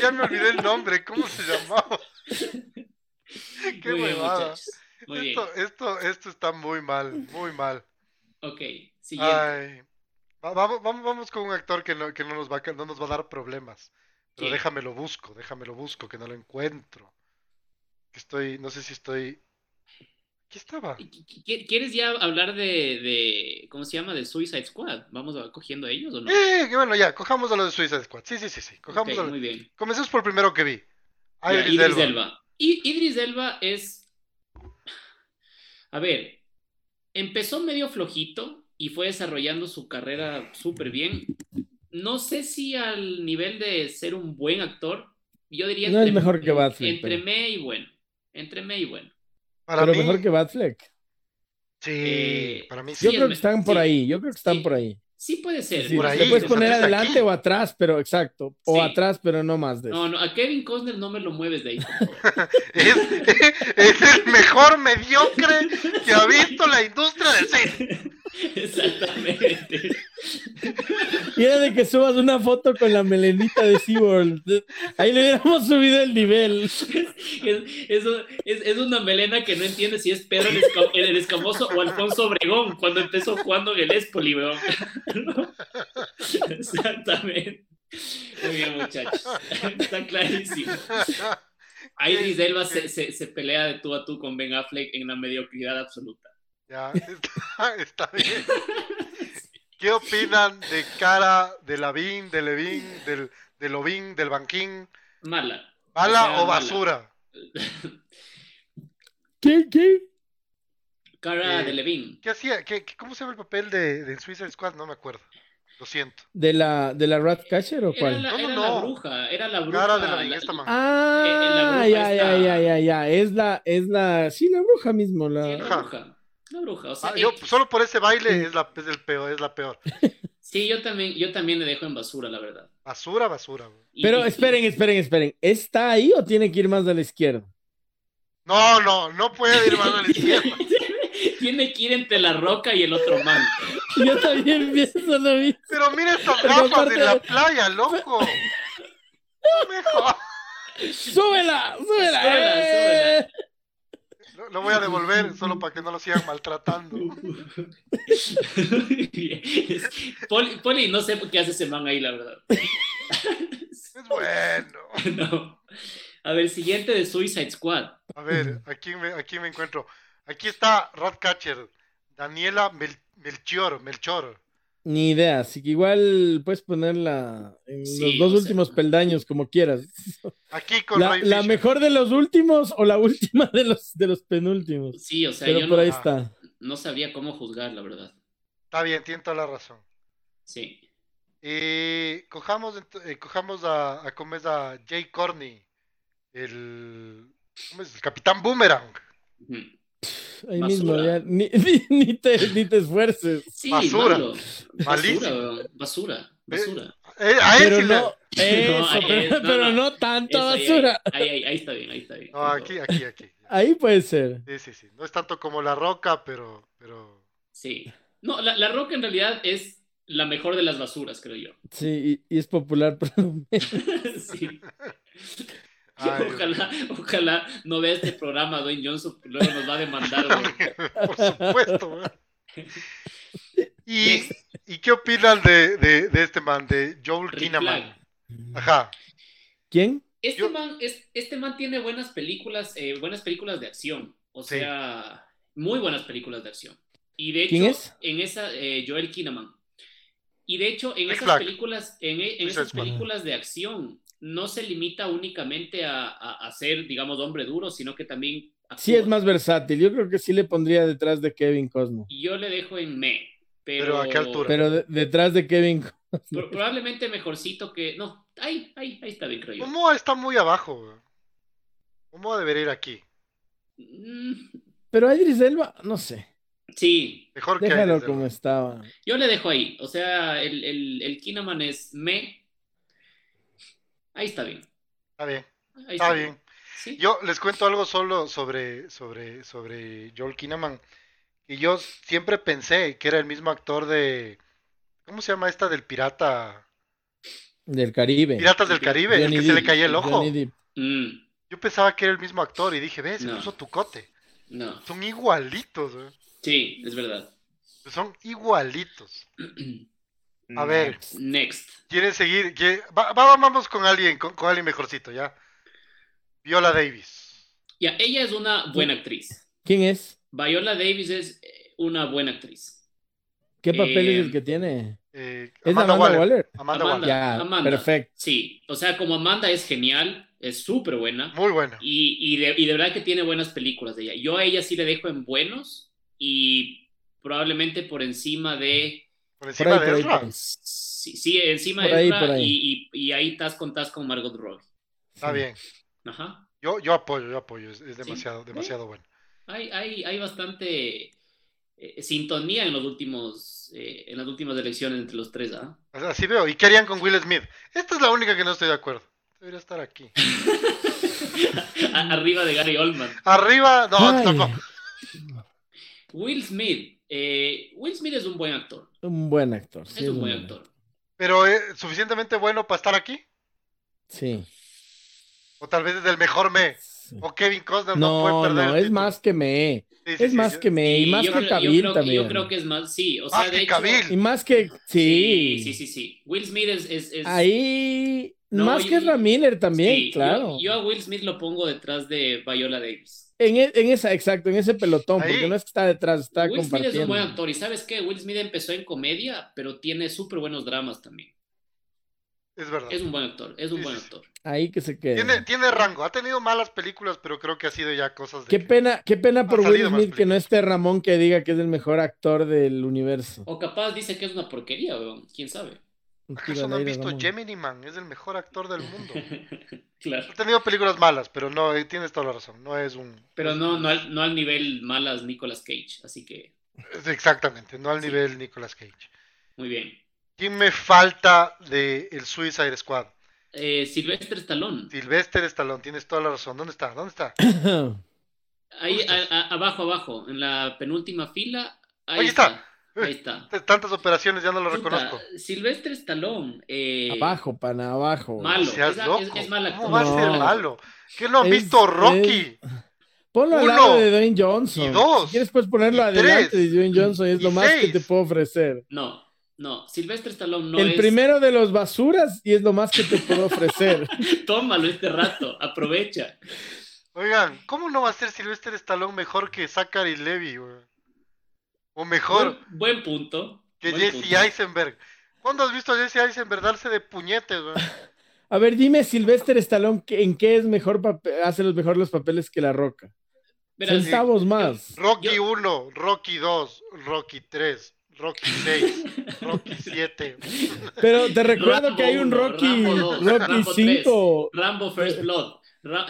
Speaker 2: Ya me olvidé el nombre, ¿cómo se llamaba? <laughs> Qué
Speaker 1: Muy bien,
Speaker 2: huevada.
Speaker 1: muchachos. Muy bien.
Speaker 2: Esto, esto, esto está muy mal, muy mal.
Speaker 1: Ok, siguiente.
Speaker 2: Ay. Va- Vamos, vamos, vamos con un actor que no, que no nos va, a ca- no nos va a dar problemas. Pero
Speaker 1: ¿Quién?
Speaker 2: déjame lo busco, déjame lo busco, que no lo encuentro. Que estoy, no sé si estoy. ¿Qué estaba?
Speaker 1: ¿Qui- qui- ¿Quieres ya hablar de, de- ¿cómo se llama? De Suicide Squad. ¿Vamos a- cogiendo a ellos o no?
Speaker 2: Eh, que bueno, ya, cojamos a lo de Suicide Squad. Sí, sí, sí, sí. Cojamos
Speaker 1: Ok,
Speaker 2: a lo-
Speaker 1: muy bien.
Speaker 2: Comencemos por el primero que vi.
Speaker 1: Ya,
Speaker 2: Iris
Speaker 1: Idris
Speaker 2: Elba.
Speaker 1: Elba. I- Idris Elba es... <sighs> A ver, empezó medio flojito y fue desarrollando su carrera súper bien. No sé si al nivel de ser un buen actor, yo diría...
Speaker 3: No es mejor que Batfleck,
Speaker 1: Entre
Speaker 3: pero-
Speaker 1: me y bueno. Entre me y bueno.
Speaker 2: Para
Speaker 3: Pero
Speaker 2: mí,
Speaker 3: mejor que Batfleck.
Speaker 2: sí,
Speaker 1: eh,
Speaker 2: para mí
Speaker 1: sí,
Speaker 2: sí. <laughs>
Speaker 3: Yo
Speaker 1: es
Speaker 3: creo
Speaker 1: me-
Speaker 3: que están por
Speaker 1: sí.
Speaker 3: ahí. Yo creo que están
Speaker 1: Sí.
Speaker 3: por ahí.
Speaker 1: Sí puede ser.
Speaker 3: Sí,
Speaker 1: ¿no?
Speaker 2: por
Speaker 3: te
Speaker 2: ahí,
Speaker 3: puedes
Speaker 2: o sea,
Speaker 3: poner
Speaker 2: desde
Speaker 3: adelante
Speaker 2: aquí.
Speaker 3: o atrás, pero exacto. O
Speaker 1: Sí.
Speaker 3: atrás, pero no más de eso.
Speaker 1: No, no, a Kevin Costner no me lo mueves de ahí. por favor.
Speaker 2: Es, es el mejor mediocre que ha visto la industria del cine. <laughs>
Speaker 1: <laughs> Exactamente.
Speaker 3: Y era de que subas una foto con la melenita de SeaWorld. Ahí le hubiéramos subido el nivel.
Speaker 1: Es, es un- es- es una melena que no entiende si es Pedro el, Esca- el Escamoso o Alfonso Obregón cuando empezó jugando en el Espoli, weón. <laughs> ¿No? Exactamente. Muy bien, muchachos. Está clarísimo. Ahí Idris Elba se, se- se pelea de tú a tú con Ben Affleck en la mediocridad absoluta.
Speaker 2: Ya, está, está bien. ¿Qué opinan de cara de Lavín, de Levín, del, de Lovín, del Banquín?
Speaker 1: Mala.
Speaker 2: ¿Bala
Speaker 1: Cara mala.
Speaker 2: o basura?
Speaker 3: ¿Qué? ¿Qué?
Speaker 1: Cara
Speaker 2: Eh,
Speaker 1: de Levin.
Speaker 2: ¿Qué hacía? ¿Qué, qué- cómo se llama el papel de, de Suicide Squad? No me acuerdo. Lo siento.
Speaker 3: ¿De la, de la Ratcatcher o
Speaker 1: Era
Speaker 3: cuál?
Speaker 1: la,
Speaker 2: No, no,
Speaker 1: era
Speaker 2: no.
Speaker 1: la bruja. Era la bruja.
Speaker 2: Cara de Lavín,
Speaker 1: la-
Speaker 2: esta man.
Speaker 3: Ah,
Speaker 1: Eh, eh, la bruja
Speaker 3: ya, ya,
Speaker 1: esta-
Speaker 3: ya, ya, ya. Es la, es la, sí, la bruja mismo.
Speaker 1: Sí,
Speaker 3: La...
Speaker 1: la bruja. La bruja. O sea,
Speaker 2: Ah, yo,
Speaker 1: eh,
Speaker 2: solo por ese baile es la, es el peor, es la peor.
Speaker 1: sí, yo también, yo también le dejo en basura, la verdad.
Speaker 2: Basura, basura. güey.
Speaker 1: Y-
Speaker 3: Pero
Speaker 1: y- <laughs>
Speaker 3: esperen, esperen, esperen. ¿Está ahí o tiene que ir más a la izquierda?
Speaker 2: No, no, no puede ir más a la izquierda.
Speaker 1: Tiene que ir entre la roca y el otro man.
Speaker 3: <laughs>
Speaker 1: <laughs>
Speaker 3: Yo también pienso lo mismo.
Speaker 2: Pero mira estas
Speaker 3: Pero
Speaker 2: gafas
Speaker 3: aparte
Speaker 2: de la
Speaker 3: de-
Speaker 2: playa,
Speaker 3: <laughs>
Speaker 2: loco. Mejor.
Speaker 3: ¡Súbela! ¡Súbela!
Speaker 1: Súbela,
Speaker 3: ¡Eh!
Speaker 2: Lo, lo voy a devolver solo para que no lo sigan maltratando.
Speaker 1: Poli, Poli, no sé qué hace ese man ahí, la verdad. <laughs>
Speaker 2: Es bueno.
Speaker 1: No. A ver, siguiente de Suicide Squad.
Speaker 2: A ver, aquí me, aquí me encuentro. Aquí está Ratcatcher, Daniela Mel- Melchior, Melchor.
Speaker 3: Ni idea, así que igual puedes ponerla en
Speaker 1: Sí,
Speaker 3: los dos
Speaker 1: o sea.
Speaker 3: últimos peldaños, como quieras.
Speaker 2: Aquí con
Speaker 3: La,
Speaker 2: Ray
Speaker 3: la
Speaker 2: Fisher.
Speaker 3: mejor de los últimos o la <laughs> última de los, de los penúltimos.
Speaker 1: Sí, o sea,
Speaker 3: Pero
Speaker 1: yo
Speaker 3: por
Speaker 1: no,
Speaker 3: ahí
Speaker 2: no-
Speaker 3: está.
Speaker 1: no sabría cómo juzgar, la verdad.
Speaker 2: Está bien, tiene toda la razón.
Speaker 1: Sí.
Speaker 2: Y cojamos, ent- eh, cojamos a, a ¿cómo es? a Jay Corney, el, ¿cómo es? el Capitán Boomerang.
Speaker 1: Ujú.
Speaker 3: Ahí
Speaker 1: Basura.
Speaker 3: mismo, ya. Ni, <laughs> ni- ni te, ni te esfuerces.
Speaker 1: Sí,
Speaker 2: Basura.
Speaker 1: malo.
Speaker 2: Malísimo.
Speaker 1: Basura, weón. basura, basura.
Speaker 2: Eh, a él <laughs>
Speaker 3: Pero
Speaker 2: sí le-
Speaker 3: no, eso,
Speaker 1: No,
Speaker 3: pero,
Speaker 1: eh, no,
Speaker 3: pero
Speaker 1: no.
Speaker 3: no tanta
Speaker 1: Eso, ahí,
Speaker 3: basura.
Speaker 1: Ahí, ahí, ahí está bien, ahí está bien.
Speaker 2: No, aquí, aquí, aquí.
Speaker 3: Ahí puede ser.
Speaker 2: Sí, sí, sí. No es tanto como La Roca, pero, pero
Speaker 1: Sí. No, la, la roca en realidad es la mejor de las basuras, creo yo. <laughs>
Speaker 3: Sí, y, y es popular. <laughs> pero-
Speaker 1: Sí.
Speaker 2: Ay, Dios
Speaker 1: <laughs> ojalá, ojalá no vea este programa, Dwayne Johnson, porque luego nos va a demandar.
Speaker 2: <laughs>
Speaker 1: güey.
Speaker 2: <laughs> Por supuesto,
Speaker 3: <laughs>
Speaker 2: weón. ¿Y, ¿y qué opinan de, de, de este man, de Joel
Speaker 1: Rick
Speaker 2: Kinnaman?
Speaker 1: Flag.
Speaker 2: Ajá.
Speaker 3: ¿Quién?
Speaker 1: Este,
Speaker 2: Yo-
Speaker 1: man, es- este man tiene buenas películas, eh, buenas películas de acción. O
Speaker 2: Sí.
Speaker 1: sea, muy buenas películas de acción. Y de hecho,
Speaker 3: ¿Quién es?
Speaker 1: en esa, eh, Joel Kinnaman. Y de hecho, en
Speaker 2: Rick
Speaker 1: esas
Speaker 2: Flag.
Speaker 1: películas, en, e, en
Speaker 2: Suicide
Speaker 1: esas
Speaker 2: Squad.
Speaker 1: películas de acción, no se limita únicamente a, a, a ser, digamos, hombre duro, sino que también
Speaker 3: Sí, es
Speaker 1: actúa.
Speaker 3: más versátil. Yo creo que sí le pondría detrás de Kevin Cosmo.
Speaker 1: Y Yo le dejo en me, pero,
Speaker 2: Pero ¿a qué altura?
Speaker 3: Pero de- detrás de Kevin Cosmo.
Speaker 2: <laughs>
Speaker 1: Pro- probablemente mejorcito que. No, ahí, ahí, ahí está bien, creo yo.
Speaker 2: Pues Momoa está muy abajo, weón. Momoa debería ir aquí.
Speaker 1: Mm,
Speaker 3: Pero Idris Elba, no sé.
Speaker 1: Sí,
Speaker 2: Mejor que
Speaker 3: Déjalo
Speaker 2: desde
Speaker 3: como
Speaker 2: luego.
Speaker 3: estaba.
Speaker 1: yo le dejo ahí. O sea, el, el, el Kinaman es me. Ahí está bien.
Speaker 2: Está bien,
Speaker 1: Ahí
Speaker 2: está bien.
Speaker 1: Sí.
Speaker 2: Yo les cuento algo solo sobre, sobre, sobre Joel Kinnaman. Y yo siempre pensé que era el mismo actor de. ¿Cómo se llama esta del pirata?
Speaker 3: Del Caribe.
Speaker 2: Piratas del Caribe, el
Speaker 3: Johnny
Speaker 2: que se le
Speaker 3: Depp,
Speaker 2: caía el ojo.
Speaker 3: Johnny Depp.
Speaker 1: Mm,
Speaker 2: Yo pensaba que era el mismo actor y dije, ve, se
Speaker 1: No.
Speaker 2: puso tucote.
Speaker 1: no.
Speaker 2: Son igualitos, güey.
Speaker 1: Sí, es verdad.
Speaker 2: Son igualitos. A ver,
Speaker 1: Next.
Speaker 2: ¿quieren seguir? ¿Quie- va- va- vamos con alguien, con, con alguien mejorcito, ya. Viola Davis.
Speaker 1: Ya, ella es una buena actriz.
Speaker 3: ¿Quién es?
Speaker 1: Viola Davis es eh, una buena actriz.
Speaker 3: ¿Qué papel
Speaker 1: Eh,
Speaker 3: es el que tiene?
Speaker 2: Eh,
Speaker 3: ¿Es Amanda, Waller?
Speaker 1: Amanda.
Speaker 2: Amanda Waller.
Speaker 3: Ya,
Speaker 1: Amanda.
Speaker 3: perfecto.
Speaker 1: Sí, o sea, como Amanda es genial, es súper buena.
Speaker 2: Muy buena.
Speaker 1: Y, y de, y de verdad que tiene buenas películas de ella. Yo a ella sí le dejo en buenos y probablemente por encima de...
Speaker 2: Por
Speaker 3: Por
Speaker 2: encima
Speaker 3: ahí,
Speaker 2: de
Speaker 3: por ahí,
Speaker 2: Ezra.
Speaker 3: por ahí.
Speaker 1: Sí, sí, encima
Speaker 3: Por
Speaker 1: de
Speaker 3: ahí,
Speaker 1: Ezra
Speaker 3: por ahí.
Speaker 1: Y, y- y ahí estás con estás con Margot Robbie.
Speaker 2: Está
Speaker 3: Sí.
Speaker 2: bien.
Speaker 1: Ajá.
Speaker 2: Yo, yo apoyo, yo apoyo. Es, es demasiado, demasiado bueno.
Speaker 1: Hay, hay, hay bastante eh, sintonía en los últimos eh, en las últimas elecciones entre los tres, ¿ah? <laughs>
Speaker 2: As- Así veo. ¿Y qué harían con Will Smith? Esta es la única que no estoy de acuerdo. Debería estar aquí.
Speaker 1: A- Arriba de Gary Oldman.
Speaker 2: Arriba. No,
Speaker 3: Ay,
Speaker 2: tampoco.
Speaker 1: Will Smith. eh, Will Smith es un buen actor.
Speaker 3: un buen actor. sí,
Speaker 1: es un buen
Speaker 3: buen
Speaker 1: actor.
Speaker 2: Pero ¿es suficientemente bueno para estar aquí.
Speaker 3: Sí.
Speaker 2: O tal vez es el mejor me.
Speaker 3: sí.
Speaker 2: O Kevin Costner no,
Speaker 3: No,
Speaker 2: puede perder.
Speaker 3: no,
Speaker 2: el
Speaker 3: es
Speaker 2: título.
Speaker 3: más que me.
Speaker 2: Sí, sí,
Speaker 3: Es
Speaker 2: sí,
Speaker 3: más
Speaker 2: sí.
Speaker 3: que me. Eh, Y
Speaker 1: Sí,
Speaker 3: más
Speaker 1: yo
Speaker 3: que
Speaker 1: creo- yo
Speaker 3: Kabil
Speaker 1: creo que-
Speaker 3: también.
Speaker 1: Yo creo que es más, sí, o
Speaker 2: Más
Speaker 1: sea,
Speaker 2: que
Speaker 1: de hecho-
Speaker 2: Cavill.
Speaker 3: Y más que. Sí.
Speaker 1: sí, sí, sí. Will Smith es... es- es-
Speaker 3: Ahí.
Speaker 1: No,
Speaker 3: más
Speaker 1: yo-
Speaker 3: que Ramírez también,
Speaker 1: sí, yo-
Speaker 3: claro.
Speaker 1: Yo, a Will Smith lo pongo detrás de Viola Davis.
Speaker 3: En, e- en esa, exacto, en ese pelotón,
Speaker 2: Ahí.
Speaker 3: porque no es que está detrás, está
Speaker 1: Will Smith es un
Speaker 3: compartiendo.
Speaker 1: buen actor y ¿sabes qué? Will Smith empezó en comedia, pero tiene súper buenos dramas también.
Speaker 2: Es verdad.
Speaker 1: Es un buen actor, es un
Speaker 2: Sí,
Speaker 1: buen
Speaker 2: sí, sí.
Speaker 1: actor.
Speaker 3: Ahí que se quede.
Speaker 2: Tiene, tiene rango. Ha tenido malas películas, pero creo que ha sido ya cosas de.
Speaker 3: Qué
Speaker 2: que-
Speaker 3: pena, qué pena por
Speaker 2: Ha
Speaker 3: Will
Speaker 2: salido más
Speaker 3: Smith que no esté Ramón que diga que es el mejor actor del universo.
Speaker 1: O capaz dice que es una porquería, weón. ¿Quién
Speaker 2: <laughs>
Speaker 1: sabe?
Speaker 2: ¿Acaso no han
Speaker 3: Tira
Speaker 2: visto
Speaker 3: Ramón.
Speaker 2: Gemini Man? Es el mejor actor del mundo.
Speaker 1: claro.
Speaker 2: Ha tenido películas malas, pero no, eh, tienes toda la razón. No es un.
Speaker 1: Pero no, no, al, no al nivel malas Nicolas Cage, así que
Speaker 2: es- Exactamente, no al
Speaker 1: Sí.
Speaker 2: nivel Nicolas Cage.
Speaker 1: muy bien.
Speaker 2: ¿Quién me falta de el Suicide Squad?
Speaker 1: Eh, Sylvester Stallone.
Speaker 2: Sylvester Stallone, tienes toda la razón. ¿Dónde está? ¿Dónde está?
Speaker 1: Ahí
Speaker 2: Justo.
Speaker 1: a- a- abajo, abajo, en la penúltima fila. Ahí,
Speaker 2: Ahí está.
Speaker 1: está. Ahí está.
Speaker 2: T- Tantas operaciones ya no lo reconozco.
Speaker 1: Puta, Silvestre Stallone. eh,
Speaker 3: <coughs> Abajo, pana, abajo.
Speaker 1: Malo.
Speaker 2: Seas
Speaker 1: Es- es-
Speaker 2: loco.
Speaker 1: es mal
Speaker 2: ¿Cómo
Speaker 1: actor.
Speaker 2: va a ser
Speaker 3: No.
Speaker 2: malo? ¿Qué no han
Speaker 3: Es-
Speaker 2: visto Rocky?
Speaker 3: Ponlo al
Speaker 2: Uno,
Speaker 3: lado de Dwayne Johnson.
Speaker 2: y dos,
Speaker 3: si quieres, puedes ponerlo
Speaker 2: y
Speaker 3: adelante
Speaker 2: tres,
Speaker 3: de Dwayne Johnson, es
Speaker 2: y
Speaker 3: lo más que
Speaker 2: seis.
Speaker 3: te puedo ofrecer.
Speaker 1: No, no. Silvestre Stallone no
Speaker 3: el
Speaker 1: es.
Speaker 3: primero de los basuras y es lo más que te puedo ofrecer.
Speaker 1: <laughs> Tómalo este rato. Aprovecha.
Speaker 2: Oigan, ¿cómo no va a ser Sylvester Stallone mejor que Zachary Levy? güey? O mejor
Speaker 1: Buen, buen punto.
Speaker 2: que
Speaker 1: buen
Speaker 2: Jesse
Speaker 1: punto.
Speaker 2: Eisenberg. ¿Cuándo has visto a Jesse Eisenberg darse de
Speaker 1: <laughs>
Speaker 2: puñetes? güey?
Speaker 3: A ver, dime, Sylvester Stallone, ¿qué- ¿en qué es mejor papel, hace los mejor los papeles que La Roca?
Speaker 1: Verás,
Speaker 2: Sí. <laughs>
Speaker 3: Centavos más.
Speaker 2: Rocky
Speaker 1: Yo-
Speaker 2: 1, Rocky 2, Rocky 3, Rocky
Speaker 1: <laughs>
Speaker 2: 6, Rocky 7.
Speaker 3: Pero te recuerdo
Speaker 1: Rambo
Speaker 3: que hay un
Speaker 1: uno,
Speaker 3: Rocky,
Speaker 1: Rambo dos,
Speaker 3: Rocky
Speaker 1: Rambo
Speaker 3: 5.
Speaker 1: Rambo
Speaker 3: Eh,
Speaker 1: First Blood. Ra-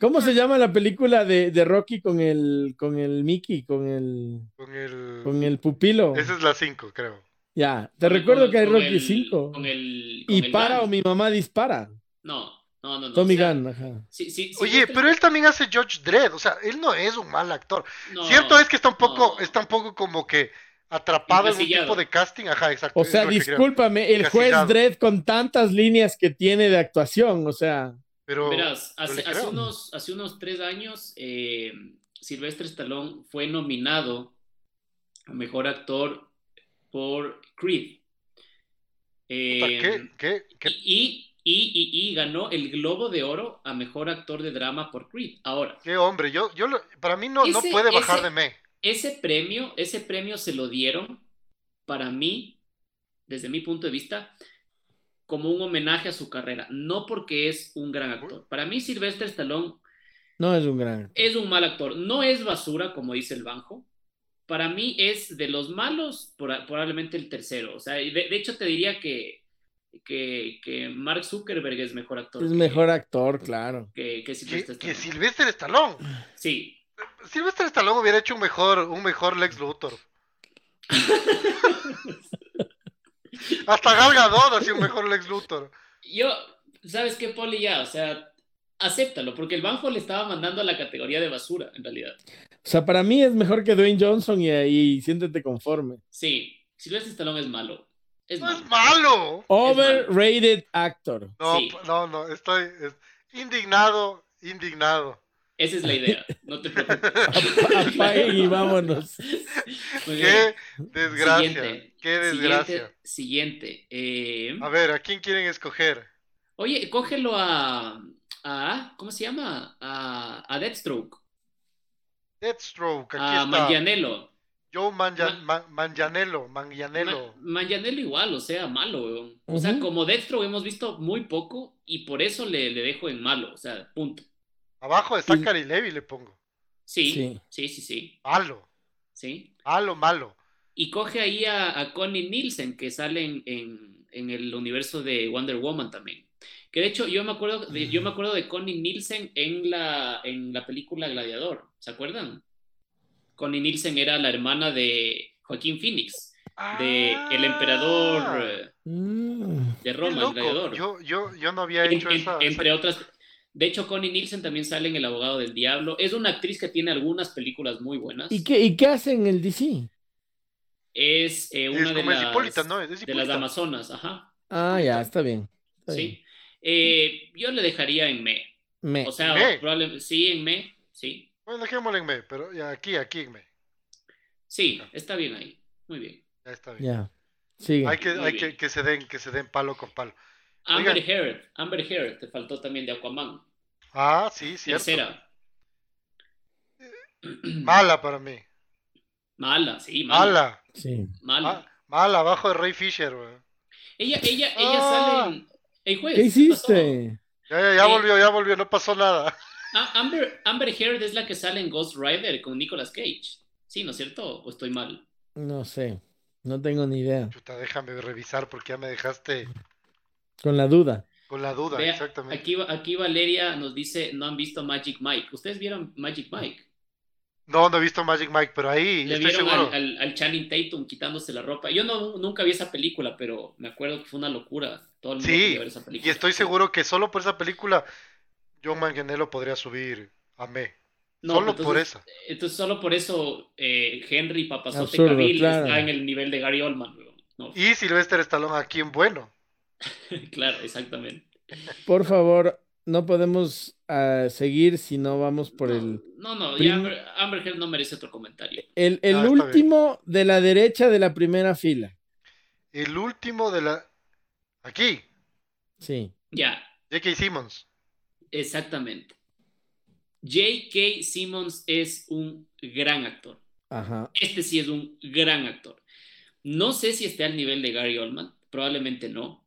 Speaker 3: ¿Cómo se llama la película de, de Rocky con el, con el Mickey, con el,
Speaker 2: Con el...
Speaker 3: con el pupilo?
Speaker 2: Esa es la 5, creo.
Speaker 3: Ya, te
Speaker 1: con-
Speaker 3: recuerdo
Speaker 1: con-
Speaker 3: que hay
Speaker 1: con
Speaker 3: Rocky
Speaker 1: el-
Speaker 3: 5.
Speaker 1: Con el. con
Speaker 3: Y
Speaker 1: el
Speaker 3: para
Speaker 1: Gunn.
Speaker 3: o mi mamá dispara.
Speaker 1: No, no, no. no.
Speaker 3: Tommy
Speaker 1: O sea,
Speaker 3: Gunn, ajá.
Speaker 1: sí, sí, sí,
Speaker 2: Oye,
Speaker 1: Silvestre-
Speaker 2: pero él también hace George Dredd, o sea, él no es un mal actor.
Speaker 1: no,
Speaker 2: Cierto es que está un poco,
Speaker 1: no.
Speaker 2: está un poco como que atrapado en un
Speaker 1: Encasillado.
Speaker 2: tipo de casting, ajá, exacto.
Speaker 3: O
Speaker 2: es
Speaker 3: sea,
Speaker 2: lo que creo.
Speaker 3: discúlpame, el juez
Speaker 2: Encasillado.
Speaker 3: Dredd con tantas líneas que tiene de actuación, o sea,
Speaker 2: Pero
Speaker 1: Verás,
Speaker 2: yo
Speaker 1: hace,
Speaker 2: le creo.
Speaker 1: hace unos, hace unos tres años, eh, Silvestre Stallone fue nominado a mejor actor por Creed. Eh,
Speaker 2: puta, ¿qué, qué, qué?
Speaker 1: Y, y, y- y ganó el Globo de Oro a mejor actor de drama por Creed. Ahora,
Speaker 2: qué hombre? Yo, yo lo- para mí no, no
Speaker 1: Ese-
Speaker 2: puede bajar
Speaker 1: ese-
Speaker 2: de me.
Speaker 1: ese premio, ese premio se lo dieron para mí, desde mi punto de vista, como un homenaje a su carrera, no porque es un gran actor. Para mí, Sylvester Stallone
Speaker 3: no es un gran.
Speaker 1: es un mal actor. No es basura, como dice el banjo. Para mí es de los malos, por- probablemente el tercero. O sea, y de, de hecho te diría que, que, que Mark Zuckerberg es mejor actor.
Speaker 3: Es
Speaker 1: que-
Speaker 3: mejor actor, claro.
Speaker 1: que, que
Speaker 2: Que,
Speaker 1: Sylvester
Speaker 2: que
Speaker 1: Stallone.
Speaker 2: Sylvester Stallone.
Speaker 1: Sí,
Speaker 2: Sylvester Stallone hubiera hecho un mejor, un mejor
Speaker 1: <laughs>
Speaker 2: Lex Luthor. Hasta Gal Gadot hacía un mejor Lex Luthor.
Speaker 1: Yo, ¿sabes qué, Poli? Ya, o sea, acéptalo, porque el Banjo le estaba mandando a la categoría de basura, en realidad.
Speaker 3: O sea, para mí es mejor que Dwayne Johnson y, y siéntete conforme.
Speaker 1: Sí, Silvestre Stallone es malo. Es
Speaker 2: No es
Speaker 1: malo.
Speaker 2: malo.
Speaker 3: Overrated
Speaker 1: <laughs>
Speaker 3: actor.
Speaker 2: No,
Speaker 1: Sí.
Speaker 2: no, no, estoy es- indignado, indignado.
Speaker 1: Esa es la idea, no te
Speaker 2: <laughs>
Speaker 1: preocupes.
Speaker 3: Apaguen
Speaker 1: <laughs>
Speaker 3: y vámonos.
Speaker 1: Muy bien.
Speaker 2: Qué desgracia,
Speaker 1: Siguiente.
Speaker 2: qué desgracia.
Speaker 1: Siguiente. siguiente. Eh,
Speaker 2: A ver, ¿a quién quieren escoger?
Speaker 1: oye, cógelo a, a- ¿Cómo se llama? A, a Deathstroke,
Speaker 2: Deathstroke, aquí
Speaker 1: a
Speaker 2: está.
Speaker 1: Mangianello.
Speaker 2: Joe Mangia-
Speaker 1: Ah, Ma-
Speaker 2: Ma- Manganiello, Manganiello.
Speaker 1: Ma- Manganiello igual, o sea, malo, weón. O sea,
Speaker 3: Ujú.
Speaker 1: como Deathstroke hemos visto muy poco y por eso le, le dejo en malo, o sea, punto.
Speaker 2: Abajo
Speaker 1: Mm.
Speaker 2: está
Speaker 3: Y-
Speaker 2: Cary Levy, le pongo.
Speaker 1: Sí,
Speaker 3: Sí.
Speaker 1: sí, sí, sí,
Speaker 2: Malo,
Speaker 1: sí.
Speaker 2: malo, malo.
Speaker 1: Y coge ahí a, a Connie Nielsen, que sale en, en- en el universo de Wonder Woman también. Que de hecho, yo me acuerdo de, yo me acuerdo de Connie Nielsen en la, en la película Gladiador, ¿se acuerdan? Connie Nielsen era la hermana de Joaquín Phoenix, de
Speaker 2: Ah,
Speaker 1: El Emperador eh,
Speaker 3: Mm.
Speaker 1: de
Speaker 2: qué
Speaker 1: Roma, el
Speaker 2: loco.
Speaker 1: Gladiador. Em,
Speaker 2: Yo, yo, yo no había
Speaker 1: En-
Speaker 2: hecho
Speaker 1: en-
Speaker 2: esa.
Speaker 1: entre otras. De hecho, Connie Nielsen también sale en El Abogado del Diablo. Es una actriz que tiene algunas películas muy buenas.
Speaker 3: ¿Y qué, ¿Y qué hace en el DC?
Speaker 1: Es eh,
Speaker 2: Es
Speaker 1: una de
Speaker 2: como es
Speaker 1: las,
Speaker 2: Hipólita, ¿no? Es
Speaker 1: de las
Speaker 2: Hipólita.
Speaker 1: Amazonas, ajá.
Speaker 3: Ah, ya, está bien. Está bien.
Speaker 1: Sí. Eh, yo le dejaría en me.
Speaker 3: Me.
Speaker 1: O sea,
Speaker 2: Me.
Speaker 1: probablemente sí, en me. Sí.
Speaker 2: Bueno, dejémosle en me, pero ya, aquí, aquí en me.
Speaker 1: Sí, está bien ahí. Muy bien.
Speaker 2: Ya está bien.
Speaker 3: Ya. Sigue.
Speaker 2: Hay que,
Speaker 1: Muy
Speaker 2: hay que,
Speaker 1: bien.
Speaker 2: que se den, que se den palo con palo.
Speaker 1: Amber
Speaker 2: Oigan.
Speaker 1: Heard. Amber Heard. Te faltó también de Aquaman.
Speaker 2: Ah, sí, cierto.
Speaker 1: Tercera.
Speaker 2: Mala para mí.
Speaker 1: Mala, sí, mala.
Speaker 2: Mala. Ah.
Speaker 3: Sí.
Speaker 1: Mala.
Speaker 2: Ma- Mala, abajo de Ray Fisher, güey.
Speaker 1: Ella, ella, ella
Speaker 2: Ah.
Speaker 1: sale en... Ey, juez,
Speaker 3: ¿Qué
Speaker 1: pasó?
Speaker 3: hiciste?
Speaker 2: Ya, ya, ya
Speaker 1: Sí.
Speaker 2: volvió, ya volvió, no pasó nada.
Speaker 1: Ah, Amber, Amber Heard es la que sale en Ghost Rider con Nicolas Cage. Sí, ¿no es cierto? ¿O estoy mal?
Speaker 3: No sé. No tengo ni idea.
Speaker 2: Chuta, déjame revisar porque ya me dejaste
Speaker 3: Con la duda.
Speaker 2: con la duda,
Speaker 1: Vea,
Speaker 2: exactamente.
Speaker 1: Aquí, aquí Valeria nos dice, no han visto Magic Mike. ¿Ustedes vieron Magic Mike?
Speaker 2: No, no he visto Magic Mike, pero ahí
Speaker 1: Le
Speaker 2: estoy
Speaker 1: vieron
Speaker 2: seguro.
Speaker 1: al, al, al Channing Tatum quitándose la ropa. Yo no, nunca vi esa película, pero me acuerdo que fue una locura. Todo el mundo
Speaker 2: Sí,
Speaker 1: quería ver esa película.
Speaker 2: Y estoy seguro que solo por esa película John Manganiello podría subir a me.
Speaker 1: No, pues,
Speaker 2: solo
Speaker 1: entonces-
Speaker 2: por esa.
Speaker 1: Entonces, solo por eso eh, Henry Papazote
Speaker 3: Absurdo,
Speaker 1: Cavill
Speaker 3: claro.
Speaker 1: está en el nivel de Gary Oldman. weón. No, <laughs>
Speaker 2: Y Sylvester Stallone aquí en bueno.
Speaker 1: claro, exactamente.
Speaker 3: Por favor, no podemos ah, seguir si no vamos por
Speaker 1: no,
Speaker 3: el.
Speaker 1: No, no,
Speaker 3: prim-
Speaker 1: ya Amber, Amber Heard no merece otro comentario.
Speaker 3: El, el
Speaker 2: Ah, está
Speaker 3: último de la derecha de la primera fila.
Speaker 2: El último de la. Aquí,
Speaker 3: Sí.
Speaker 1: Ya,
Speaker 2: J.K. Simmons.
Speaker 1: exactamente. J.K. Simmons es un gran actor.
Speaker 3: Ajá.
Speaker 1: Este sí es un gran actor. No sé si esté al nivel de Gary Oldman, probablemente no,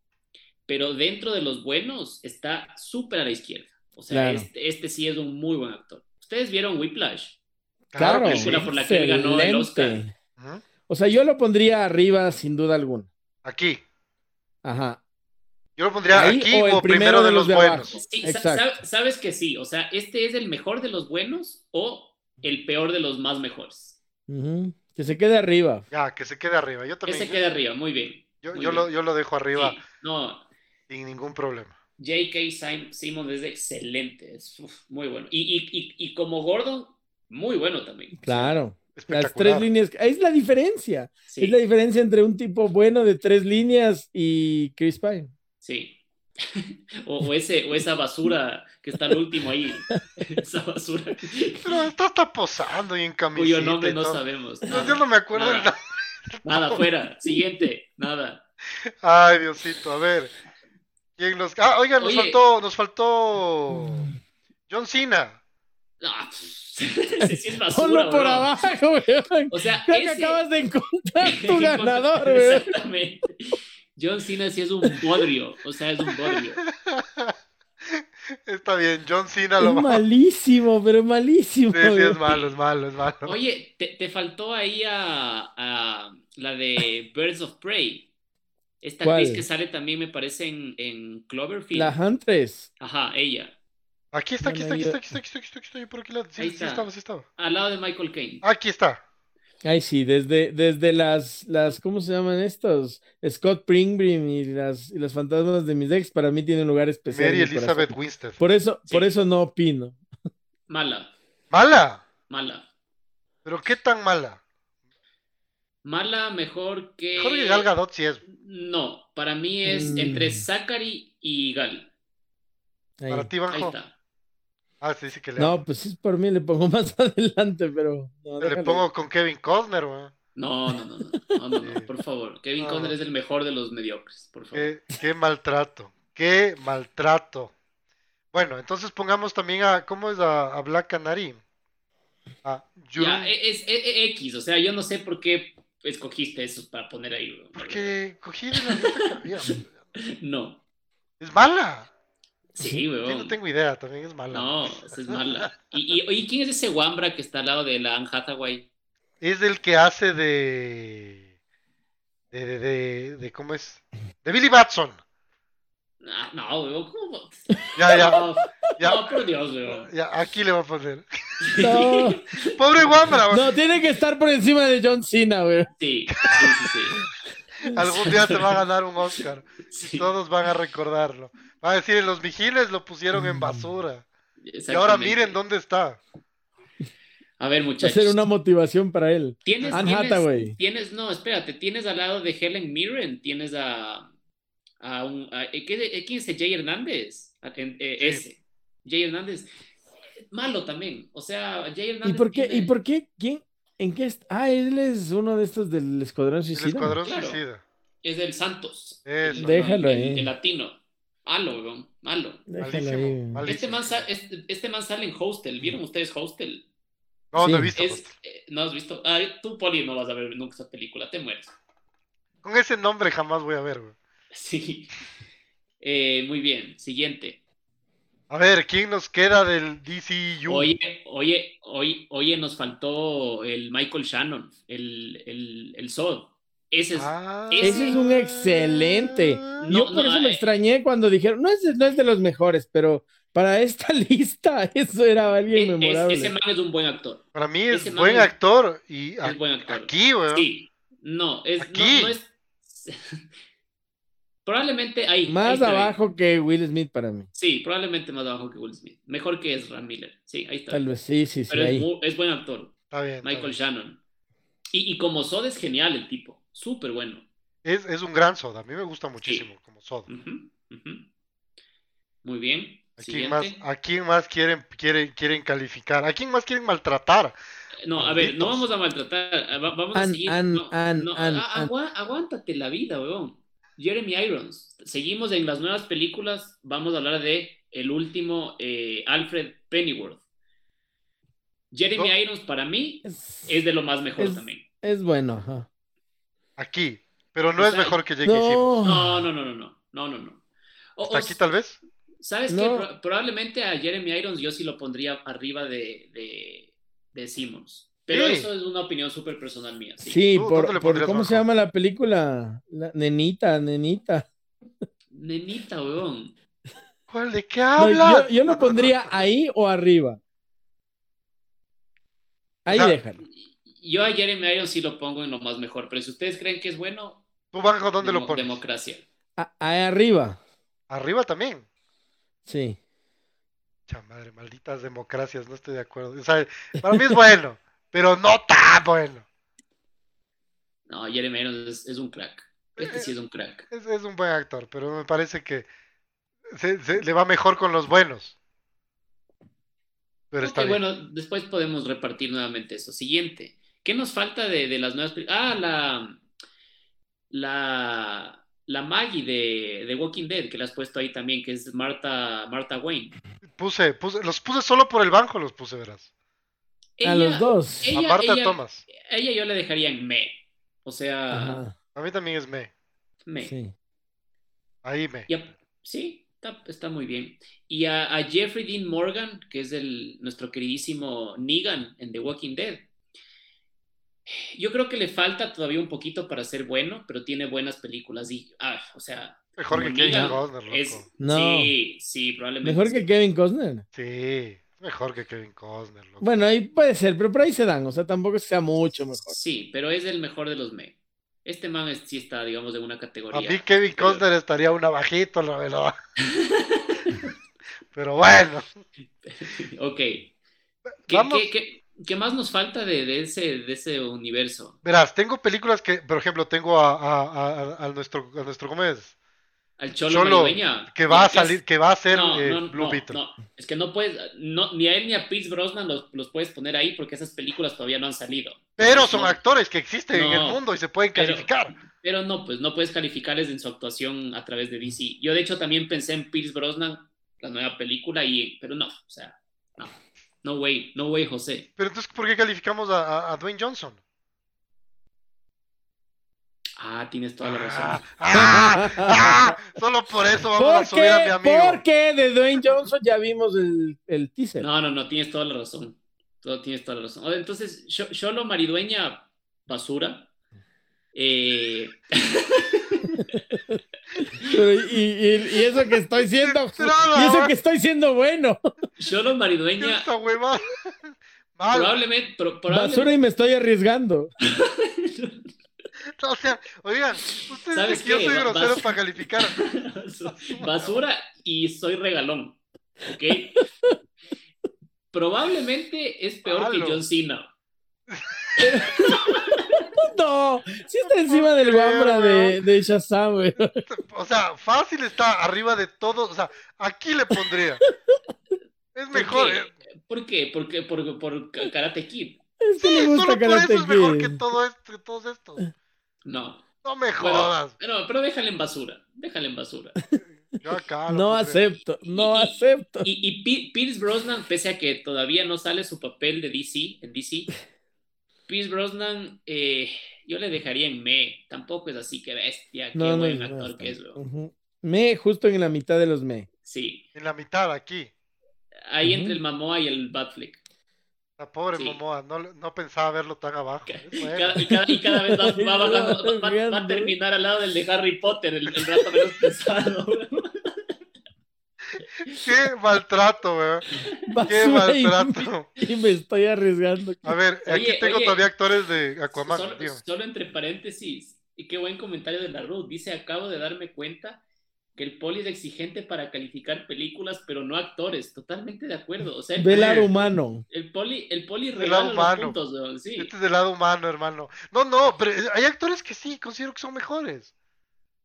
Speaker 1: pero dentro de los buenos está súper a la izquierda. O sea,
Speaker 3: Claro.
Speaker 1: este, este sí es un muy buen actor. ¿Ustedes vieron Whiplash?
Speaker 3: Claro.
Speaker 2: que sí. ¿Mm?
Speaker 1: Película por la que él ganó el Oscar.
Speaker 3: excelente.
Speaker 2: Ujú.
Speaker 3: O sea, yo lo pondría arriba sin duda alguna.
Speaker 2: Aquí.
Speaker 3: Ajá.
Speaker 2: Yo lo pondría
Speaker 3: Ahí
Speaker 2: aquí
Speaker 3: o el
Speaker 2: como primero de los
Speaker 3: de
Speaker 2: buenos.
Speaker 3: abajo.
Speaker 1: Sí, sa-
Speaker 3: Exacto.
Speaker 1: sab- sabes que sí, o sea, este es el mejor de los buenos o el peor de los más mejores.
Speaker 3: Ujú. Que se quede arriba.
Speaker 2: Ya, que se quede arriba. Yo
Speaker 1: Que
Speaker 2: también.
Speaker 1: se queda arriba, muy bien.
Speaker 2: Yo,
Speaker 1: muy
Speaker 2: yo lo,
Speaker 1: bien.
Speaker 2: yo lo dejo arriba
Speaker 1: Sí, no,
Speaker 2: sin ningún problema.
Speaker 1: J.K. Sim- Simmons es excelente, es uf, muy bueno. Y, y- y- y como Gordon, muy bueno también.
Speaker 3: Claro. Las tres
Speaker 2: Espectacular.
Speaker 3: líneas. Es la diferencia.
Speaker 1: Sí,
Speaker 3: Es la diferencia entre un tipo bueno de tres líneas y Chris Pine.
Speaker 1: sí. <laughs> O, o ese, o esa basura que está al último ahí. <laughs> esa basura
Speaker 2: Pero está hasta posando y en camiseta.
Speaker 1: cuyo nombre
Speaker 2: y
Speaker 1: no
Speaker 2: todo.
Speaker 1: sabemos.
Speaker 2: No,
Speaker 1: Nada,
Speaker 2: yo no me acuerdo del
Speaker 1: nada, nada, fuera. Siguiente, nada.
Speaker 2: Ay, Diosito, a ver. ¿Quién los... Ah, oiga, nos
Speaker 1: Oye.
Speaker 2: faltó, nos
Speaker 1: Oh.
Speaker 2: faltó John Cena.
Speaker 1: No, <laughs> ese sí es basura.
Speaker 3: Ponlo por
Speaker 1: bro.
Speaker 3: abajo, <laughs> weón.
Speaker 1: O sea,
Speaker 3: Creo que
Speaker 1: ese-
Speaker 3: acabas
Speaker 1: <laughs>
Speaker 3: de encontrar tu ganador, weón.
Speaker 1: Exactamente. John Cena sí es un bodrio. O sea, es un bodrio.
Speaker 2: Está bien, John Cena lo
Speaker 3: Es
Speaker 2: va.
Speaker 3: malísimo, pero malísimo.
Speaker 2: Sí, sí,
Speaker 3: weón.
Speaker 2: es malo, es malo, es malo.
Speaker 1: Oye, te, te faltó ahí a, a la de Birds of Prey. Esta
Speaker 3: ¿Cuál?
Speaker 1: actriz que sale también, me parece, en, en Cloverfield.
Speaker 3: La Huntress.
Speaker 1: Ajá, ella.
Speaker 2: Aquí está, aquí
Speaker 3: No,
Speaker 2: está,
Speaker 3: no,
Speaker 2: aquí
Speaker 3: yo-
Speaker 2: está, aquí está, aquí está, aquí está, aquí está, yo por aquí la-
Speaker 1: Ahí
Speaker 2: Sí, sí
Speaker 1: está.
Speaker 2: estaba, sí estaba.
Speaker 1: Al lado de Michael Caine.
Speaker 2: Aquí está.
Speaker 3: Ay, sí, desde, desde las, las, ¿cómo se llaman estos? Scott Pilgrim y las, y los fantasmas de mis ex, para mí tiene un lugar especial.
Speaker 2: Mary
Speaker 3: en Pues mi corazón.
Speaker 2: Elizabeth Winstead.
Speaker 3: Por eso,
Speaker 1: Sí.
Speaker 3: por eso no opino.
Speaker 1: Mala,
Speaker 2: ¡Mala!
Speaker 1: mala.
Speaker 2: ¿Pero qué tan mala?
Speaker 1: Mala mejor que...
Speaker 2: Mejor que Gal Gadot sí es.
Speaker 1: No, para mí es
Speaker 3: Mm.
Speaker 1: entre Zachary y Gal.
Speaker 3: Ahí.
Speaker 2: Para ti,
Speaker 1: Ahí
Speaker 2: Banjo.
Speaker 1: está.
Speaker 2: Ah, se dice que le,
Speaker 3: No, pues es por mí, le pongo <laughs> más adelante, pero no,
Speaker 2: le
Speaker 3: déjalo.
Speaker 2: pongo con Kevin Costner, weón.
Speaker 1: No, no, no, no, no, no, no,
Speaker 2: Sí.
Speaker 1: por favor. Kevin
Speaker 2: No. Eh,
Speaker 1: Conner es el mejor de los mediocres, por favor.
Speaker 2: Qué, qué maltrato, qué maltrato. Bueno, entonces pongamos también a, ¿cómo es a, a Black Canary? A Juru-
Speaker 1: Ya, e- es, e- e- X, o sea, yo no sé por qué escogiste esos para poner ahí. weón.
Speaker 2: porque cogí de la lista que había.
Speaker 1: No.
Speaker 2: Es mala.
Speaker 1: Sí,
Speaker 2: Sí,
Speaker 1: weón.
Speaker 2: no tengo idea, también es mala.
Speaker 1: No, esa es mala. ¿Y, y, y quién es ese Wambra que está al lado de la Anne Hathaway?
Speaker 2: Es del que hace de de, de, de, de- ¿cómo es? De Billy Batson.
Speaker 1: Ah, no, weón, ¿cómo?
Speaker 2: Ya, ya,
Speaker 1: No, no,
Speaker 2: ya,
Speaker 1: por Dios, weón.
Speaker 2: ya, aquí le voy a poner.
Speaker 3: <laughs>
Speaker 2: <laughs>
Speaker 3: No,
Speaker 2: Pobre Wambra,
Speaker 3: no, tiene que estar por encima de John Cena, güey.
Speaker 1: Sí, sí, sí,
Speaker 2: algún día se va a ganar un Oscar.
Speaker 1: sí. Sí,
Speaker 2: Todos van a recordarlo. Van a decir, los vigiles lo pusieron en
Speaker 3: Mm.
Speaker 2: basura. Y ahora miren dónde está.
Speaker 1: A ver,
Speaker 3: Va a ser
Speaker 1: muchachos.
Speaker 3: una motivación para él.
Speaker 1: ¿Tienes,
Speaker 3: Anne
Speaker 1: tienes-
Speaker 3: Hathaway.
Speaker 1: tienes- no, espérate, tienes al lado de Helen Mirren, tienes a, a un, a- eh, ¿qué- eh, ¿quién es ese? Jay Hernández, A- en- eh,
Speaker 2: Sí.
Speaker 1: ese, Jay Hernández, malo también, o sea, Jay Hernández.
Speaker 3: ¿Y por qué?
Speaker 1: tiene-
Speaker 3: ¿Y por qué? ¿Quién? ¿En qué est- Ah, él es uno de estos del Escuadrón
Speaker 2: El
Speaker 3: Suicida.
Speaker 2: escuadrón
Speaker 1: claro.
Speaker 2: suicida.
Speaker 1: Es del Santos.
Speaker 2: Eso.
Speaker 3: Déjalo
Speaker 1: el,
Speaker 3: ahí.
Speaker 1: el latino, malo, weón, malo.
Speaker 3: Déjalo ahí,
Speaker 2: Malísimo,
Speaker 3: güey.
Speaker 2: malísimo.
Speaker 1: Este man, sa- este, este man sale en Hostel, ¿vieron ustedes Hostel?
Speaker 2: No, no he
Speaker 3: Sí.
Speaker 2: visto. pues,
Speaker 1: Es- eh, ¿No has visto? Ah, tú, Poli, no vas a ver nunca esa película, te mueres.
Speaker 2: Con ese nombre jamás voy a ver, güey.
Speaker 1: <laughs> Sí. Eh, muy bien, siguiente.
Speaker 2: A ver, ¿quién nos queda del DCU?
Speaker 1: Oye, oye, oye, oye, nos faltó el Michael Shannon, el, el, el Sod. Ese es,
Speaker 2: Ah.
Speaker 1: ese
Speaker 3: es un excelente.
Speaker 1: No,
Speaker 3: Yo por
Speaker 1: no,
Speaker 3: eso me
Speaker 1: eh.
Speaker 3: extrañé cuando dijeron, no es, de- no es de los mejores, pero para esta <laughs> lista, eso era
Speaker 1: e-
Speaker 3: alguien
Speaker 1: es-
Speaker 3: memorable.
Speaker 1: ese man es un buen actor.
Speaker 2: Para mí es
Speaker 1: ese man
Speaker 2: buen
Speaker 1: es-
Speaker 2: actor y a-
Speaker 1: Es buen actor.
Speaker 2: aquí, güey.
Speaker 1: Sí. No, es, no-
Speaker 2: Aquí.
Speaker 1: No, es. <laughs> probablemente ahí. ahí
Speaker 3: Más
Speaker 1: está bien.
Speaker 3: abajo que Will Smith para mí.
Speaker 1: Sí, probablemente más abajo que Will Smith. Mejor que Ezra Miller. Sí, ahí está.
Speaker 3: Tal vez sí, sí, sí.
Speaker 1: Pero es,
Speaker 3: Ahí.
Speaker 1: bu- es buen actor,
Speaker 2: Está bien. está
Speaker 1: Michael
Speaker 2: bien.
Speaker 1: Shannon. Y, y como Sod es genial el tipo. Súper bueno.
Speaker 2: Es, es un gran Soda. A mí me gusta muchísimo como Soda.
Speaker 1: Ujú, ujú. Muy bien.
Speaker 2: ¿A quién, más,
Speaker 1: Siguiente.
Speaker 2: ¿A quién más quieren, quieren, quieren calificar? ¿A quién más quieren maltratar?
Speaker 1: No, a ver, no
Speaker 2: Malditos.
Speaker 1: vamos a maltratar. a- va- Vamos a
Speaker 3: An,
Speaker 1: seguir.
Speaker 3: an,
Speaker 1: no,
Speaker 3: an,
Speaker 1: no,
Speaker 3: an,
Speaker 1: a-
Speaker 3: an.
Speaker 1: agua- aguántate la vida, weón. Jeremy Irons. Seguimos en las nuevas películas. Vamos a hablar de el último eh, Alfred Pennyworth. Jeremy
Speaker 2: No.
Speaker 1: Irons para mí
Speaker 3: Es,
Speaker 1: es de lo más mejor
Speaker 3: Es-
Speaker 1: también.
Speaker 3: es bueno. ajá.
Speaker 2: Aquí. Pero no
Speaker 1: O
Speaker 2: es
Speaker 1: sea,
Speaker 2: mejor que Jake Gyllenhaal.
Speaker 3: No,
Speaker 1: No, no, no, no, no, no, no, no. O-
Speaker 2: ¿Hasta
Speaker 1: o
Speaker 2: aquí tal vez?
Speaker 1: ¿Sabes
Speaker 3: No.
Speaker 1: qué? Pro- probablemente a Jeremy Irons yo sí lo pondría arriba de, de, de Simmons. Pero
Speaker 2: Sí.
Speaker 1: eso es una opinión súper personal mía. Sí.
Speaker 3: sí,
Speaker 2: ¿Tú
Speaker 3: por,
Speaker 2: dónde le
Speaker 3: por-
Speaker 2: pondrías
Speaker 3: ¿cómo
Speaker 2: abajo?
Speaker 3: se llama la película? La- nenita, nenita.
Speaker 1: Nenita, weón.
Speaker 2: ¿Cuál de qué
Speaker 3: No,
Speaker 2: habla?
Speaker 3: yo, yo lo pondría ahí o arriba. Ahí
Speaker 2: O sea,
Speaker 3: déjalo.
Speaker 1: Yo a Jeremy Irons sí lo pongo en lo más mejor. Pero si ustedes creen que es bueno,
Speaker 2: ¿Tú, Banjo, dónde lo
Speaker 1: demo-
Speaker 2: pones?
Speaker 1: democracia.
Speaker 3: A- ahí arriba.
Speaker 2: Arriba también.
Speaker 3: Sí.
Speaker 2: Cha madre, malditas democracias, no estoy de acuerdo. O sea, para mí es bueno, <laughs> pero no tan bueno.
Speaker 1: No, Jeremy Irons es, es un crack. Este sí es un crack.
Speaker 2: Es, es un buen actor, pero me parece que se, se- le va mejor con los buenos. Pero
Speaker 1: Ok,
Speaker 2: está bien.
Speaker 1: bueno, después podemos repartir nuevamente eso. Siguiente. ¿Qué nos falta de, de las nuevas películas? Ah, la. La. La Maggie de, de Walking Dead, que la has puesto ahí también, que es Marta, Marta Wayne.
Speaker 2: Puse, puse, los puse solo por el banco, los puse, verás.
Speaker 1: Ella,
Speaker 3: a los dos.
Speaker 1: ella-
Speaker 2: Aparte
Speaker 1: ella-
Speaker 2: Thomas.
Speaker 1: ella yo le dejaría en me. O sea,
Speaker 3: Ajá,
Speaker 2: A mí también es me.
Speaker 1: me.
Speaker 3: sí.
Speaker 2: Ahí me.
Speaker 1: Y a- sí, está, está muy bien. Y a, a Jeffrey Dean Morgan, que es el, nuestro queridísimo Negan en The Walking Dead. Yo creo que le falta todavía un poquito para ser bueno, pero tiene buenas películas y, ah, o sea,
Speaker 2: Mejor que
Speaker 1: Como
Speaker 2: Kevin
Speaker 1: niña,
Speaker 2: Costner, loco.
Speaker 1: es...
Speaker 3: No.
Speaker 1: Sí, sí, probablemente.
Speaker 3: Mejor
Speaker 1: sí.
Speaker 3: que Kevin Costner.
Speaker 2: Sí, mejor que Kevin Costner, loco.
Speaker 3: Bueno, ahí puede ser, pero por ahí se dan, o sea, tampoco es que sea
Speaker 2: <laughs>
Speaker 3: mucho mejor.
Speaker 1: Sí, pero es el mejor de los me. Este man es, sí está, digamos, en una
Speaker 2: A
Speaker 1: categoría.
Speaker 2: mí Kevin
Speaker 1: Pero-
Speaker 2: Costner estaría un abajito, la verdad. Pero bueno,
Speaker 1: Ok. ¿Qué,
Speaker 2: Vamos.
Speaker 1: qué- qué- qué más nos falta de, de ese, de ese universo?
Speaker 2: verás, tengo películas que, por ejemplo, tengo a, a- a- a nuestro, a nuestro, ¿cómo es?
Speaker 1: Al Cholo,
Speaker 2: Cholo,
Speaker 1: Maridueña.
Speaker 2: Que va a
Speaker 1: Es-
Speaker 2: salir, que va a ser
Speaker 1: No,
Speaker 2: eh,
Speaker 1: no, no,
Speaker 2: Blue Beetle.
Speaker 1: no. Es que no puedes, no, ni a él ni a Pierce Brosnan los, los puedes poner ahí porque esas películas todavía no han salido.
Speaker 2: Pero son
Speaker 1: No.
Speaker 2: actores que existen en el
Speaker 1: No.
Speaker 2: mundo y se pueden
Speaker 1: Pero-
Speaker 2: calificar.
Speaker 1: Pero no, pues no puedes calificarles en su actuación a través de DC. Yo de hecho también pensé en Pierce Brosnan, la nueva película, y, pero no, o sea, no. No way, no way, José.
Speaker 2: Pero entonces, ¿por qué calificamos a, a- a Dwayne Johnson?
Speaker 1: Ah, tienes toda la razón.
Speaker 2: Ah, ah, ah, solo por eso vamos a subir a mi amigo.
Speaker 3: Porque de Dwayne Johnson ya vimos el, el teaser.
Speaker 1: No, no, no, tienes toda la razón. Todo, tienes toda la razón. Oye, Entonces, Cho- Cholo Maridueña, basura. Eh,
Speaker 3: Pero y, y- y eso que
Speaker 2: <laughs>
Speaker 3: estoy siendo,
Speaker 2: No,
Speaker 3: y eso
Speaker 2: no,
Speaker 3: que estoy siendo bueno.
Speaker 1: Cholo Maridueña,
Speaker 2: esta hueva. Mal,
Speaker 1: probablemente, pro-
Speaker 3: Basura
Speaker 1: probablemente
Speaker 3: y me estoy arriesgando. <laughs>
Speaker 2: o sea, oigan, ustedes
Speaker 1: ¿Sabes
Speaker 2: dicen que yo
Speaker 1: qué?
Speaker 2: soy
Speaker 1: Va-
Speaker 2: grosero
Speaker 1: vas-
Speaker 2: para calificar.
Speaker 1: <laughs> basura y soy regalón. ¿Ok? Probablemente es peor
Speaker 2: Malo.
Speaker 1: que John Cena.
Speaker 3: No, sí está encima del
Speaker 2: creo,
Speaker 3: Wambra de,
Speaker 2: weón.
Speaker 3: de Shazam, güey.
Speaker 2: <laughs>
Speaker 3: <laughs>
Speaker 2: O sea, fácil está arriba de todo. O sea, aquí le pondría. Es mejor.
Speaker 1: qué?
Speaker 2: eh.
Speaker 1: ¿Por qué? Porque por, por Karate Kid.
Speaker 3: Es que
Speaker 2: Sí,
Speaker 3: le gusta
Speaker 2: solo por eso
Speaker 3: Karate
Speaker 2: es mejor que
Speaker 3: Kid.
Speaker 2: todo esto, que todos estos.
Speaker 1: No.
Speaker 2: No me
Speaker 1: Bueno.
Speaker 2: jodas.
Speaker 1: Pero, pero déjale en basura. Déjale en
Speaker 3: <laughs>
Speaker 1: basura.
Speaker 2: Yo acá lo
Speaker 3: No
Speaker 2: pondré.
Speaker 3: acepto, no
Speaker 1: Y- y-
Speaker 3: acepto.
Speaker 1: Y, y Pi- Pierce Brosnan, pese a que todavía no sale su papel de DC, en
Speaker 3: <laughs>
Speaker 1: DC, Pierce Brosnan, eh, yo le dejaría en me. Tampoco es así que bestia, qué
Speaker 3: No, no,
Speaker 1: buen
Speaker 3: no,
Speaker 1: actor
Speaker 3: está.
Speaker 1: que es. bro.
Speaker 3: Ujú. Me, justo en la mitad de
Speaker 1: <laughs>
Speaker 3: los me.
Speaker 1: Sí,
Speaker 2: En la mitad, aquí.
Speaker 1: ahí
Speaker 3: Ujú.
Speaker 1: entre el Mamoa y el Batfleck.
Speaker 2: La pobre
Speaker 1: Sí.
Speaker 2: Momoa, no, no pensaba verlo tan abajo. Es
Speaker 1: Y
Speaker 2: bueno.
Speaker 1: cada, y cada- y cada vez <laughs> va, va bajando, va, va- va a
Speaker 3: Mirando.
Speaker 1: terminar al lado del de Harry Potter, el, el rato
Speaker 2: <laughs>
Speaker 1: menos pesado. bro.
Speaker 2: Qué maltrato, weón. Qué
Speaker 3: <laughs> <laughs> Basura y,
Speaker 2: maltrato.
Speaker 3: y me estoy arriesgando.
Speaker 1: Eh,
Speaker 2: A ver,
Speaker 1: Oye,
Speaker 2: aquí tengo
Speaker 1: oye.
Speaker 2: todavía actores de Aquaman,
Speaker 1: solo,
Speaker 2: dígame.
Speaker 1: solo entre paréntesis, y qué buen comentario de la Ruth. Dice, acabo de darme cuenta que el poli es exigente para calificar películas, pero no actores. Totalmente de acuerdo. O sea, el,
Speaker 3: Del lado humano.
Speaker 1: el poli, el poli
Speaker 2: Del
Speaker 1: regala
Speaker 2: lado
Speaker 1: los
Speaker 2: humano.
Speaker 1: puntos, weón, sí.
Speaker 2: Este es del lado humano, hermano. No, no, pero eh, hay actores que sí, considero que son mejores.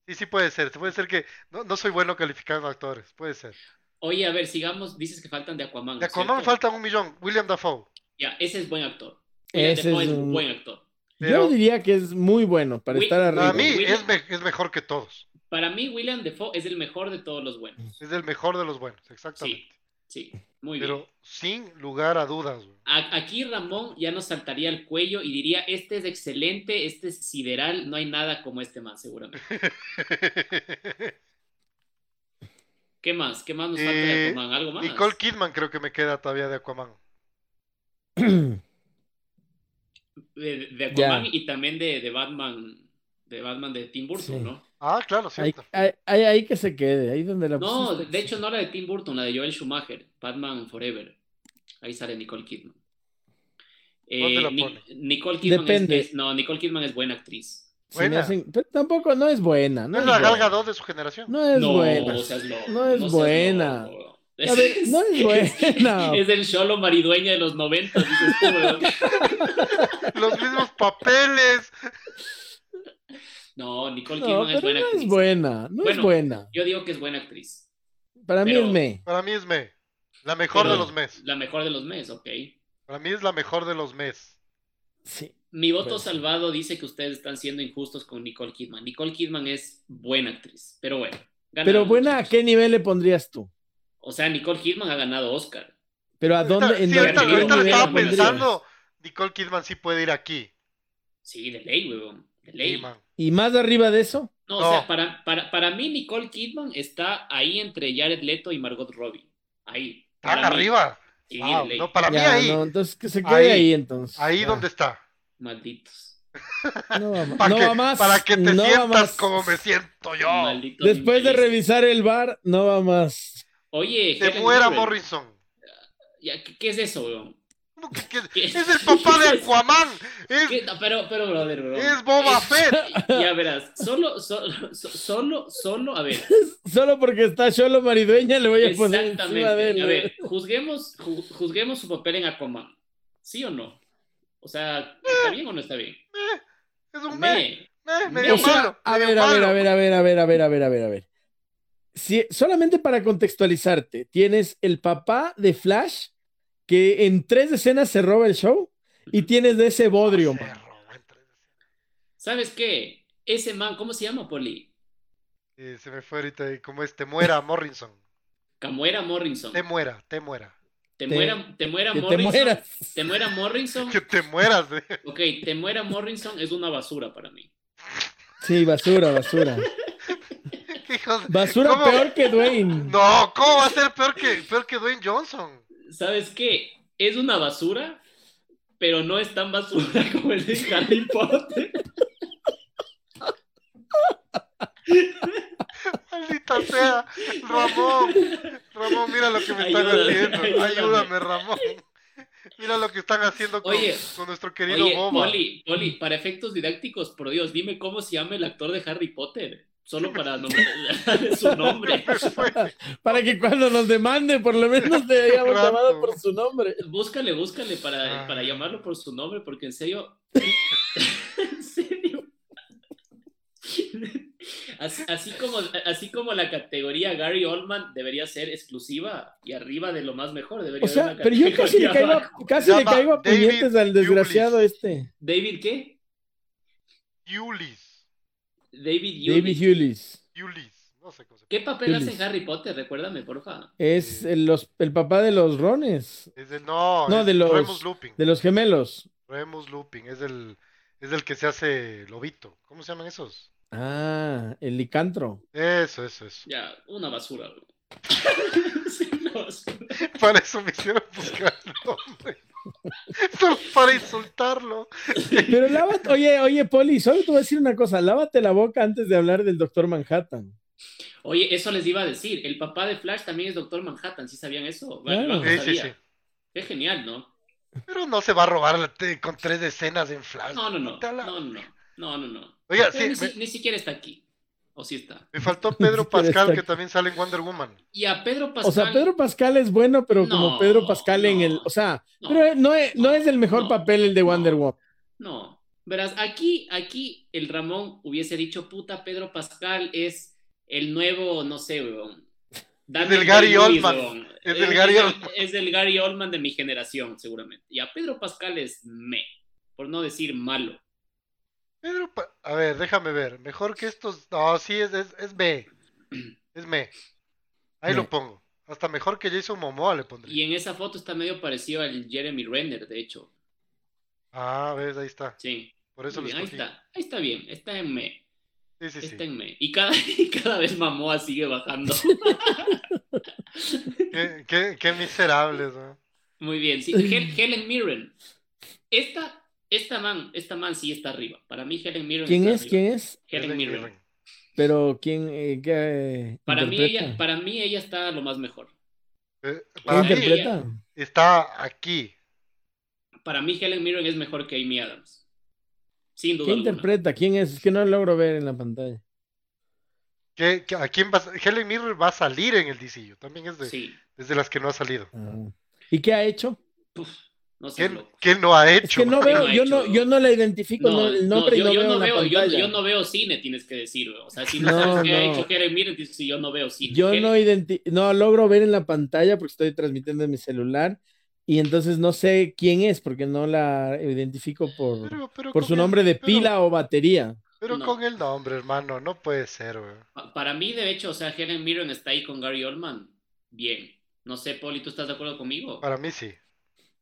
Speaker 2: Sí, sí puede ser. Puede ser que no, no soy bueno calificando actores. Puede ser.
Speaker 1: Oye, a ver, sigamos. Dices que faltan de Aquaman.
Speaker 2: De
Speaker 1: ¿no es cierto?
Speaker 2: Aquaman falta un millón. William Dafoe.
Speaker 1: Ya, ese es buen actor.
Speaker 3: Ese
Speaker 1: Ese es
Speaker 3: es
Speaker 1: un
Speaker 3: un-
Speaker 1: buen actor.
Speaker 2: Pero-
Speaker 3: Yo diría que es muy bueno para
Speaker 1: Uy,
Speaker 3: estar
Speaker 2: Para
Speaker 3: arriba.
Speaker 2: mí
Speaker 1: William-
Speaker 2: es, me- es mejor que todos.
Speaker 1: Para mí, William Defoe es el mejor de todos los buenos.
Speaker 2: Es el mejor de los buenos, exactamente.
Speaker 1: Sí, muy bien.
Speaker 2: Pero sin lugar a dudas. güey.
Speaker 1: A- Aquí Ramón ya nos saltaría el cuello y diría, este es excelente, este es sideral, no hay nada como este man, seguramente. ¿Qué más? ¿Qué más nos falta de
Speaker 2: Eh,
Speaker 1: Aquaman? ¿Algo <laughs> más?
Speaker 2: Nicole Kidman creo que me queda todavía de Aquaman.
Speaker 1: De, de Aquaman
Speaker 3: Ya.
Speaker 1: y también de, de Batman, de Batman de Tim Burton,
Speaker 3: Sí.
Speaker 1: ¿no?
Speaker 2: Ah, claro,
Speaker 3: <clears throat> Ahí,
Speaker 2: cierto.
Speaker 3: ahí- ahí- ahí que se quede, ahí donde la
Speaker 1: No,
Speaker 3: pusiste.
Speaker 1: de hecho no la de Tim Burton, la de Joel Schumacher, Batman Forever. Ahí sale Nicole Kidman.
Speaker 2: ¿Dónde la
Speaker 1: Ni-
Speaker 2: pone?
Speaker 1: Nicole Kidman es,
Speaker 3: Depende.
Speaker 1: es- no, Nicole Kidman es buena actriz.
Speaker 3: Se me
Speaker 2: buena.
Speaker 3: hacen- pero tampoco no es buena. No,
Speaker 2: No es
Speaker 3: es,
Speaker 2: la Gal
Speaker 3: buena.
Speaker 2: Gadot de su generación.
Speaker 3: No es
Speaker 1: no,
Speaker 3: buena.
Speaker 1: o sea, es loco,
Speaker 3: No es
Speaker 1: seas
Speaker 3: buena.
Speaker 1: loco.
Speaker 3: A ver, no
Speaker 1: <laughs>
Speaker 3: es buena.
Speaker 1: Es el solo maridueña de los 90, dices tú, weón.
Speaker 2: Los mismos papeles.
Speaker 1: No, Nicole
Speaker 3: No,
Speaker 1: Kidman
Speaker 3: pero
Speaker 1: es buena
Speaker 3: no
Speaker 1: actriz.
Speaker 3: es buena. No
Speaker 1: Bueno.
Speaker 3: es buena.
Speaker 1: Yo digo que es buena actriz.
Speaker 3: Para mí
Speaker 1: Pero-
Speaker 3: es me.
Speaker 2: Para mí es me. La mejor
Speaker 1: Pero-
Speaker 2: de los mes.
Speaker 1: La mejor de los meses, ok.
Speaker 2: Para mí es la mejor de los mes.
Speaker 3: Sí.
Speaker 1: Mi voto
Speaker 3: Pues sí.
Speaker 1: salvado dice que ustedes están siendo injustos con Nicole Kidman. Nicole Kidman es buena actriz, pero bueno. ganaron,
Speaker 3: Pero buena, ¿a
Speaker 1: muchachos.
Speaker 3: qué nivel le pondrías tú?
Speaker 1: O sea, Nicole Kidman ha ganado Oscar.
Speaker 3: Pero a dónde,
Speaker 2: Ahorita-
Speaker 3: en
Speaker 2: sí, ahorita,
Speaker 3: dónde-
Speaker 1: Pero
Speaker 2: ahorita lo
Speaker 1: nivel
Speaker 2: estaba
Speaker 1: la pondrías?
Speaker 2: pensando. Nicole Kidman sí puede ir aquí.
Speaker 1: Sí, de ley, weón. De
Speaker 2: Sí,
Speaker 1: ley.
Speaker 2: man.
Speaker 3: Y más arriba de eso,
Speaker 1: No,
Speaker 2: No.
Speaker 1: o sea, para, para, para mí Nicole Kidman está ahí entre Jared Leto y Margot Robbie. Ahí.
Speaker 2: Está
Speaker 1: Para mí.
Speaker 2: arriba.
Speaker 1: Sí, de
Speaker 2: Wow,
Speaker 1: ley.
Speaker 2: no, para mí
Speaker 3: Ya,
Speaker 2: ahí.
Speaker 3: no, entonces que se
Speaker 2: Ahí.
Speaker 3: quede ahí, entonces.
Speaker 2: Ahí
Speaker 3: Ya.
Speaker 2: donde está.
Speaker 1: Malditos.
Speaker 3: No,
Speaker 2: <laughs>
Speaker 3: va ma-
Speaker 2: Para
Speaker 3: no
Speaker 2: que,
Speaker 3: va más.
Speaker 2: para que te
Speaker 3: no va
Speaker 2: sientas
Speaker 3: más.
Speaker 2: como me siento yo.
Speaker 1: Malditos
Speaker 3: Después de
Speaker 1: infelices.
Speaker 3: revisar el bar, no va más.
Speaker 1: Oye,
Speaker 2: Se
Speaker 1: Helen
Speaker 2: muera
Speaker 1: Mirren.
Speaker 2: Morrison.
Speaker 1: Ya, ¿Qué, qué es eso, weón?
Speaker 2: ¿Cómo que- que-
Speaker 1: ¿Qué?
Speaker 2: es el
Speaker 1: <laughs>
Speaker 2: papá de Aquaman. Es,
Speaker 1: ¿Qué? No, pero, pero, brother, bro.
Speaker 2: es Boba
Speaker 1: Es-
Speaker 2: Fett.
Speaker 1: Ya verás, solo, solo, so- solo, solo, a ver.
Speaker 3: Solo porque está Cholo Maridueña le voy a eh. poner encima de
Speaker 1: Exactamente.
Speaker 3: él.
Speaker 1: A ver, juzguemos, ju- juzguemos su papel en Aquaman. ¿Sí o no? O sea, ¿está bien o no está bien?
Speaker 2: Es un meh,
Speaker 1: Me.
Speaker 2: meh,
Speaker 1: me-
Speaker 2: medio
Speaker 1: O sea,
Speaker 2: malo.
Speaker 3: A
Speaker 2: medio
Speaker 3: ver, a ver,
Speaker 2: malo.
Speaker 3: a ver, a ver, a ver, a ver, a ver, a ver, a ver. Si, solamente para contextualizarte, tienes el papá de Flash que en tres escenas se roba el show y tienes de ese bodrio.
Speaker 2: Ah,
Speaker 3: man.
Speaker 2: Cerro, entre-
Speaker 1: ¿Sabes qué? Ese man, ¿cómo se llama, Poli?
Speaker 2: Eh, se me fue ahorita y como es, te muera Morrison.
Speaker 1: Camuera Morrison.
Speaker 2: Te
Speaker 1: Te,
Speaker 2: muera, te muera.
Speaker 3: te-
Speaker 1: muera, te muera
Speaker 3: Que te
Speaker 1: Morrison.
Speaker 3: mueras.
Speaker 1: Te muera Morrison.
Speaker 2: Que te mueras. <laughs> eh.
Speaker 1: Ok, te muera Morrison es una basura para mí.
Speaker 3: Sí, basura, basura.
Speaker 2: Qué hijos de-
Speaker 3: Basura
Speaker 2: ¿Cómo?
Speaker 3: peor que Dwayne.
Speaker 2: No, ¿cómo va a ser peor que, peor que Dwayne Johnson?
Speaker 1: ¿Sabes qué? Es una basura, pero no es tan basura <laughs> como el de Harry Potter. <laughs>
Speaker 2: Maldita sea. Ramón. Ramón, mira lo que me están
Speaker 1: Ayúdame,
Speaker 2: haciendo.
Speaker 1: ayúdame.
Speaker 2: Ayúdame, Ramón. Mira lo que están haciendo con,
Speaker 1: Oye,
Speaker 2: con nuestro querido
Speaker 1: Oye,
Speaker 2: Boba.
Speaker 1: Poli, Poli, para efectos didácticos, por Dios, dime cómo se llama el actor de Harry Potter. Solo para nombrar su nombre.
Speaker 2: Me fue.
Speaker 3: Para que cuando nos demande, por lo menos te hayamos
Speaker 2: Rato.
Speaker 3: llamado por su nombre.
Speaker 1: Búscale, búscale para,
Speaker 2: Ah.
Speaker 1: para llamarlo por su nombre, porque en
Speaker 3: <laughs>
Speaker 1: serio. en serio. Así, así como, así como la categoría Gary Oldman debería ser exclusiva y arriba de lo más mejor, debería
Speaker 3: O sea,
Speaker 1: haber una
Speaker 3: pero yo casi le
Speaker 1: <laughs> categoría
Speaker 3: caigo, a-
Speaker 1: abajo.
Speaker 3: casi le
Speaker 2: Llama
Speaker 3: caigo a
Speaker 2: David
Speaker 3: puñetes al desgraciado este.
Speaker 1: David, ¿qué?
Speaker 2: Yulis.
Speaker 1: David
Speaker 3: David
Speaker 1: Yulis.
Speaker 3: Hewlis.
Speaker 2: Yulis. No sé cómo se
Speaker 1: ¿Qué papel hace
Speaker 3: Hewlis.
Speaker 1: en Harry Potter? Recuérdame, porfa.
Speaker 3: Es el, los- el papá de los Rones,
Speaker 2: Es el, no,
Speaker 3: No,
Speaker 2: es
Speaker 3: de los-
Speaker 2: Remus Lupin.
Speaker 3: de los gemelos.
Speaker 2: Remus Lupin. Es el, es el que se hace lobito. ¿Cómo se llaman esos?
Speaker 3: Ah, el licantro.
Speaker 2: Eso, eso, eso. <laughs>
Speaker 1: Ya, una basura,
Speaker 3: <laughs>
Speaker 1: bro. Sí, una basura.
Speaker 2: Para eso me hicieron buscar el nombre. <laughs> Solo para insultarlo.
Speaker 3: Pero lávate, oye, oye, Poli, solo te voy a decir una cosa, lávate la boca antes de hablar del Doctor Manhattan.
Speaker 1: Oye, eso les iba a decir. El papá de Flash también es Doctor Manhattan, ¿sí sabían eso?
Speaker 3: Claro.
Speaker 1: no
Speaker 2: Sí, sí,
Speaker 1: sabía.
Speaker 2: sí.
Speaker 1: Qué genial, ¿no?
Speaker 2: Pero no se va a robar la te- con tres decenas en flash.
Speaker 1: No, no, no.
Speaker 2: Puta la-
Speaker 1: No, no, no. No, no, no.
Speaker 2: Oiga,
Speaker 1: Pero
Speaker 2: Ah, sí,
Speaker 1: ni, si-
Speaker 2: me,
Speaker 1: ni siquiera está aquí. O sí está.
Speaker 2: me faltó Pedro Pascal,
Speaker 3: Está-
Speaker 2: que también sale en Wonder Woman.
Speaker 1: Y a Pedro Pascal.
Speaker 3: O sea, Pedro Pascal es bueno, pero
Speaker 1: No,
Speaker 3: como Pedro Pascal en
Speaker 1: no,
Speaker 3: el, o sea,
Speaker 1: no,
Speaker 3: pero no es, no es el mejor
Speaker 1: no,
Speaker 3: papel el de Wonder
Speaker 1: no.
Speaker 3: Woman.
Speaker 1: No. Verás, aquí, aquí el Ramón hubiese dicho, puta, Pedro Pascal es el nuevo, no sé, weón. Daniel
Speaker 2: del Gary
Speaker 1: Day-Lewis,
Speaker 2: Oldman.
Speaker 1: weón.
Speaker 2: Es del Gary
Speaker 1: es-
Speaker 2: Oldman.
Speaker 1: es del Gary Oldman de mi generación, seguramente. Y a Pedro Pascal es me, por no decir malo.
Speaker 2: Pedro Pa- A ver, déjame ver. Mejor que estos. No, sí, es, es, es B. Es me. Ahí lo
Speaker 3: Me.
Speaker 2: pongo. Hasta mejor que Jason Momoa le pondría.
Speaker 1: Y en esa foto está medio parecido al Jeremy Renner, de hecho.
Speaker 2: Ah, ves, ahí está.
Speaker 1: Sí.
Speaker 2: Por eso lo
Speaker 1: Muy bien, ahí
Speaker 2: escogí.
Speaker 1: está. Ahí está bien. Está en me.
Speaker 2: Sí, sí, sí.
Speaker 1: Está en me. Y cada, <laughs> y cada vez Mamoa sigue bajando.
Speaker 2: Qué, qué- qué miserables, ¿no?
Speaker 1: Muy bien, sí. Hel- Helen Mirren. Esta, esta man, esta man sí está arriba. Para mí Helen Mirren.
Speaker 3: ¿Quién
Speaker 1: está
Speaker 3: es?
Speaker 1: arriba.
Speaker 3: ¿Quién es?
Speaker 1: Helen
Speaker 2: Helen
Speaker 1: Mirren.
Speaker 2: Mirren.
Speaker 3: Pero quién eh, qué
Speaker 1: Para mí
Speaker 3: interpreta?
Speaker 1: ella, para mí ella está lo más mejor.
Speaker 2: Eh,
Speaker 3: ¿Quién
Speaker 2: para mí
Speaker 1: interpreta?
Speaker 2: está aquí.
Speaker 1: Para mí Helen Mirren es mejor que Amy Adams. Sin duda
Speaker 3: ¿Quién
Speaker 1: alguna.
Speaker 3: interpreta? ¿Quién es? Es que no logro ver en la pantalla.
Speaker 2: ¿Qué- qué- a quién va, a- Helen Mirren va a salir en el DCU. También es de,
Speaker 1: Sí.
Speaker 2: es de las que no ha salido.
Speaker 3: Ah. ¿Y qué ha hecho?
Speaker 1: No sé.
Speaker 2: ¿Qué, qué no ha
Speaker 3: Es
Speaker 2: hecho?
Speaker 3: que no
Speaker 1: ¿Qué no
Speaker 3: veo,
Speaker 1: ha
Speaker 3: yo
Speaker 1: hecho?
Speaker 3: no, yo no la identifico no, el nombre
Speaker 1: yo,
Speaker 3: y no
Speaker 1: yo
Speaker 3: veo
Speaker 1: no
Speaker 3: la
Speaker 1: veo, yo,
Speaker 3: pantalla.
Speaker 1: yo no veo cine, tienes que decir. O sea, si no,
Speaker 3: No,
Speaker 1: sabes qué ha
Speaker 3: no.
Speaker 1: hecho Helen Mirren, dices, sí, yo no veo cine.
Speaker 3: Yo
Speaker 1: Helen-
Speaker 3: no identi- no logro ver en la pantalla porque estoy transmitiendo en mi celular y entonces no sé quién es porque no la identifico por,
Speaker 2: Pero- pero
Speaker 3: por
Speaker 2: con
Speaker 3: su
Speaker 2: el-
Speaker 3: nombre de
Speaker 2: pero-
Speaker 3: pila o batería.
Speaker 2: Pero
Speaker 1: No.
Speaker 2: con el nombre, hermano, no puede ser, güey.
Speaker 1: Pa- Para mí, de hecho, o sea, Helen Mirren está ahí con Gary Oldman. Bien. No sé, Poli, ¿tú estás de acuerdo conmigo?
Speaker 2: Para mí sí.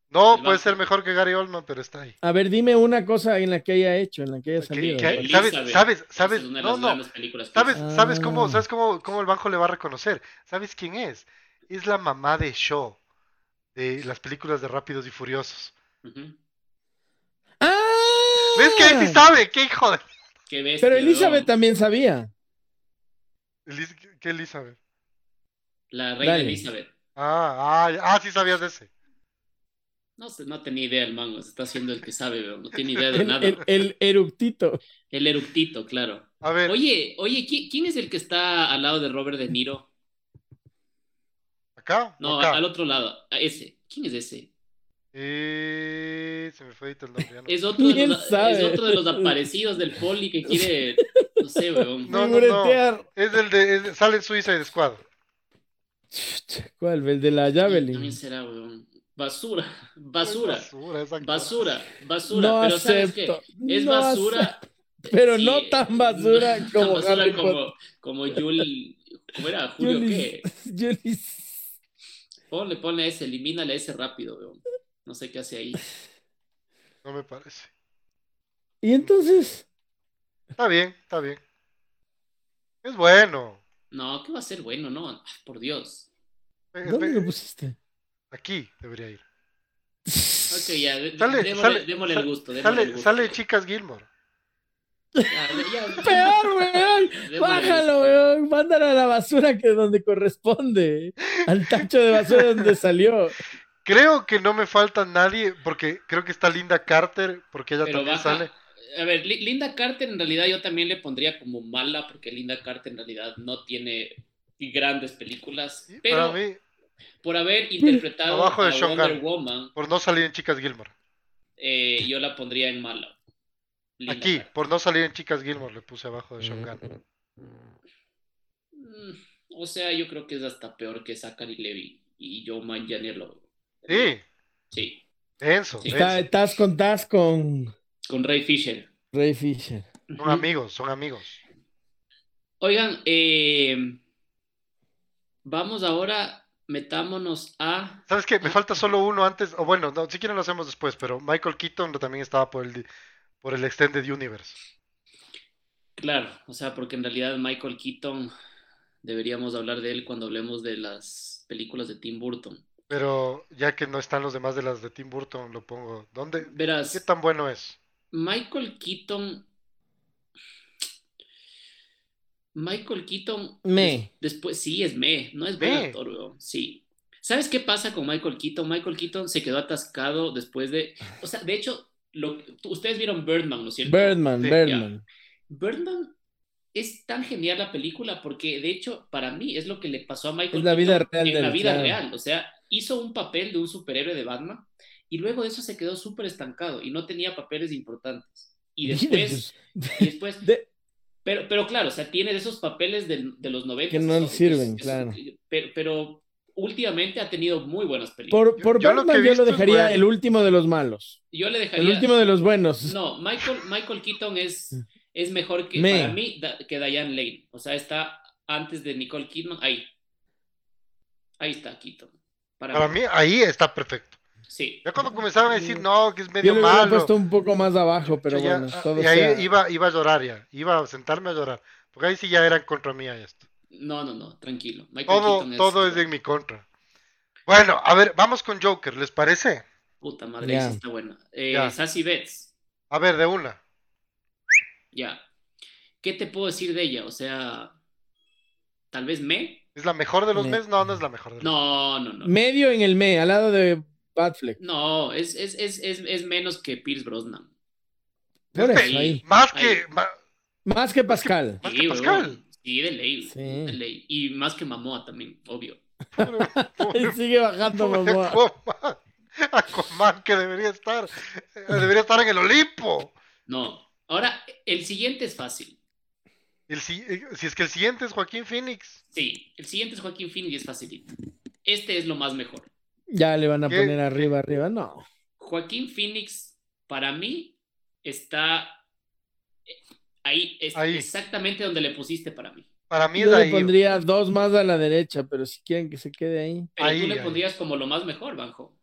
Speaker 2: No,
Speaker 1: El
Speaker 2: puede
Speaker 1: banco.
Speaker 2: ser mejor que Gary Oldman, pero está ahí.
Speaker 3: A ver, dime una cosa en la que haya hecho, en la que haya
Speaker 2: ¿Qué-
Speaker 3: salido.
Speaker 2: qué-
Speaker 1: Elizabeth.
Speaker 2: ¿Sabes? ¿Sabes?
Speaker 1: Esa
Speaker 2: ¿Sabes?
Speaker 1: Es una de
Speaker 2: No,
Speaker 1: las
Speaker 2: no.
Speaker 1: grandes películas que
Speaker 2: ¿Sabes,
Speaker 1: hizo.
Speaker 2: ¿sabes cómo,
Speaker 3: Ah.
Speaker 2: sabes cómo, cómo el banco le va a reconocer? ¿Sabes quién es? Es la mamá de Shaw, de las películas de Rápidos y Furiosos.
Speaker 1: Ujú.
Speaker 3: ¡Ah!
Speaker 2: ¿Ves que él sí sabe? ¡Qué hijo de...!
Speaker 1: Qué bestia,
Speaker 3: Pero Elizabeth
Speaker 1: Este ¿no?
Speaker 3: también sabía.
Speaker 2: Elis- ¿Qué Elizabeth?
Speaker 1: La reina
Speaker 3: Dale.
Speaker 1: Elizabeth.
Speaker 2: Ah, ah, ah, sí sabías de ese.
Speaker 1: No sé, no tenía idea el mango. Se está haciendo el que sabe, weón. No tiene idea de
Speaker 3: El,
Speaker 1: nada.
Speaker 3: el, el eructito.
Speaker 1: El eructito, claro.
Speaker 2: A ver,
Speaker 1: Oye, oye, ¿qui- ¿quién es el que está al lado de Robert De Niro?
Speaker 2: ¿acá?
Speaker 1: No,
Speaker 2: acá.
Speaker 1: al otro lado. A Ese. ¿Quién es ese?
Speaker 2: Eh, se me fue ahorita el nombre. ya no.
Speaker 1: Es otro, de
Speaker 3: ¿Quién
Speaker 1: los,
Speaker 3: sabe?
Speaker 1: es otro de los aparecidos del poli que quiere. No sé, weón.
Speaker 2: <laughs> No, no, no.
Speaker 3: Figuretear.
Speaker 2: Es el de... es- sale en Suicide Squad.
Speaker 3: ¿Cuál? El de la
Speaker 1: También
Speaker 3: <laughs> Javelin.
Speaker 1: será, weón. Basura, basura,
Speaker 2: Basura, exacto.
Speaker 1: basura, basura.
Speaker 3: No
Speaker 1: pero ¿sabes qué?
Speaker 3: acepto.
Speaker 1: Es
Speaker 3: no
Speaker 1: basura.
Speaker 3: acepto. Pero
Speaker 1: sí,
Speaker 3: no tan basura
Speaker 1: no tan
Speaker 3: como
Speaker 1: basura
Speaker 3: Harry Potter.
Speaker 1: como, como Jul- ¿Cómo era? Julio, ¿qué?
Speaker 3: <laughs> Julis.
Speaker 1: Ponle, ponle ese, elimínale ese rápido, weón. No sé qué hace ahí.
Speaker 2: No me parece.
Speaker 3: Y entonces,
Speaker 2: Está bien, está bien. Es bueno.
Speaker 1: No, ¿qué va a ser bueno, no? Ay, por Dios.
Speaker 2: Eh,
Speaker 3: ¿dónde
Speaker 2: eh,
Speaker 3: lo pusiste?
Speaker 2: Aquí debería ir.
Speaker 1: Ok, ya, de-
Speaker 2: Sale-
Speaker 1: démosle,
Speaker 2: sale-
Speaker 1: démosle el gusto. démosle el
Speaker 2: Sale,
Speaker 1: gusto.
Speaker 2: sale Chicas Gilmore.
Speaker 1: Ya, ya,
Speaker 3: <laughs> Peor,
Speaker 1: <laughs>
Speaker 3: weón.
Speaker 1: démosle el
Speaker 3: Bájalo,
Speaker 1: gusto.
Speaker 3: weón. Mándalo a la basura que donde corresponde. Al tacho de basura donde salió.
Speaker 2: Creo que no me falta nadie, porque creo que está Linda Carter, porque ella
Speaker 1: Pero
Speaker 2: también
Speaker 1: baja.
Speaker 2: sale.
Speaker 1: A ver, Li- Linda Carter en realidad yo también le pondría como mala, porque Linda Carter en realidad no tiene grandes películas,
Speaker 2: Y
Speaker 1: pero
Speaker 2: Para mí,
Speaker 1: por haber interpretado
Speaker 2: Abajo de
Speaker 1: a
Speaker 2: Sean
Speaker 1: Wonder
Speaker 2: Gunn.
Speaker 1: Woman,
Speaker 2: por no salir en Chicas Gilmore.
Speaker 1: eh, yo la pondría en mala. Linda
Speaker 2: Aquí,
Speaker 1: Carter.
Speaker 2: por no salir en Chicas Gilmore, le puse abajo de Sean Gunn.
Speaker 1: Mm, O sea, yo creo que es hasta peor que Zachary Levy y Joe Manganiello.
Speaker 2: Sí,
Speaker 1: Sí, <laughs>
Speaker 2: denso,
Speaker 1: Sí.
Speaker 2: denso.
Speaker 3: Está, estás con estás con
Speaker 1: con Ray Fisher.
Speaker 3: Ray Fisher.
Speaker 2: Son amigos, son amigos.
Speaker 1: Oigan, eh, vamos ahora, metámonos a...
Speaker 2: ¿Sabes qué? Me falta solo uno antes, o bueno, no, si quieren lo hacemos después, pero Michael Keaton también estaba por el, por el Extended Universe.
Speaker 1: Claro, o sea, porque en realidad Michael Keaton deberíamos hablar de él cuando hablemos de las películas de Tim Burton.
Speaker 2: Pero ya que no están los demás de las de Tim Burton, lo pongo. ¿Dónde? ¿Qué
Speaker 1: Verás,
Speaker 2: tan bueno es?
Speaker 1: Michael Keaton. Michael Keaton.
Speaker 3: Me.
Speaker 1: des- después, sí, es me, no es buen
Speaker 2: Me.
Speaker 1: actor, weón, Sí. ¿Sabes qué pasa con Michael Keaton? Michael Keaton se quedó atascado después de. O sea, de hecho, lo, tú- ustedes vieron Birdman, ¿no es cierto?
Speaker 3: Birdman,
Speaker 2: Sí,
Speaker 3: Birdman.
Speaker 1: Birdman es tan genial la película porque de hecho para mí es lo que le pasó a Michael
Speaker 3: Es la vida
Speaker 1: Keaton
Speaker 3: real
Speaker 1: en
Speaker 3: del-
Speaker 1: la vida
Speaker 3: claro.
Speaker 1: real, o sea, hizo un papel de un superhéroe de Batman y luego de eso se quedó súper estancado y no tenía papeles importantes. Y después, y después
Speaker 3: <laughs> De-
Speaker 1: pero, pero claro, o sea, tiene de esos papeles del- de, los 90.
Speaker 3: Que no
Speaker 1: eso-
Speaker 3: le sirven,
Speaker 1: eso-
Speaker 3: claro.
Speaker 1: Pero, pero últimamente ha tenido muy buenas películas.
Speaker 3: por por
Speaker 2: yo lo que
Speaker 3: Birdman
Speaker 2: he
Speaker 3: yo lo
Speaker 2: visto es
Speaker 3: dejaría
Speaker 2: bueno.
Speaker 3: el último de los malos.
Speaker 1: Yo le dejaría...
Speaker 3: El último de los buenos.
Speaker 1: No, Michael, Michael Keaton es, es mejor que
Speaker 3: Me.
Speaker 1: para mí da- que Diane Lane. O sea, está antes de Nicole Kidman. Ahí. Ahí está Keaton. Para,
Speaker 2: Para
Speaker 1: mí.
Speaker 2: mí, ahí está perfecto.
Speaker 1: Sí.
Speaker 2: Ya cuando comenzaban a decir, no, que es
Speaker 3: Yo
Speaker 2: medio
Speaker 3: lo hubiera
Speaker 2: malo.
Speaker 3: puesto un poco más abajo, pero
Speaker 2: ya-
Speaker 3: bueno,
Speaker 2: ah,
Speaker 3: todo
Speaker 2: y ahí
Speaker 3: sea-
Speaker 2: iba, iba a llorar ya, iba a sentarme a llorar. Porque ahí sí ya eran contra mía esto.
Speaker 1: No, no, no. Tranquilo. Michael
Speaker 2: Todo,
Speaker 1: Keaton es.
Speaker 2: todo es en mi contra. Bueno, a ver, vamos con Joker, ¿les parece?
Speaker 1: Puta madre,
Speaker 3: Ya.
Speaker 1: ahí sí está buena. Eh,
Speaker 2: Ya.
Speaker 1: Sassy Betts.
Speaker 2: A ver, de una.
Speaker 1: Ya. ¿Qué te puedo decir de ella? O sea. Tal vez me.
Speaker 2: ¿Es la mejor de los
Speaker 3: Me-
Speaker 2: meses? No, no es la mejor de los
Speaker 1: No, no, no.
Speaker 3: medio en el me, al lado de Batfleck.
Speaker 1: No, es, es, es, es, es menos que Pierce Brosnan.
Speaker 3: Por
Speaker 2: Es
Speaker 3: eso,
Speaker 1: ahí.
Speaker 3: ahí.
Speaker 2: Más
Speaker 1: Ahí.
Speaker 2: que. ma-
Speaker 3: Más que Pascal.
Speaker 2: <laughs> Más
Speaker 1: Sí,
Speaker 2: que
Speaker 1: huevón.
Speaker 2: Pascal.
Speaker 1: Sí, de ley.
Speaker 3: Sí.
Speaker 1: de ley. Y más que Mamoa también, obvio.
Speaker 2: pobre- <laughs> pobre-
Speaker 3: Sigue bajando,
Speaker 2: pobre
Speaker 3: mamá.
Speaker 2: Aquaman. Aquaman, que debería estar. eh, Debería estar en el Olimpo.
Speaker 1: No. Ahora, el siguiente es fácil.
Speaker 2: El si, eh, si es que el siguiente es Joaquín Phoenix.
Speaker 1: Sí, el siguiente es Joaquín Phoenix y es facilito. Este es lo más mejor.
Speaker 3: Ya le van a
Speaker 2: ¿Qué?
Speaker 3: poner arriba, arriba. No.
Speaker 1: Joaquín Phoenix, para mí, está eh, ahí, es
Speaker 2: Ahí.
Speaker 1: exactamente donde le pusiste para mí.
Speaker 2: Para mí es
Speaker 3: Yo le
Speaker 2: ahí.
Speaker 3: pondría dos más a la derecha, pero si quieren que se quede ahí.
Speaker 1: Pero
Speaker 2: Ahí,
Speaker 1: tú le
Speaker 2: ahí.
Speaker 1: pondrías como lo más mejor, Banjo.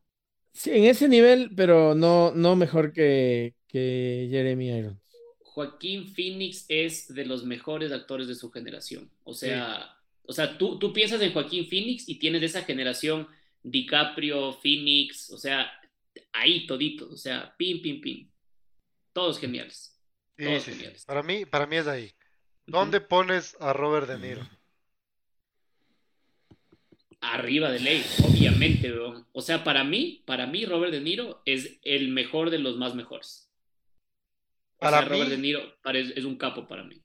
Speaker 3: Sí, en ese nivel, pero no, no mejor que, que Jeremy Irons.
Speaker 1: Joaquín Phoenix es de los mejores actores de su generación. O sea, o sea tú, tú piensas en Joaquín Phoenix y tienes de esa generación DiCaprio, Phoenix, o sea, ahí todito, o sea, pim, pim, pim. Todos geniales.
Speaker 2: Sí,
Speaker 1: Todos
Speaker 2: sí, sí.
Speaker 1: geniales.
Speaker 2: Para mí, para mí es ahí. ¿Dónde pones a Robert De
Speaker 3: Mm.
Speaker 2: Niro?
Speaker 1: Arriba de ley, obviamente, weón. O sea, para mí, para mí Robert De Niro es el mejor de los más mejores. O
Speaker 2: Para
Speaker 1: sea, Robert
Speaker 2: mí-
Speaker 1: De Niro pare- es un capo para mí.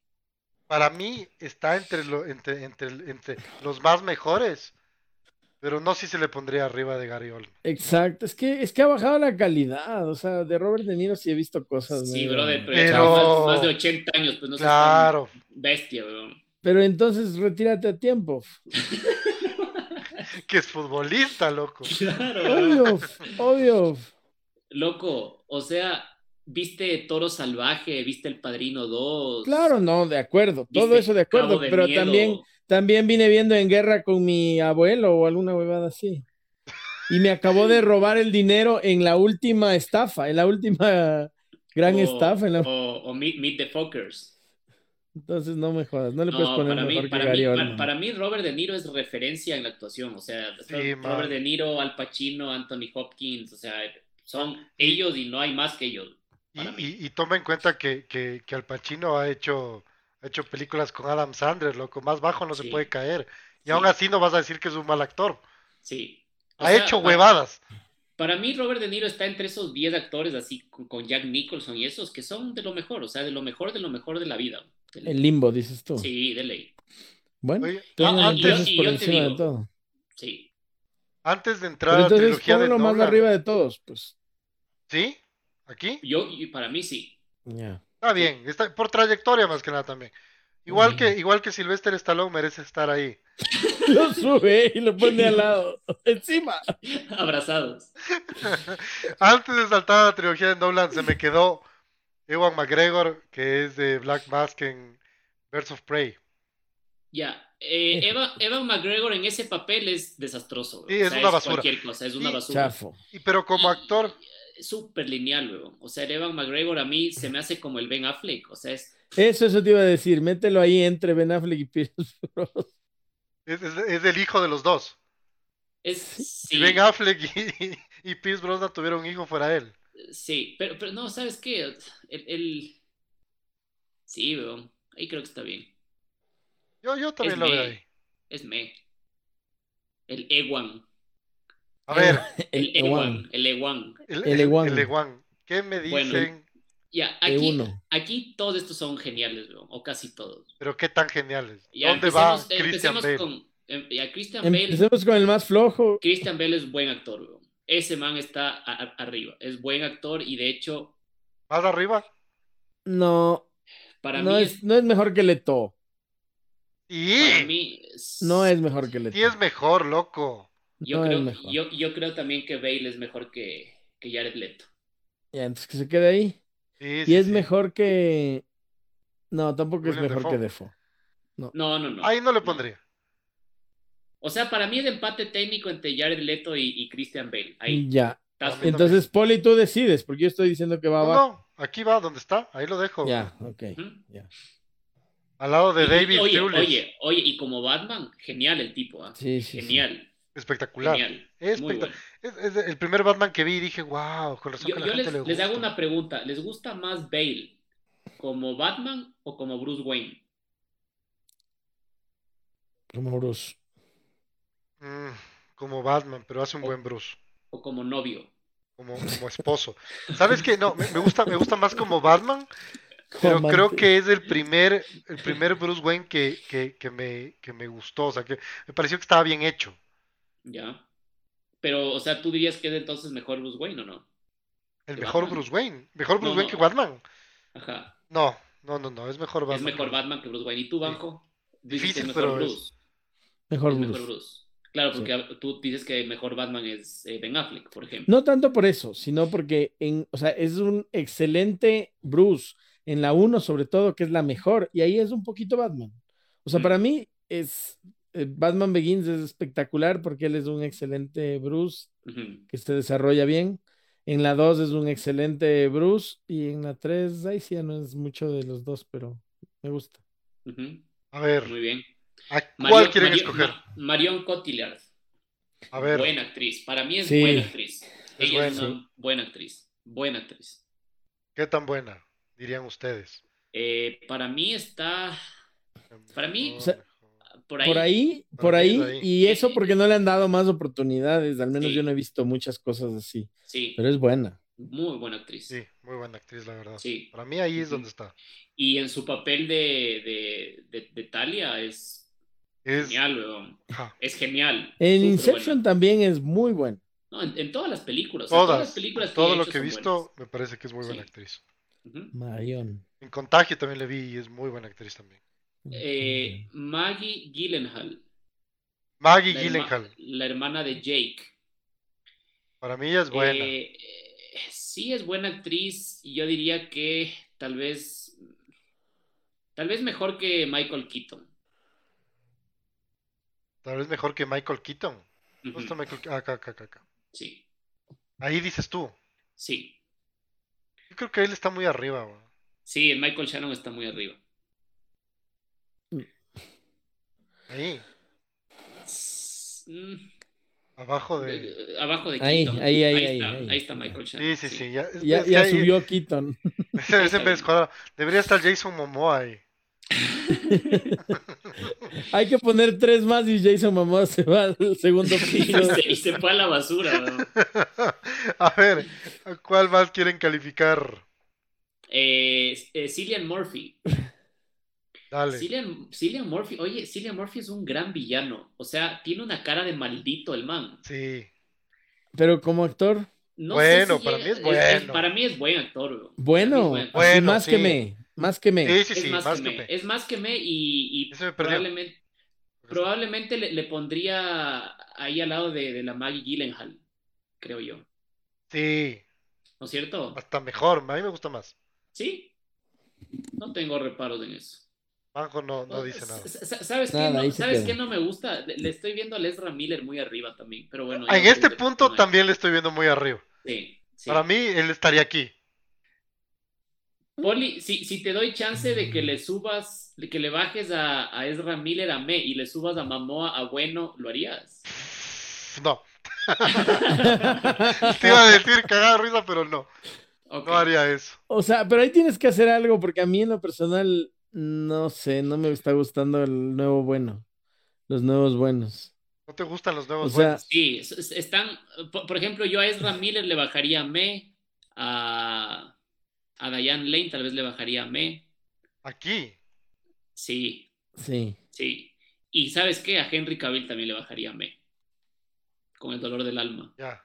Speaker 2: Para mí está entre, lo- entre, entre, entre los más mejores, pero no sé si le pondría arriba de Gary Oldman.
Speaker 3: Exacto, es que, es que ha bajado la calidad, o sea, de Robert De Niro sí he visto cosas.
Speaker 1: Sí,
Speaker 3: medio-
Speaker 1: brother, pero,
Speaker 2: Pero-
Speaker 1: más, más de 80 años, pues no seas tan
Speaker 2: Claro,
Speaker 1: bestia, weón.
Speaker 3: Pero entonces retírate a tiempo.
Speaker 2: que es futbolista, loco.
Speaker 1: Claro,
Speaker 3: Obvio, obvio.
Speaker 1: Loco, o sea, viste Toro Salvaje, viste El Padrino 2.
Speaker 3: Claro, no, de acuerdo,
Speaker 1: ¿Viste
Speaker 3: todo eso de acuerdo,
Speaker 1: Cabo de
Speaker 3: pero
Speaker 1: Miedo?
Speaker 3: también, también vine viendo en guerra con mi abuelo o alguna huevada así. Y me acabó de robar el dinero en la última estafa, en la última gran
Speaker 1: o-
Speaker 3: estafa. en la-
Speaker 1: O, o Meet, Meet the Fuckers.
Speaker 3: Entonces no me jodas, no le puedes
Speaker 1: No,
Speaker 3: poner
Speaker 1: para mí,
Speaker 3: mejor que
Speaker 1: para,
Speaker 3: Gary
Speaker 1: mí,
Speaker 3: Oldman.
Speaker 1: para, para mí Robert De Niro es referencia en la actuación. O sea,
Speaker 2: Sí, man.
Speaker 1: Robert De Niro, Al Pacino, Anthony Hopkins, o sea, son ellos y no hay más que ellos.
Speaker 2: Y,
Speaker 1: Para mí.
Speaker 2: y- y toma en cuenta que, que, que Al Pacino ha hecho, ha hecho películas con Adam Sandler, loco. Más bajo no se
Speaker 1: Sí.
Speaker 2: puede caer. Y
Speaker 1: Sí.
Speaker 2: aún así no vas a decir que es un mal actor.
Speaker 1: Sí. O
Speaker 2: Ha
Speaker 1: sea,
Speaker 2: hecho
Speaker 1: pa-
Speaker 2: huevadas.
Speaker 1: Para mí, Robert De Niro está entre esos 10 actores, así con, con Jack Nicholson y esos, que son de lo mejor, o sea, de lo mejor, de lo mejor de la vida. De ley.
Speaker 3: El limbo, dices tú.
Speaker 1: Sí, de ley.
Speaker 3: Bueno,
Speaker 2: Oye, a-
Speaker 3: Tony Hopkins
Speaker 1: yo-
Speaker 2: antes,
Speaker 3: es
Speaker 1: y
Speaker 3: por
Speaker 1: yo te
Speaker 3: encima de
Speaker 1: digo,
Speaker 3: todo.
Speaker 1: Sí.
Speaker 2: antes de entrar
Speaker 3: Pero
Speaker 2: a la
Speaker 3: entonces,
Speaker 2: trilogía de
Speaker 3: ponlo más
Speaker 2: Nolan,
Speaker 3: arriba de todos, pues.
Speaker 2: ¿sí? ¿Aquí?
Speaker 1: Yo, y para mí sí. <laughs>
Speaker 3: Ya. <laughs>
Speaker 2: Está bien, está por trayectoria más que nada también. Igual que, igual que Sylvester Stallone merece estar ahí.
Speaker 3: Lo sube y lo pone al lado, <laughs> encima.
Speaker 1: Abrazados.
Speaker 2: Antes de saltar a la trilogía de Nolan, se me quedó Ewan McGregor, que es de Black Mask en Birds of Prey.
Speaker 1: Ya. Eh, Eva, Evan McGregor en ese papel es desastroso. weón.
Speaker 2: Sí, es una basura.
Speaker 1: Cualquier cosa, es una
Speaker 2: Sí.
Speaker 1: basura.
Speaker 3: Chafo.
Speaker 2: Y pero como
Speaker 1: Y-
Speaker 2: actor,
Speaker 1: Es súper lineal, weón. O sea, el Evan McGregor a mí se me hace como el Ben Affleck. O sea, es.
Speaker 3: Eso, eso te iba a decir. Mételo ahí entre Ben Affleck y Pierce Brosnan.
Speaker 2: es, es- es el hijo de los dos.
Speaker 1: es
Speaker 2: Y
Speaker 1: sí,
Speaker 2: Ben Affleck y, y, y Pierce Brosnan tuvieron un hijo fuera de él.
Speaker 1: sí. Pero, pero no, ¿sabes qué? El, el- Sí, weón. Ahí creo que está bien.
Speaker 2: Yo, yo también
Speaker 1: Es
Speaker 2: lo veo
Speaker 1: gay.
Speaker 2: ahí.
Speaker 1: Es me. El Ewan.
Speaker 2: A ver,
Speaker 1: El Ewan. El Ewan.
Speaker 2: el,
Speaker 3: El
Speaker 2: el-
Speaker 3: Ewan.
Speaker 2: el Ewan. ¿Qué me
Speaker 1: Bueno.
Speaker 2: dicen?
Speaker 1: Ya, aquí,
Speaker 3: E1.
Speaker 1: aquí todos estos son geniales, weón. O casi todos.
Speaker 2: Pero qué tan geniales.
Speaker 1: Ya,
Speaker 2: ¿Dónde va
Speaker 1: empecemos- eh,
Speaker 2: Christian
Speaker 1: este, empecemos
Speaker 2: Bale?
Speaker 1: con- em- ya, Christian Bale.
Speaker 3: Empecemos con el más flojo.
Speaker 1: Christian Bale es buen actor, weón. Ese man está a- a- arriba. Es buen actor y de hecho,
Speaker 2: ¿Más arriba?
Speaker 3: No,
Speaker 1: para
Speaker 3: no,
Speaker 1: mí,
Speaker 3: es, no es mejor que Leto.
Speaker 1: para
Speaker 2: Sí,
Speaker 1: mí
Speaker 3: No es mejor que Leto.
Speaker 2: sí es mejor, loco.
Speaker 1: yo,
Speaker 3: no es
Speaker 1: creo,
Speaker 3: mejor.
Speaker 1: Yo, yo creo también que Bale es mejor que, que Jared Leto.
Speaker 3: Ya, entonces que se quede ahí.
Speaker 2: Sí,
Speaker 3: Y
Speaker 2: sí,
Speaker 3: es
Speaker 2: sí.
Speaker 3: mejor que. No, tampoco es
Speaker 2: William
Speaker 3: mejor que
Speaker 2: Dafoe.
Speaker 3: Defo.
Speaker 1: No, no, no.
Speaker 2: Ahí no le pondría.
Speaker 1: O sea, para mí el empate técnico entre Jared Leto y, y Christian Bale. Ahí
Speaker 3: Ya.
Speaker 1: estás.
Speaker 2: Mí también.
Speaker 3: Entonces, Poli, tú decides, porque yo estoy diciendo que va
Speaker 2: No,
Speaker 3: abajo.
Speaker 2: no, aquí va donde está, ahí lo dejo.
Speaker 3: Ya, ok.
Speaker 1: Ujú.
Speaker 2: Al lado de
Speaker 1: Y- y-
Speaker 2: David
Speaker 1: oye,
Speaker 2: Thewlis.
Speaker 1: oye, oye, y como Batman, genial el tipo, ¿ah?
Speaker 3: Sí, sí, sí.
Speaker 1: Genial,
Speaker 2: Espectacular.
Speaker 1: genial.
Speaker 2: Es
Speaker 1: Muy
Speaker 2: espectac-
Speaker 1: bueno.
Speaker 2: Es, es el primer Batman que vi y dije, wow, con razón
Speaker 1: Yo,
Speaker 2: que la
Speaker 1: yo
Speaker 2: gente
Speaker 1: les,
Speaker 2: le
Speaker 1: les hago
Speaker 2: gusta".
Speaker 1: una pregunta. ¿Les gusta más Bale como Batman o como Bruce Wayne?
Speaker 3: Como Bruce.
Speaker 2: Mm, como Batman, pero
Speaker 1: Oh.
Speaker 2: hace un buen Bruce.
Speaker 1: ¿O como novio?
Speaker 2: Como, como esposo. ¿Sabes qué? No, me, me gusta, me gusta más como Batman, pero
Speaker 3: Como
Speaker 2: creo
Speaker 3: antes.
Speaker 2: que es el primer, el primer Bruce Wayne que, que, que me, que me gustó. O sea, que me pareció que estaba bien hecho.
Speaker 1: ¿Ya? Pero, o sea, ¿tú dirías que es entonces mejor Bruce Wayne o no?
Speaker 2: El
Speaker 1: ¿Que
Speaker 2: mejor
Speaker 1: Batman?
Speaker 2: Bruce Wayne. Mejor Bruce
Speaker 1: No,
Speaker 2: Wayne
Speaker 1: no.
Speaker 2: que Batman.
Speaker 1: Ajá.
Speaker 2: No, no, no, no, es mejor
Speaker 1: es
Speaker 2: Batman.
Speaker 1: mejor
Speaker 2: que-
Speaker 1: Batman que Bruce Wayne. ¿Y tú, Banjo? Dices que
Speaker 2: Difícil,
Speaker 1: mejor
Speaker 2: pero es-
Speaker 1: Bruce.
Speaker 3: Mejor
Speaker 1: Es
Speaker 3: Bruce.
Speaker 1: mejor Bruce. Claro, porque tú dices que mejor Batman es eh, Ben Affleck, por ejemplo.
Speaker 3: No tanto por eso, sino porque en, o sea, es un excelente Bruce en la 1 sobre todo, que es la mejor, y ahí es un poquito Batman. O sea,
Speaker 1: Mm.
Speaker 3: para mí es eh, Batman Begins es espectacular porque él es un excelente Bruce
Speaker 1: Ujú.
Speaker 3: que se desarrolla bien. En la 2 es un excelente Bruce y en la 3 ahí sí ya no es mucho de los dos, pero me gusta.
Speaker 1: Ujú.
Speaker 2: A ver,
Speaker 1: Muy bien.
Speaker 2: ¿a cuál
Speaker 1: Marion-
Speaker 2: quieren
Speaker 1: Marion-
Speaker 2: escoger?
Speaker 1: Ma- Marion Cotillard.
Speaker 2: A ver,
Speaker 1: Buena actriz. Para mí es
Speaker 3: Sí.
Speaker 1: buena actriz. Ella es
Speaker 2: buena.
Speaker 1: una buena actriz. Buena actriz.
Speaker 2: ¿Qué tan buena dirían ustedes?
Speaker 1: Eh, para mí está Para mí,
Speaker 2: Mejor,
Speaker 3: o sea,
Speaker 2: mejor.
Speaker 1: por ahí.
Speaker 3: Por ahí, por
Speaker 2: Por ahí,
Speaker 3: ahí,
Speaker 2: por ahí.
Speaker 3: y eso porque no le han dado más oportunidades, al menos
Speaker 1: Sí.
Speaker 3: yo no he visto muchas cosas así,
Speaker 1: Sí,
Speaker 3: pero es buena.
Speaker 1: muy buena actriz. Sí.
Speaker 2: Sí, muy buena actriz, la verdad. Para mí ahí es
Speaker 1: Ujú.
Speaker 2: donde está.
Speaker 1: Y en su papel de, de, de, de Talia es
Speaker 2: Es,
Speaker 1: genial, weón.
Speaker 2: ajá,
Speaker 1: Es genial.
Speaker 3: En
Speaker 1: Súper
Speaker 3: Inception
Speaker 1: buena.
Speaker 3: también es muy buena.
Speaker 1: No, en, en todas las películas. en todas
Speaker 2: todas,
Speaker 1: las películas que
Speaker 2: todo
Speaker 1: he
Speaker 2: lo
Speaker 1: hecho
Speaker 2: que he
Speaker 1: son
Speaker 2: visto me parece que es muy buena
Speaker 1: Sí.
Speaker 2: actriz.
Speaker 1: buenas. Ujú.
Speaker 3: Marion.
Speaker 2: En Contagio también le vi y es muy buena actriz también.
Speaker 1: Eh, Maggie Gyllenhaal.
Speaker 2: Maggie
Speaker 1: la herma-
Speaker 2: Gyllenhaal,
Speaker 1: La hermana de Jake.
Speaker 2: para mí ella es buena.
Speaker 1: Eh, eh, sí, es buena actriz. Y yo diría que tal vez. Tal vez mejor que Michael Keaton.
Speaker 2: Tal vez mejor que Michael Keaton.
Speaker 1: Ujú,
Speaker 2: Justo Michael Ke- ah, acá, acá, acá, acá.
Speaker 1: Sí,
Speaker 2: Ahí dices tú.
Speaker 1: sí.
Speaker 2: Yo creo que él está muy arriba, güey.
Speaker 1: Sí, el Michael Shannon está muy arriba.
Speaker 2: Ahí,
Speaker 1: S- mm,
Speaker 2: abajo
Speaker 1: de-
Speaker 2: de.
Speaker 1: de- abajo de
Speaker 3: Ahí,
Speaker 1: Keaton.
Speaker 3: ahí, ahí, ahí,
Speaker 1: está,
Speaker 3: ahí.
Speaker 1: está Michael Shannon.
Speaker 2: Sí, sí,
Speaker 1: <laughs>
Speaker 2: sí. Ya, es-
Speaker 3: Ya,
Speaker 2: es que
Speaker 3: ya
Speaker 2: ahí-
Speaker 3: subió Keaton.
Speaker 2: <laughs> ese- ese me descuadra. Debería estar Jason Momoa ahí. <laughs>
Speaker 3: Hay que poner tres más y Jason Momoa se va al
Speaker 1: <laughs>
Speaker 3: segundo
Speaker 1: y,
Speaker 3: piso.
Speaker 1: se, y se fue a la basura. weón.
Speaker 2: A ver, ¿a ¿cuál más quieren calificar?
Speaker 1: Eh, eh, Cillian Murphy.
Speaker 2: Dale.
Speaker 1: Cillian, Cillian Murphy. Oye, Cillian Murphy es un gran villano. O sea, tiene una cara de maldito el man.
Speaker 2: Sí.
Speaker 3: Pero como actor,
Speaker 1: No
Speaker 2: Bueno,
Speaker 1: sé si
Speaker 2: para
Speaker 1: llega-
Speaker 2: mí es bueno.
Speaker 1: para mí es buen actor. weón. Para mí es
Speaker 3: bueno,
Speaker 1: buen actor.
Speaker 2: Bueno,
Speaker 3: más
Speaker 2: sí.
Speaker 3: que me, más que me.
Speaker 2: Sí, sí,
Speaker 1: es
Speaker 2: sí,
Speaker 1: más, que, me.
Speaker 2: me.
Speaker 1: Es más que me y, y
Speaker 2: Ese me perdió.
Speaker 1: probablemente, probablemente le, le pondría ahí al lado de, de la Maggie Gyllenhaal, creo yo.
Speaker 2: Sí,
Speaker 1: ¿No es cierto?
Speaker 2: hasta mejor. A mí me gusta más.
Speaker 1: Sí. No tengo reparos en eso.
Speaker 2: Manjo no, no dice
Speaker 1: S-
Speaker 2: nada.
Speaker 1: s- s- ¿Sabes, qué,
Speaker 3: Nada,
Speaker 1: no,
Speaker 3: ahí se
Speaker 1: ¿sabes
Speaker 3: queda.
Speaker 1: qué no me gusta? Le, le estoy viendo a Ezra Miller muy arriba también, pero bueno. ya
Speaker 2: En
Speaker 1: no
Speaker 2: este
Speaker 1: sé,
Speaker 2: punto
Speaker 1: no,
Speaker 2: también le estoy viendo muy arriba.
Speaker 1: sí, sí.
Speaker 2: Para mí, él estaría aquí.
Speaker 1: Poli, si, si te doy chance de que le subas, de que le bajes a, a Ezra Miller a Me y le subas a Mamoa a Bueno, ¿lo harías?
Speaker 2: No. Te iba a decir cagada de risa, pero no.
Speaker 1: Ok.
Speaker 2: No haría eso.
Speaker 3: <laughs> O sea, pero ahí tienes que hacer algo porque a mí en lo personal, no sé, no me está gustando el nuevo bueno, los nuevos buenos.
Speaker 2: ¿No te gustan los
Speaker 3: O
Speaker 2: nuevos
Speaker 3: sea,
Speaker 1: Sí, es- es- están, por, por ejemplo, yo a Ezra Miller le bajaría a Me, a, a Diane Lane tal vez le bajaría a Me,
Speaker 2: buenos? Aquí.
Speaker 1: sí,
Speaker 3: sí.
Speaker 1: sí. Y ¿sabes qué? A Henry Cavill también le bajaría a Me, con el dolor del
Speaker 3: <laughs>
Speaker 1: alma.
Speaker 2: Ya.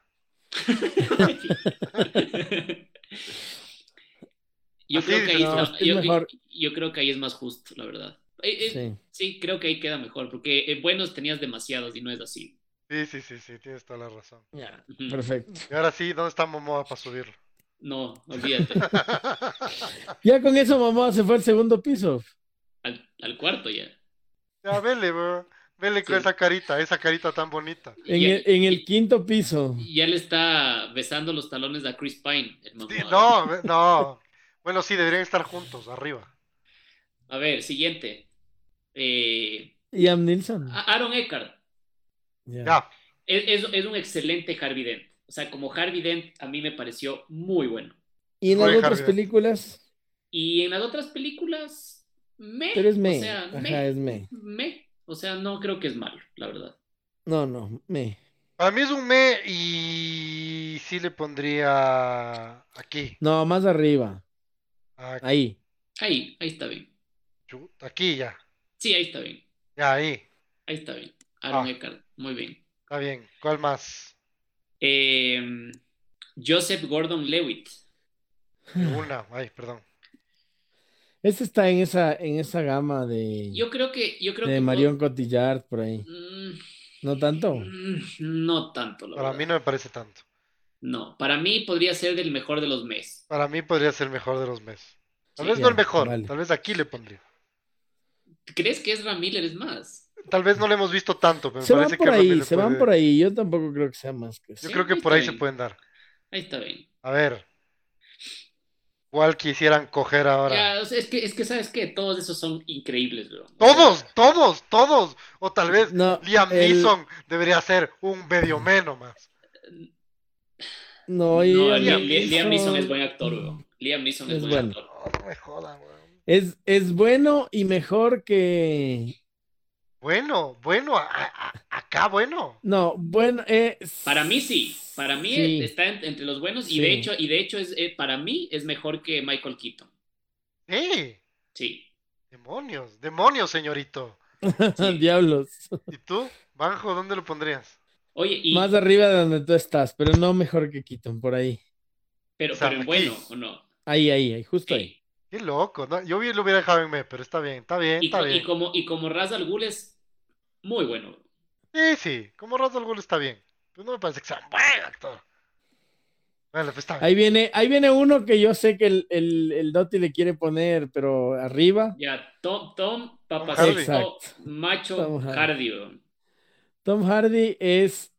Speaker 1: yo,
Speaker 2: Así
Speaker 1: creo que ahí
Speaker 2: dices,
Speaker 3: no,
Speaker 1: está-
Speaker 3: es
Speaker 1: yo-
Speaker 3: mejor.
Speaker 1: yo creo que ahí es más justo, la verdad. Eh, eh,
Speaker 3: Sí.
Speaker 1: Sí, creo que ahí queda mejor, porque eh, buenos tenías demasiados y no es así.
Speaker 2: Sí, sí, sí, sí, tienes toda la razón.
Speaker 1: Ujú.
Speaker 3: Perfecto.
Speaker 2: Y ahora sí, ¿dónde está Momoa para subirlo? <laughs>
Speaker 1: No, olvídate.
Speaker 3: <laughs> Ya con eso mamá se fue al segundo piso.
Speaker 1: Al, al cuarto ya.
Speaker 2: ya, vele, bro. Vele con
Speaker 1: Sí.
Speaker 2: esa carita, esa carita tan bonita.
Speaker 3: En
Speaker 1: ya,
Speaker 3: el, en el quinto piso.
Speaker 1: ya le está besando los talones a Chris Pine. el
Speaker 2: Sí,
Speaker 1: mamado.
Speaker 2: no, ve- no. Bueno, sí, deberían estar juntos, arriba.
Speaker 1: A ver, siguiente. Eh,
Speaker 3: Ian Nilsson.
Speaker 1: A- Aaron Eckhart
Speaker 3: Ya.
Speaker 2: Ya.
Speaker 1: es, es- es un excelente Harvey Dent. O sea, como Harvey Dent a mí me pareció muy bueno.
Speaker 3: Y en las
Speaker 2: Jorge
Speaker 3: otras
Speaker 2: Harvey.
Speaker 3: películas,
Speaker 1: Y en las otras películas, me.
Speaker 3: pero es me.
Speaker 1: ¿Eh? O sea,
Speaker 3: Ajá,
Speaker 1: me,
Speaker 3: es me.
Speaker 1: me. O sea, no creo que es malo, la verdad.
Speaker 3: No, no, me.
Speaker 2: Para mí es un me y sí le pondría aquí.
Speaker 3: No, más arriba.
Speaker 2: Aquí,
Speaker 3: Ahí.
Speaker 1: Ahí, ahí está bien.
Speaker 2: chu- aquí ya.
Speaker 1: Sí, ahí está bien.
Speaker 2: Ya, ahí.
Speaker 1: Ahí está bien. Aaron
Speaker 2: Ah.
Speaker 1: Eckhart, muy bien.
Speaker 2: Está bien. ¿Cuál más?
Speaker 1: Eh, Joseph Gordon Lewitt.
Speaker 3: Hmm.
Speaker 2: Una. Ay, perdón.
Speaker 3: Este está en esa, en esa gama de,
Speaker 1: Yo creo que. Yo creo
Speaker 3: de
Speaker 1: que
Speaker 3: Marion Cotillard por ahí.
Speaker 1: Mm,
Speaker 3: No tanto.
Speaker 1: mm, No tanto, la
Speaker 2: Para
Speaker 1: verdad.
Speaker 2: mí no me parece tanto.
Speaker 1: No, para mí podría ser del mejor de los mes.
Speaker 2: Para mí podría ser el mejor de los meses. Tal
Speaker 1: Sí,
Speaker 2: vez no el
Speaker 3: ya,
Speaker 2: mejor,
Speaker 3: vale.
Speaker 2: tal vez aquí le pondría.
Speaker 1: ¿Crees que Ezra Miller es más?
Speaker 2: Tal vez no le hemos visto tanto, pero me
Speaker 3: Se van
Speaker 2: parece
Speaker 3: por
Speaker 2: que Ramírez
Speaker 3: ahí, se van
Speaker 2: puede-
Speaker 3: por ahí. Yo tampoco creo que sea más que eso.
Speaker 2: Yo
Speaker 1: Sí,
Speaker 2: creo que
Speaker 1: ahí
Speaker 2: por
Speaker 1: está
Speaker 2: ahí se
Speaker 1: bien.
Speaker 2: pueden dar.
Speaker 1: Ahí está bien.
Speaker 2: A ver. ¿Cuál quisieran coger ahora?
Speaker 1: Ya, o sea, es que, es que, ¿sabes qué? Todos esos son increíbles, bro.
Speaker 2: Todos, todos, todos. O tal vez
Speaker 3: No,
Speaker 2: Liam
Speaker 3: el- Mm.
Speaker 2: Neeson debería ser un medio menos más.
Speaker 3: No,
Speaker 1: No,
Speaker 3: y
Speaker 1: Liam, Liam Neeson es buen actor, bro. Liam Neeson es,
Speaker 3: Es
Speaker 1: buen
Speaker 3: bueno.
Speaker 1: actor.
Speaker 2: No, no me jodan, weón.
Speaker 3: Es, es bueno y mejor que.
Speaker 2: Bueno, bueno, a- a- a- acá bueno.
Speaker 3: No, bueno, es.
Speaker 1: Para mí sí, para mí
Speaker 3: Sí.
Speaker 1: está en- entre los buenos y
Speaker 3: Sí.
Speaker 1: de hecho, y de hecho es, eh, para mí es mejor que Michael Keaton.
Speaker 2: ¡Ey!
Speaker 1: Sí.
Speaker 2: Demonios, demonios, señorito.
Speaker 1: sí.
Speaker 3: <laughs> Diablos.
Speaker 2: ¿Y tú, Banjo, dónde lo pondrías?
Speaker 1: Oye, y,
Speaker 3: Más arriba de donde tú estás, pero no mejor que Keaton, por ahí.
Speaker 1: pero,
Speaker 2: o sea,
Speaker 1: pero en
Speaker 2: aquí.
Speaker 1: bueno, ¿o no?
Speaker 3: Ahí, ahí, ahí, justo ahí.
Speaker 1: Sí.
Speaker 2: Qué loco, ¿no? Yo bien lo hubiera dejado en me, pero está bien, está bien,
Speaker 1: Y,
Speaker 2: está
Speaker 1: co- y
Speaker 2: bien.
Speaker 1: como, y como Ra's al Ghul es muy bueno.
Speaker 2: Sí, sí, como Ra's al Ghul está bien. Pero no me parece que sea un buen actor. Bueno, pues está bien.
Speaker 3: Ahí viene, ahí viene uno que yo sé que el, el, el Dotti le quiere poner, pero arriba.
Speaker 1: Ya, Tom, Tom
Speaker 2: Hardy.
Speaker 1: Papacito,
Speaker 3: Exacto.
Speaker 1: macho
Speaker 3: Tom Hardy.
Speaker 1: Hardy. weón.
Speaker 3: Tom Hardy es,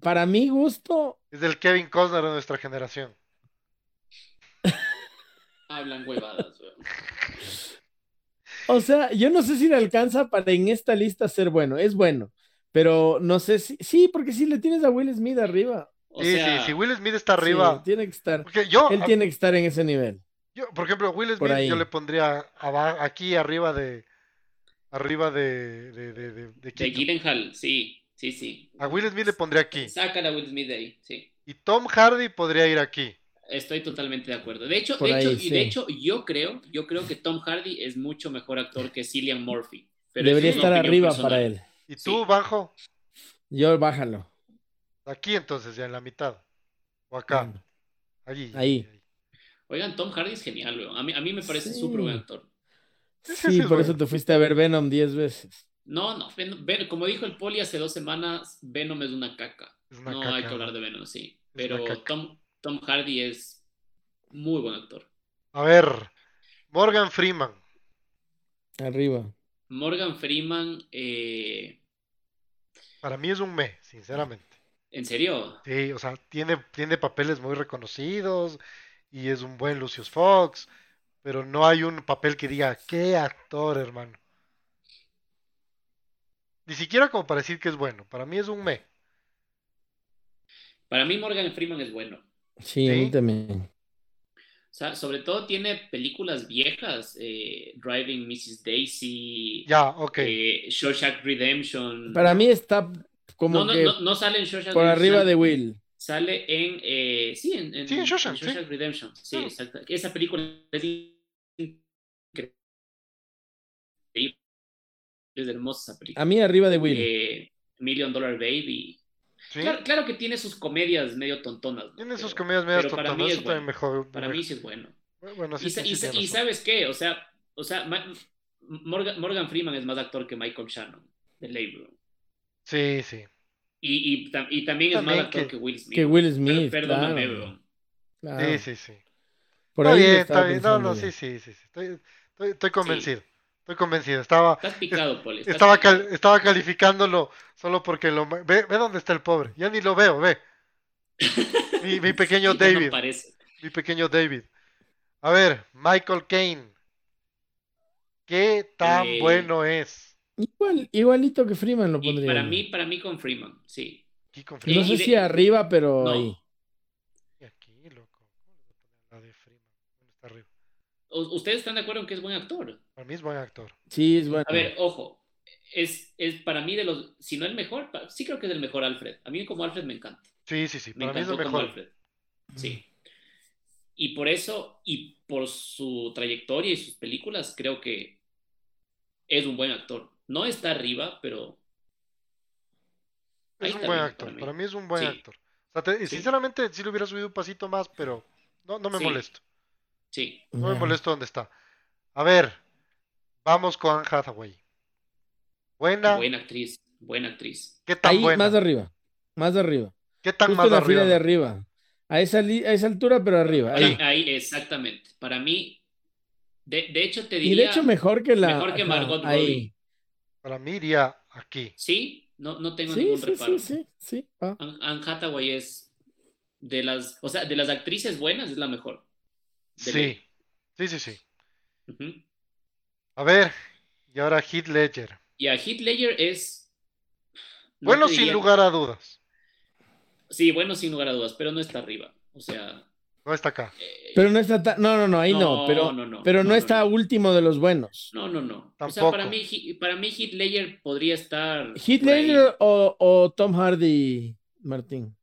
Speaker 3: para mi gusto,
Speaker 2: Es del Kevin Costner de nuestra generación.
Speaker 1: Hablan huevadas, weón.
Speaker 3: o sea, yo no sé si le alcanza para en esta lista ser bueno. Es bueno, pero no sé si, sí, porque si le tienes a Will Smith arriba,
Speaker 1: O
Speaker 2: sí,
Speaker 1: sea,
Speaker 2: sí, si Will Smith está arriba.
Speaker 3: sí, tiene que estar.
Speaker 2: Porque yo,
Speaker 3: Él
Speaker 2: a-
Speaker 3: tiene que estar en ese nivel.
Speaker 2: yo, por ejemplo, Will Smith
Speaker 3: Por ahí.
Speaker 2: yo le pondría aba- aquí arriba de. Arriba de. de, de, de- de
Speaker 1: de
Speaker 2: Keaton.
Speaker 1: Gyllenhaal, sí, sí, sí.
Speaker 2: A Will Smith le pondría aquí.
Speaker 1: Saca a Will Smith de ahí, sí.
Speaker 2: Y Tom Hardy podría ir aquí.
Speaker 1: Estoy totalmente de acuerdo. De hecho,
Speaker 3: Por
Speaker 1: de hecho,
Speaker 3: ahí,
Speaker 1: y de
Speaker 3: sí.
Speaker 1: hecho, yo creo, yo creo que Tom Hardy es mucho mejor actor que Cillian Murphy. Pero
Speaker 3: Debería
Speaker 1: eso es una
Speaker 3: estar
Speaker 1: opinión
Speaker 3: arriba
Speaker 1: personal.
Speaker 3: para él.
Speaker 2: Y
Speaker 1: Sí.
Speaker 2: tú, Banjo,
Speaker 3: Yo bájalo.
Speaker 2: aquí entonces, ya en la mitad. O acá. Allí.
Speaker 3: Ahí.
Speaker 1: Oigan, Tom Hardy es genial, weón. A mí, a mí me parece
Speaker 3: Sí.
Speaker 1: súper buen actor.
Speaker 2: Sí, sí,
Speaker 3: Sí,
Speaker 2: sí,
Speaker 3: por
Speaker 2: bueno.
Speaker 3: eso te fuiste a ver Venom 10 veces.
Speaker 1: No, no, Ven- Ven- como dijo el Poli hace dos semanas, Venom es una caca.
Speaker 2: Es una
Speaker 1: no
Speaker 2: caca,
Speaker 1: hay que hablar
Speaker 2: ¿no?
Speaker 1: de Venom, sí.
Speaker 2: Es una
Speaker 1: Pero
Speaker 2: caca.
Speaker 1: Tom, Tom Hardy es muy buen actor.
Speaker 2: A ver. Morgan Freeman.
Speaker 3: Arriba.
Speaker 1: Morgan Freeman, eh,
Speaker 2: Para mí es un me, sinceramente.
Speaker 1: ¿en serio?
Speaker 2: Sí, o sea, tiene, tiene papeles muy reconocidos y es un buen Lucius Fox, pero no hay un papel que diga, qué actor, hermano. Ni siquiera como para decir que es bueno. Para mí es un me.
Speaker 1: Para mí Morgan Freeman es bueno.
Speaker 3: Sí, a
Speaker 2: Sí.
Speaker 3: mí también.
Speaker 1: O sea, sobre todo tiene películas viejas, eh, Driving Mrs. Daisy,
Speaker 2: Ya, ok.
Speaker 1: eh, Shawshank Redemption.
Speaker 3: Para mí está como
Speaker 1: no, no,
Speaker 3: que
Speaker 1: no, no sale en Shawshank
Speaker 3: por
Speaker 1: Redemption,
Speaker 3: arriba de Will.
Speaker 1: Sale en... eh, sí, en,
Speaker 2: Sí, Ah. en Shawshank,
Speaker 1: Redemption. Sí,
Speaker 2: Claro.
Speaker 1: exacto. Esa película es increíble. Es hermosa esa película.
Speaker 3: A mí arriba de Will.
Speaker 1: Eh, Million Dollar Baby.
Speaker 2: Sí.
Speaker 1: Claro, claro que tiene sus comedias medio tontonas. ¿no?
Speaker 2: Tiene sus
Speaker 1: Pero
Speaker 2: comedias medias
Speaker 1: pero para
Speaker 2: tontonas,
Speaker 1: mí
Speaker 2: eso
Speaker 1: es
Speaker 2: también mejor.
Speaker 1: Para mí sí es bueno.
Speaker 2: Bueno, sí,
Speaker 1: Y, sa-
Speaker 2: sí,
Speaker 1: y
Speaker 2: sí
Speaker 1: sa-
Speaker 2: tiene
Speaker 1: y
Speaker 2: razón.
Speaker 1: sabes qué, o sea, o sea, Ma- Morgan, Morgan Freeman es más actor que Michael Shannon de Labor.
Speaker 2: Sí, sí.
Speaker 1: Y, y, tam- y también es
Speaker 2: También
Speaker 1: más actor
Speaker 2: que-
Speaker 1: que, Will Smith.
Speaker 3: que Will
Speaker 1: Per-
Speaker 3: Smith.
Speaker 1: perdóname,
Speaker 3: claro,
Speaker 1: bro.
Speaker 3: claro.
Speaker 2: Sí, sí, sí.
Speaker 3: Por
Speaker 2: está
Speaker 3: ahí
Speaker 2: bien,
Speaker 3: estaba
Speaker 2: está bien. No, no,
Speaker 3: pensando yo.
Speaker 2: sí, sí, sí. sí. Estoy, estoy, estoy convencido. Estoy convencido. Estaba,
Speaker 1: Estás picado, Paul. estás
Speaker 2: estaba,
Speaker 1: picado.
Speaker 2: cal- estaba calificándolo solo porque lo... ma- Ve, ve dónde está el pobre. Ya ni lo
Speaker 1: <laughs>
Speaker 2: veo, ve. Mi, mi pequeño
Speaker 1: Sí, ya no
Speaker 2: David.
Speaker 1: parece.
Speaker 2: Mi pequeño David. A ver, Michael Caine. ¿Qué tan
Speaker 1: Eh,
Speaker 2: bueno es?
Speaker 3: Igual, igualito que Freeman lo
Speaker 1: Y
Speaker 3: pondría.
Speaker 1: para
Speaker 3: yo.
Speaker 1: mí, para mí con Freeman, sí.
Speaker 2: Aquí con
Speaker 1: y-
Speaker 3: no
Speaker 2: Freeman.
Speaker 1: y
Speaker 3: sé
Speaker 1: de-
Speaker 3: si arriba, pero
Speaker 1: No.
Speaker 3: ahí.
Speaker 2: Y Aquí, loco. ¿Cómo le voy a poner la de Freeman? Bueno, está arriba.
Speaker 1: U- ¿Ustedes están de acuerdo en que es buen actor?
Speaker 2: Para mí es buen actor.
Speaker 3: Sí, es bueno.
Speaker 1: A ver, ojo. Es, es para mí de los, si no el mejor, pa- sí creo que es el mejor Alfred. A mí como Alfred me encanta.
Speaker 2: Sí, sí, sí.
Speaker 1: Me
Speaker 2: Para mí es el
Speaker 1: encantó como
Speaker 2: mejor.
Speaker 1: Alfred. Sí. Y por eso, y por su trayectoria y sus películas, creo que es un buen actor. No está arriba, pero Ahí
Speaker 2: Es un
Speaker 1: está
Speaker 2: buen
Speaker 1: bien,
Speaker 2: actor,
Speaker 1: para mí.
Speaker 2: para mí es un buen
Speaker 1: Sí.
Speaker 2: actor. O sea, te- y
Speaker 1: Sí.
Speaker 2: sinceramente, sí le hubiera subido un pasito más, pero no, no me
Speaker 1: Sí.
Speaker 2: molesto.
Speaker 1: sí.
Speaker 2: No me molesto donde está. A ver, vamos con Anne Hathaway. Buena,
Speaker 1: Buena actriz, buena actriz.
Speaker 2: ¿qué tan
Speaker 3: Ahí,
Speaker 2: buena?
Speaker 3: más arriba. Más arriba.
Speaker 2: ¿Qué tan
Speaker 3: Justo
Speaker 2: más
Speaker 3: en la
Speaker 2: arriba?
Speaker 3: fila de arriba. A esa, li- a esa altura, pero arriba.
Speaker 1: Para-
Speaker 3: ahí.
Speaker 1: Ahí. exactamente. Para mí, de, de hecho, te diría.
Speaker 3: Y de hecho, mejor que la.
Speaker 1: mejor que
Speaker 3: ajá,
Speaker 1: Margot Robbie.
Speaker 3: ahí.
Speaker 2: Para mí iría aquí.
Speaker 1: Sí, no, no tengo
Speaker 3: Sí,
Speaker 1: ningún
Speaker 3: sí,
Speaker 1: reparo.
Speaker 3: sí, sí, sí. va.
Speaker 1: Anne Anne Hathaway es de las, o sea, de las actrices buenas es la mejor. De
Speaker 2: Sí,
Speaker 1: ley.
Speaker 2: sí, sí, sí.
Speaker 1: Ujú.
Speaker 2: A ver, y ahora Heath Ledger.
Speaker 1: Y a Heath Ledger es. no
Speaker 2: Bueno,
Speaker 1: te
Speaker 2: sin
Speaker 1: diría-
Speaker 2: lugar a dudas.
Speaker 1: Sí, bueno, sin lugar a dudas, pero no está arriba. O sea,
Speaker 2: No está acá.
Speaker 1: Eh,
Speaker 3: Pero no está ta- No, no, no, ahí no,
Speaker 1: No,
Speaker 3: pero,
Speaker 1: no, no,
Speaker 3: pero no,
Speaker 1: no, no,
Speaker 3: está
Speaker 1: no.
Speaker 3: último de los buenos.
Speaker 1: No, no, no. O sea,
Speaker 2: Tampoco.
Speaker 1: para mí, Hi- para mí Hitler podría estar. por ahí.
Speaker 3: ¿Hitler o, o Tom Hardy, Martín?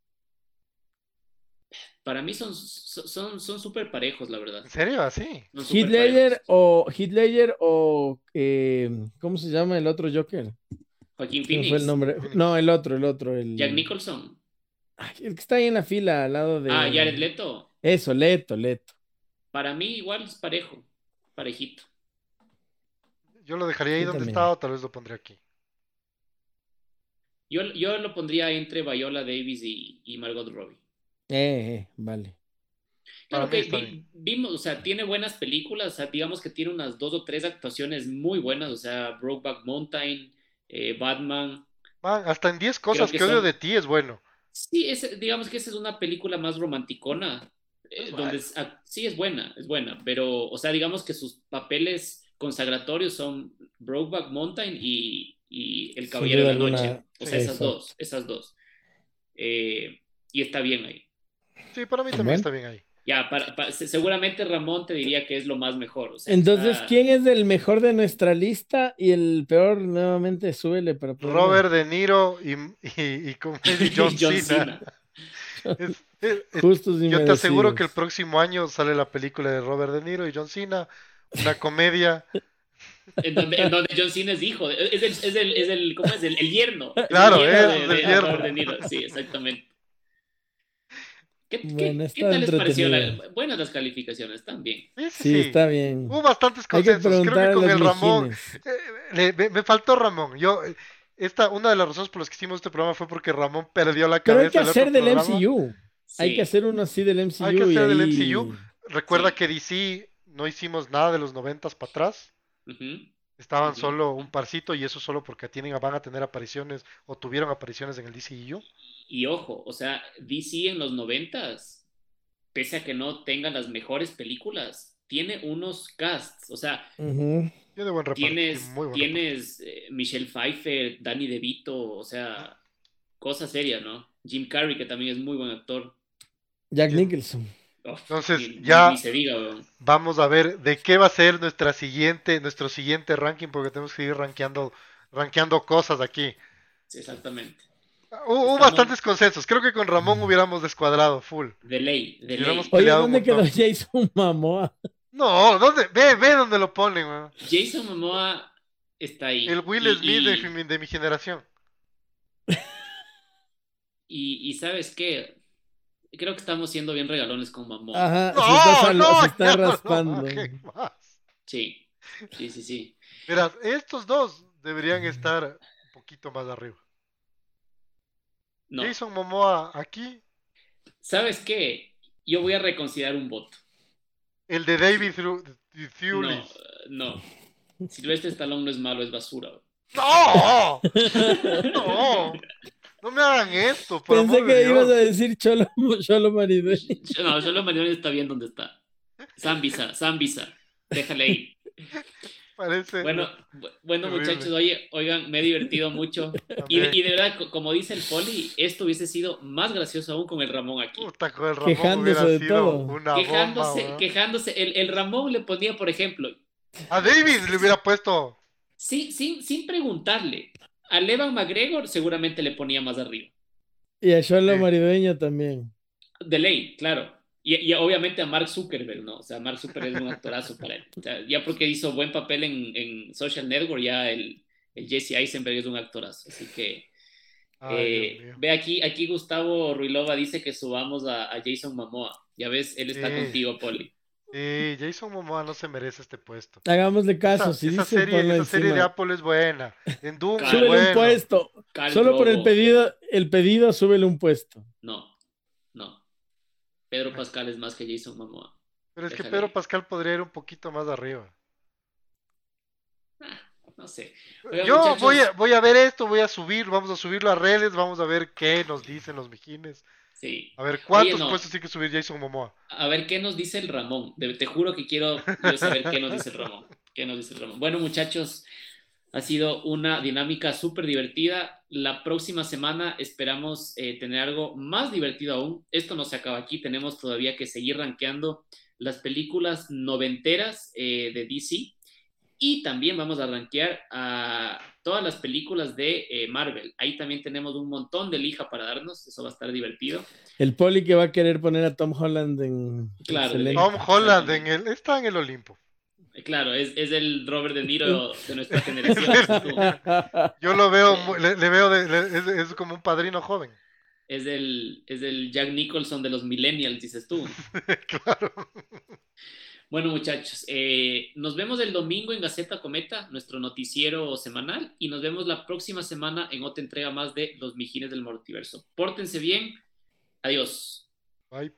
Speaker 1: Para mí son son son son súper parejos, la verdad.
Speaker 2: ¿En serio? Ah, ¿Así?
Speaker 1: Son súper
Speaker 3: ¿Hitler
Speaker 1: parejos.
Speaker 3: o, Hitler o eh, ¿cómo se llama el otro Joker?
Speaker 1: Joaquín
Speaker 3: ¿Quién
Speaker 1: Phoenix.
Speaker 3: fue el nombre?
Speaker 2: Phoenix.
Speaker 3: No, el otro, el otro. El,
Speaker 1: Jack Nicholson.
Speaker 3: Ay, el que está ahí en la fila al lado de.
Speaker 1: Ah, Jared Leto.
Speaker 3: Eso, Leto, Leto.
Speaker 1: Para mí igual es parejo, parejito.
Speaker 2: Yo lo dejaría ahí
Speaker 3: Yo
Speaker 2: donde
Speaker 3: también.
Speaker 2: estaba o tal vez lo pondría aquí.
Speaker 1: Yo, yo lo pondría entre Viola Davis y, y Margot Robbie.
Speaker 3: Eh, eh, vale.
Speaker 1: Ah. Claro
Speaker 2: Para mí
Speaker 1: que
Speaker 2: está
Speaker 1: vi-
Speaker 2: bien.
Speaker 1: vimos, o sea, tiene buenas películas, o sea, digamos que tiene unas dos o tres actuaciones muy buenas, o sea, Brokeback Mountain, eh, Batman.
Speaker 2: Man, hasta en 10 cosas
Speaker 1: que
Speaker 2: que, odio
Speaker 1: son-
Speaker 2: de ti es bueno.
Speaker 1: Sí, es, digamos que esa es una película más romanticona, eh,
Speaker 2: Es
Speaker 1: donde es- ah, sí es buena, es buena, pero, o sea, digamos que sus papeles consagratorios son Brokeback Mountain y, y El
Speaker 3: Sin
Speaker 1: Caballero de la
Speaker 3: duda
Speaker 1: Noche,
Speaker 3: alguna,
Speaker 1: o sea,
Speaker 3: sí,
Speaker 1: esas
Speaker 3: exacto.
Speaker 1: dos, esas dos. Eh, y está bien ahí.
Speaker 2: Sí, para mí también
Speaker 3: Bueno.
Speaker 2: está bien ahí.
Speaker 1: Ya, para- para- se- seguramente Ramón te diría que es lo más mejor. o sea,
Speaker 3: Entonces,
Speaker 1: está-
Speaker 3: ¿quién es el mejor de nuestra lista y el peor? Nuevamente, súbele para ponerlo.
Speaker 2: Robert De Niro y, y, y,
Speaker 3: <laughs>
Speaker 2: ¿cómo es? Y <laughs> John,
Speaker 1: John
Speaker 2: Cena.
Speaker 1: Cena.
Speaker 2: Es- es- es-
Speaker 3: Justos y
Speaker 2: eh, yo te aseguro
Speaker 3: merecidos.
Speaker 2: que el próximo año sale la película de Robert De Niro y John Cena, una comedia.
Speaker 1: En donde, en donde John Cena es hijo, de- es el, es el, es el- ¿cómo es? El, el yerno. Es el
Speaker 2: Claro,
Speaker 1: yerno
Speaker 2: es
Speaker 1: de-
Speaker 2: el
Speaker 1: de
Speaker 2: yerno.
Speaker 1: Robert De Niro, Sí, exactamente. ¿Qué, qué-
Speaker 3: Bueno,
Speaker 1: qué
Speaker 3: está
Speaker 1: tal les pareció? la-
Speaker 3: entretenido.
Speaker 1: buenas las calificaciones, están bien.
Speaker 2: Sí, sí,
Speaker 3: Sí,
Speaker 2: sí.
Speaker 3: está bien.
Speaker 2: Hubo bastantes
Speaker 3: Hay que
Speaker 2: consensos. Creo
Speaker 3: preguntar
Speaker 2: que
Speaker 3: a
Speaker 2: con
Speaker 3: los
Speaker 2: el Ramón.
Speaker 3: mejines.
Speaker 2: Eh, le- me, me faltó Ramón. Yo, eh, esta, una de las razones por las que hicimos este programa fue porque Ramón perdió la
Speaker 3: Pero
Speaker 2: cabeza.
Speaker 3: hay que
Speaker 2: el otro
Speaker 3: hacer del
Speaker 2: programa.
Speaker 3: MCU. Hay
Speaker 1: Sí.
Speaker 3: que hacer uno así del MCU.
Speaker 2: Hay que hacer
Speaker 3: y
Speaker 2: del
Speaker 3: ahí-
Speaker 2: MCU. Recuerda
Speaker 1: Sí.
Speaker 2: que DC no hicimos nada de los noventas para atrás.
Speaker 1: Ujú.
Speaker 2: Estaban
Speaker 1: Ujú.
Speaker 2: solo un parcito y eso solo porque tienen, van a tener apariciones o tuvieron apariciones en el DCU.
Speaker 1: Y ojo, o sea, DC en los noventas, pese a que no tenga las mejores películas, tiene unos casts, o sea,
Speaker 3: Ujú.
Speaker 2: Tiene buen reparto.
Speaker 1: Tienes,
Speaker 2: muy buen reparto.
Speaker 1: tienes eh, Michelle Pfeiffer, Danny DeVito, o sea, cosa seria, ¿no? Jim Carrey, que también es muy buen actor.
Speaker 3: Jack
Speaker 2: Bien.
Speaker 3: Nicholson.
Speaker 1: Uf,
Speaker 2: Entonces,
Speaker 1: ni- ni-
Speaker 2: ya-
Speaker 1: ni se diga, weón.
Speaker 2: Vamos a ver de qué va a ser nuestra siguiente, nuestro siguiente ranking porque tenemos que ir rankeando, rankeando cosas aquí.
Speaker 1: Sí, Exactamente.
Speaker 2: Hubo- Hubo
Speaker 1: Estamos-
Speaker 2: bastantes consensos. Creo que con
Speaker 3: Mm.
Speaker 2: Ramón hubiéramos descuadrado full.
Speaker 1: De ley, de ley.
Speaker 2: Digamos-
Speaker 3: Oye,
Speaker 2: Peleado un
Speaker 3: ¿dónde quedó
Speaker 2: montón.
Speaker 3: Jason Momoa?
Speaker 2: No, ¿dónde? Ve, ve dónde lo ponen, weón.
Speaker 1: Jason Momoa está ahí.
Speaker 2: El Will
Speaker 1: Y-
Speaker 2: Smith de,
Speaker 1: y-
Speaker 2: mi- de mi generación.
Speaker 1: Y, y ¿sabes qué? Creo que estamos siendo bien regalones con Momoa.
Speaker 3: Ajá,
Speaker 2: No,
Speaker 3: se está, sal-
Speaker 2: no,
Speaker 3: se está
Speaker 2: ya no,
Speaker 3: raspando.
Speaker 2: ¿qué más?
Speaker 1: Sí, sí, sí, sí.
Speaker 2: Verás, estos dos
Speaker 3: Mm.
Speaker 2: deberían estar un poquito más arriba.
Speaker 1: No.
Speaker 2: Jason Momoa aquí,
Speaker 1: ¿Sabes qué? Yo voy a reconsiderar un voto.
Speaker 2: el de David Thru- Th-
Speaker 1: No,
Speaker 2: Thewlis.
Speaker 1: no. Silvestre Stallone no es malo, es basura. weón.
Speaker 2: ¡No!
Speaker 1: <laughs>
Speaker 2: ¡No! ¡No me hagan esto, por
Speaker 3: Pensé
Speaker 2: amor de
Speaker 3: que ibas a
Speaker 2: Dios!
Speaker 3: decir Cholo, <laughs> Cholo Maribel.
Speaker 1: Yo- <laughs> No, solo Mariano está bien donde está. Zambisa, Zambisa. Déjale ahí.
Speaker 2: Parece...
Speaker 1: Bueno, bu- bueno
Speaker 2: Terrible.
Speaker 1: muchachos, oye, oigan, me he divertido mucho. Y,
Speaker 2: Amén.
Speaker 1: y de verdad, co- como dice el Poli, esto hubiese sido más gracioso aún con el Ramón aquí.
Speaker 2: Puta, con el Ramón
Speaker 3: Quejándose
Speaker 2: hubiera
Speaker 3: de
Speaker 2: sido
Speaker 3: todo.
Speaker 2: una bomba,
Speaker 1: Quejándose,
Speaker 2: weón.
Speaker 1: quejándose. El, el Ramón le ponía, por ejemplo,
Speaker 2: A David le hubiera puesto...
Speaker 1: sin, sin, sin preguntarle, a Evan McGregor seguramente le ponía más arriba.
Speaker 3: Y a Cholo
Speaker 2: Sí.
Speaker 3: Maridueño también.
Speaker 1: De ley, claro. Y, y obviamente a Mark Zuckerberg, ¿no? O sea, Mark Zuckerberg es un actorazo para él. O sea, ya porque hizo buen papel en, en Social Network, ya el, el Jesse Eisenberg es un actorazo. Así que
Speaker 2: Ay,
Speaker 1: eh,
Speaker 2: Dios mío.
Speaker 1: ve aquí, aquí Gustavo Ruilova dice que subamos a, a Jason Momoa. Ya ves, él está
Speaker 2: Sí.
Speaker 1: contigo, Poli.
Speaker 2: Sí, Jason Momoa no se merece este puesto.
Speaker 3: Hagámosle caso.
Speaker 2: Esa,
Speaker 3: si
Speaker 2: esa
Speaker 3: dice,
Speaker 2: serie,
Speaker 3: ponlo
Speaker 2: esa serie de
Speaker 3: encima.
Speaker 2: Apple es buena. En Doom,
Speaker 1: Claro.
Speaker 3: Súbele
Speaker 2: bueno.
Speaker 3: un puesto.
Speaker 1: Carl
Speaker 3: Solo por el
Speaker 1: Drogo.
Speaker 3: pedido, el pedido, súbele un puesto.
Speaker 1: No, no. Pedro Pascal es más que Jason Momoa.
Speaker 2: Pero es que
Speaker 1: Déjale.
Speaker 2: Pedro Pascal podría ir un poquito más arriba.
Speaker 1: No sé. Oigan,
Speaker 2: Yo
Speaker 1: muchachos,
Speaker 2: voy a, voy a ver esto, voy a subir, vamos a subirlo a redes, vamos a ver qué nos dicen los mijines.
Speaker 1: Sí.
Speaker 2: A ver, ¿cuántos
Speaker 1: no.
Speaker 2: puestos tiene que subir Jason Momoa?
Speaker 1: A ver qué nos dice el Ramón. De- te juro que quiero yo saber qué nos dice el Ramón. ¿Qué nos dice el Ramón? Bueno, muchachos, Ha sido una dinámica súper divertida. La próxima semana esperamos eh, tener algo más divertido aún. Esto no se acaba aquí, tenemos todavía que seguir rankeando las películas noventeras eh, de DC y también vamos a rankear a todas las películas de eh, Marvel. Ahí también tenemos un montón de lija para darnos, eso va a estar divertido.
Speaker 3: El poli que va a querer poner a Tom Holland en...
Speaker 1: Claro,
Speaker 3: Excelente.
Speaker 1: de-
Speaker 2: Tom Holland en el, está en el Olimpo.
Speaker 1: Eh, Claro, es, es el Robert De Niro de nuestra generación. Es como-
Speaker 3: <laughs>
Speaker 2: <laughs> Yo lo veo, mu- le, le veo, de- le- es, es como un padrino joven.
Speaker 1: Es el, es el Jack Nicholson de los millennials, dices tú.
Speaker 2: Claro.
Speaker 1: Bueno, muchachos, eh, nos vemos el domingo en Gaceta Cometa, nuestro noticiero semanal, y nos vemos la próxima semana en otra entrega más de Los Mijines del Multiverso. Pórtense bien. Adiós.
Speaker 2: Ay,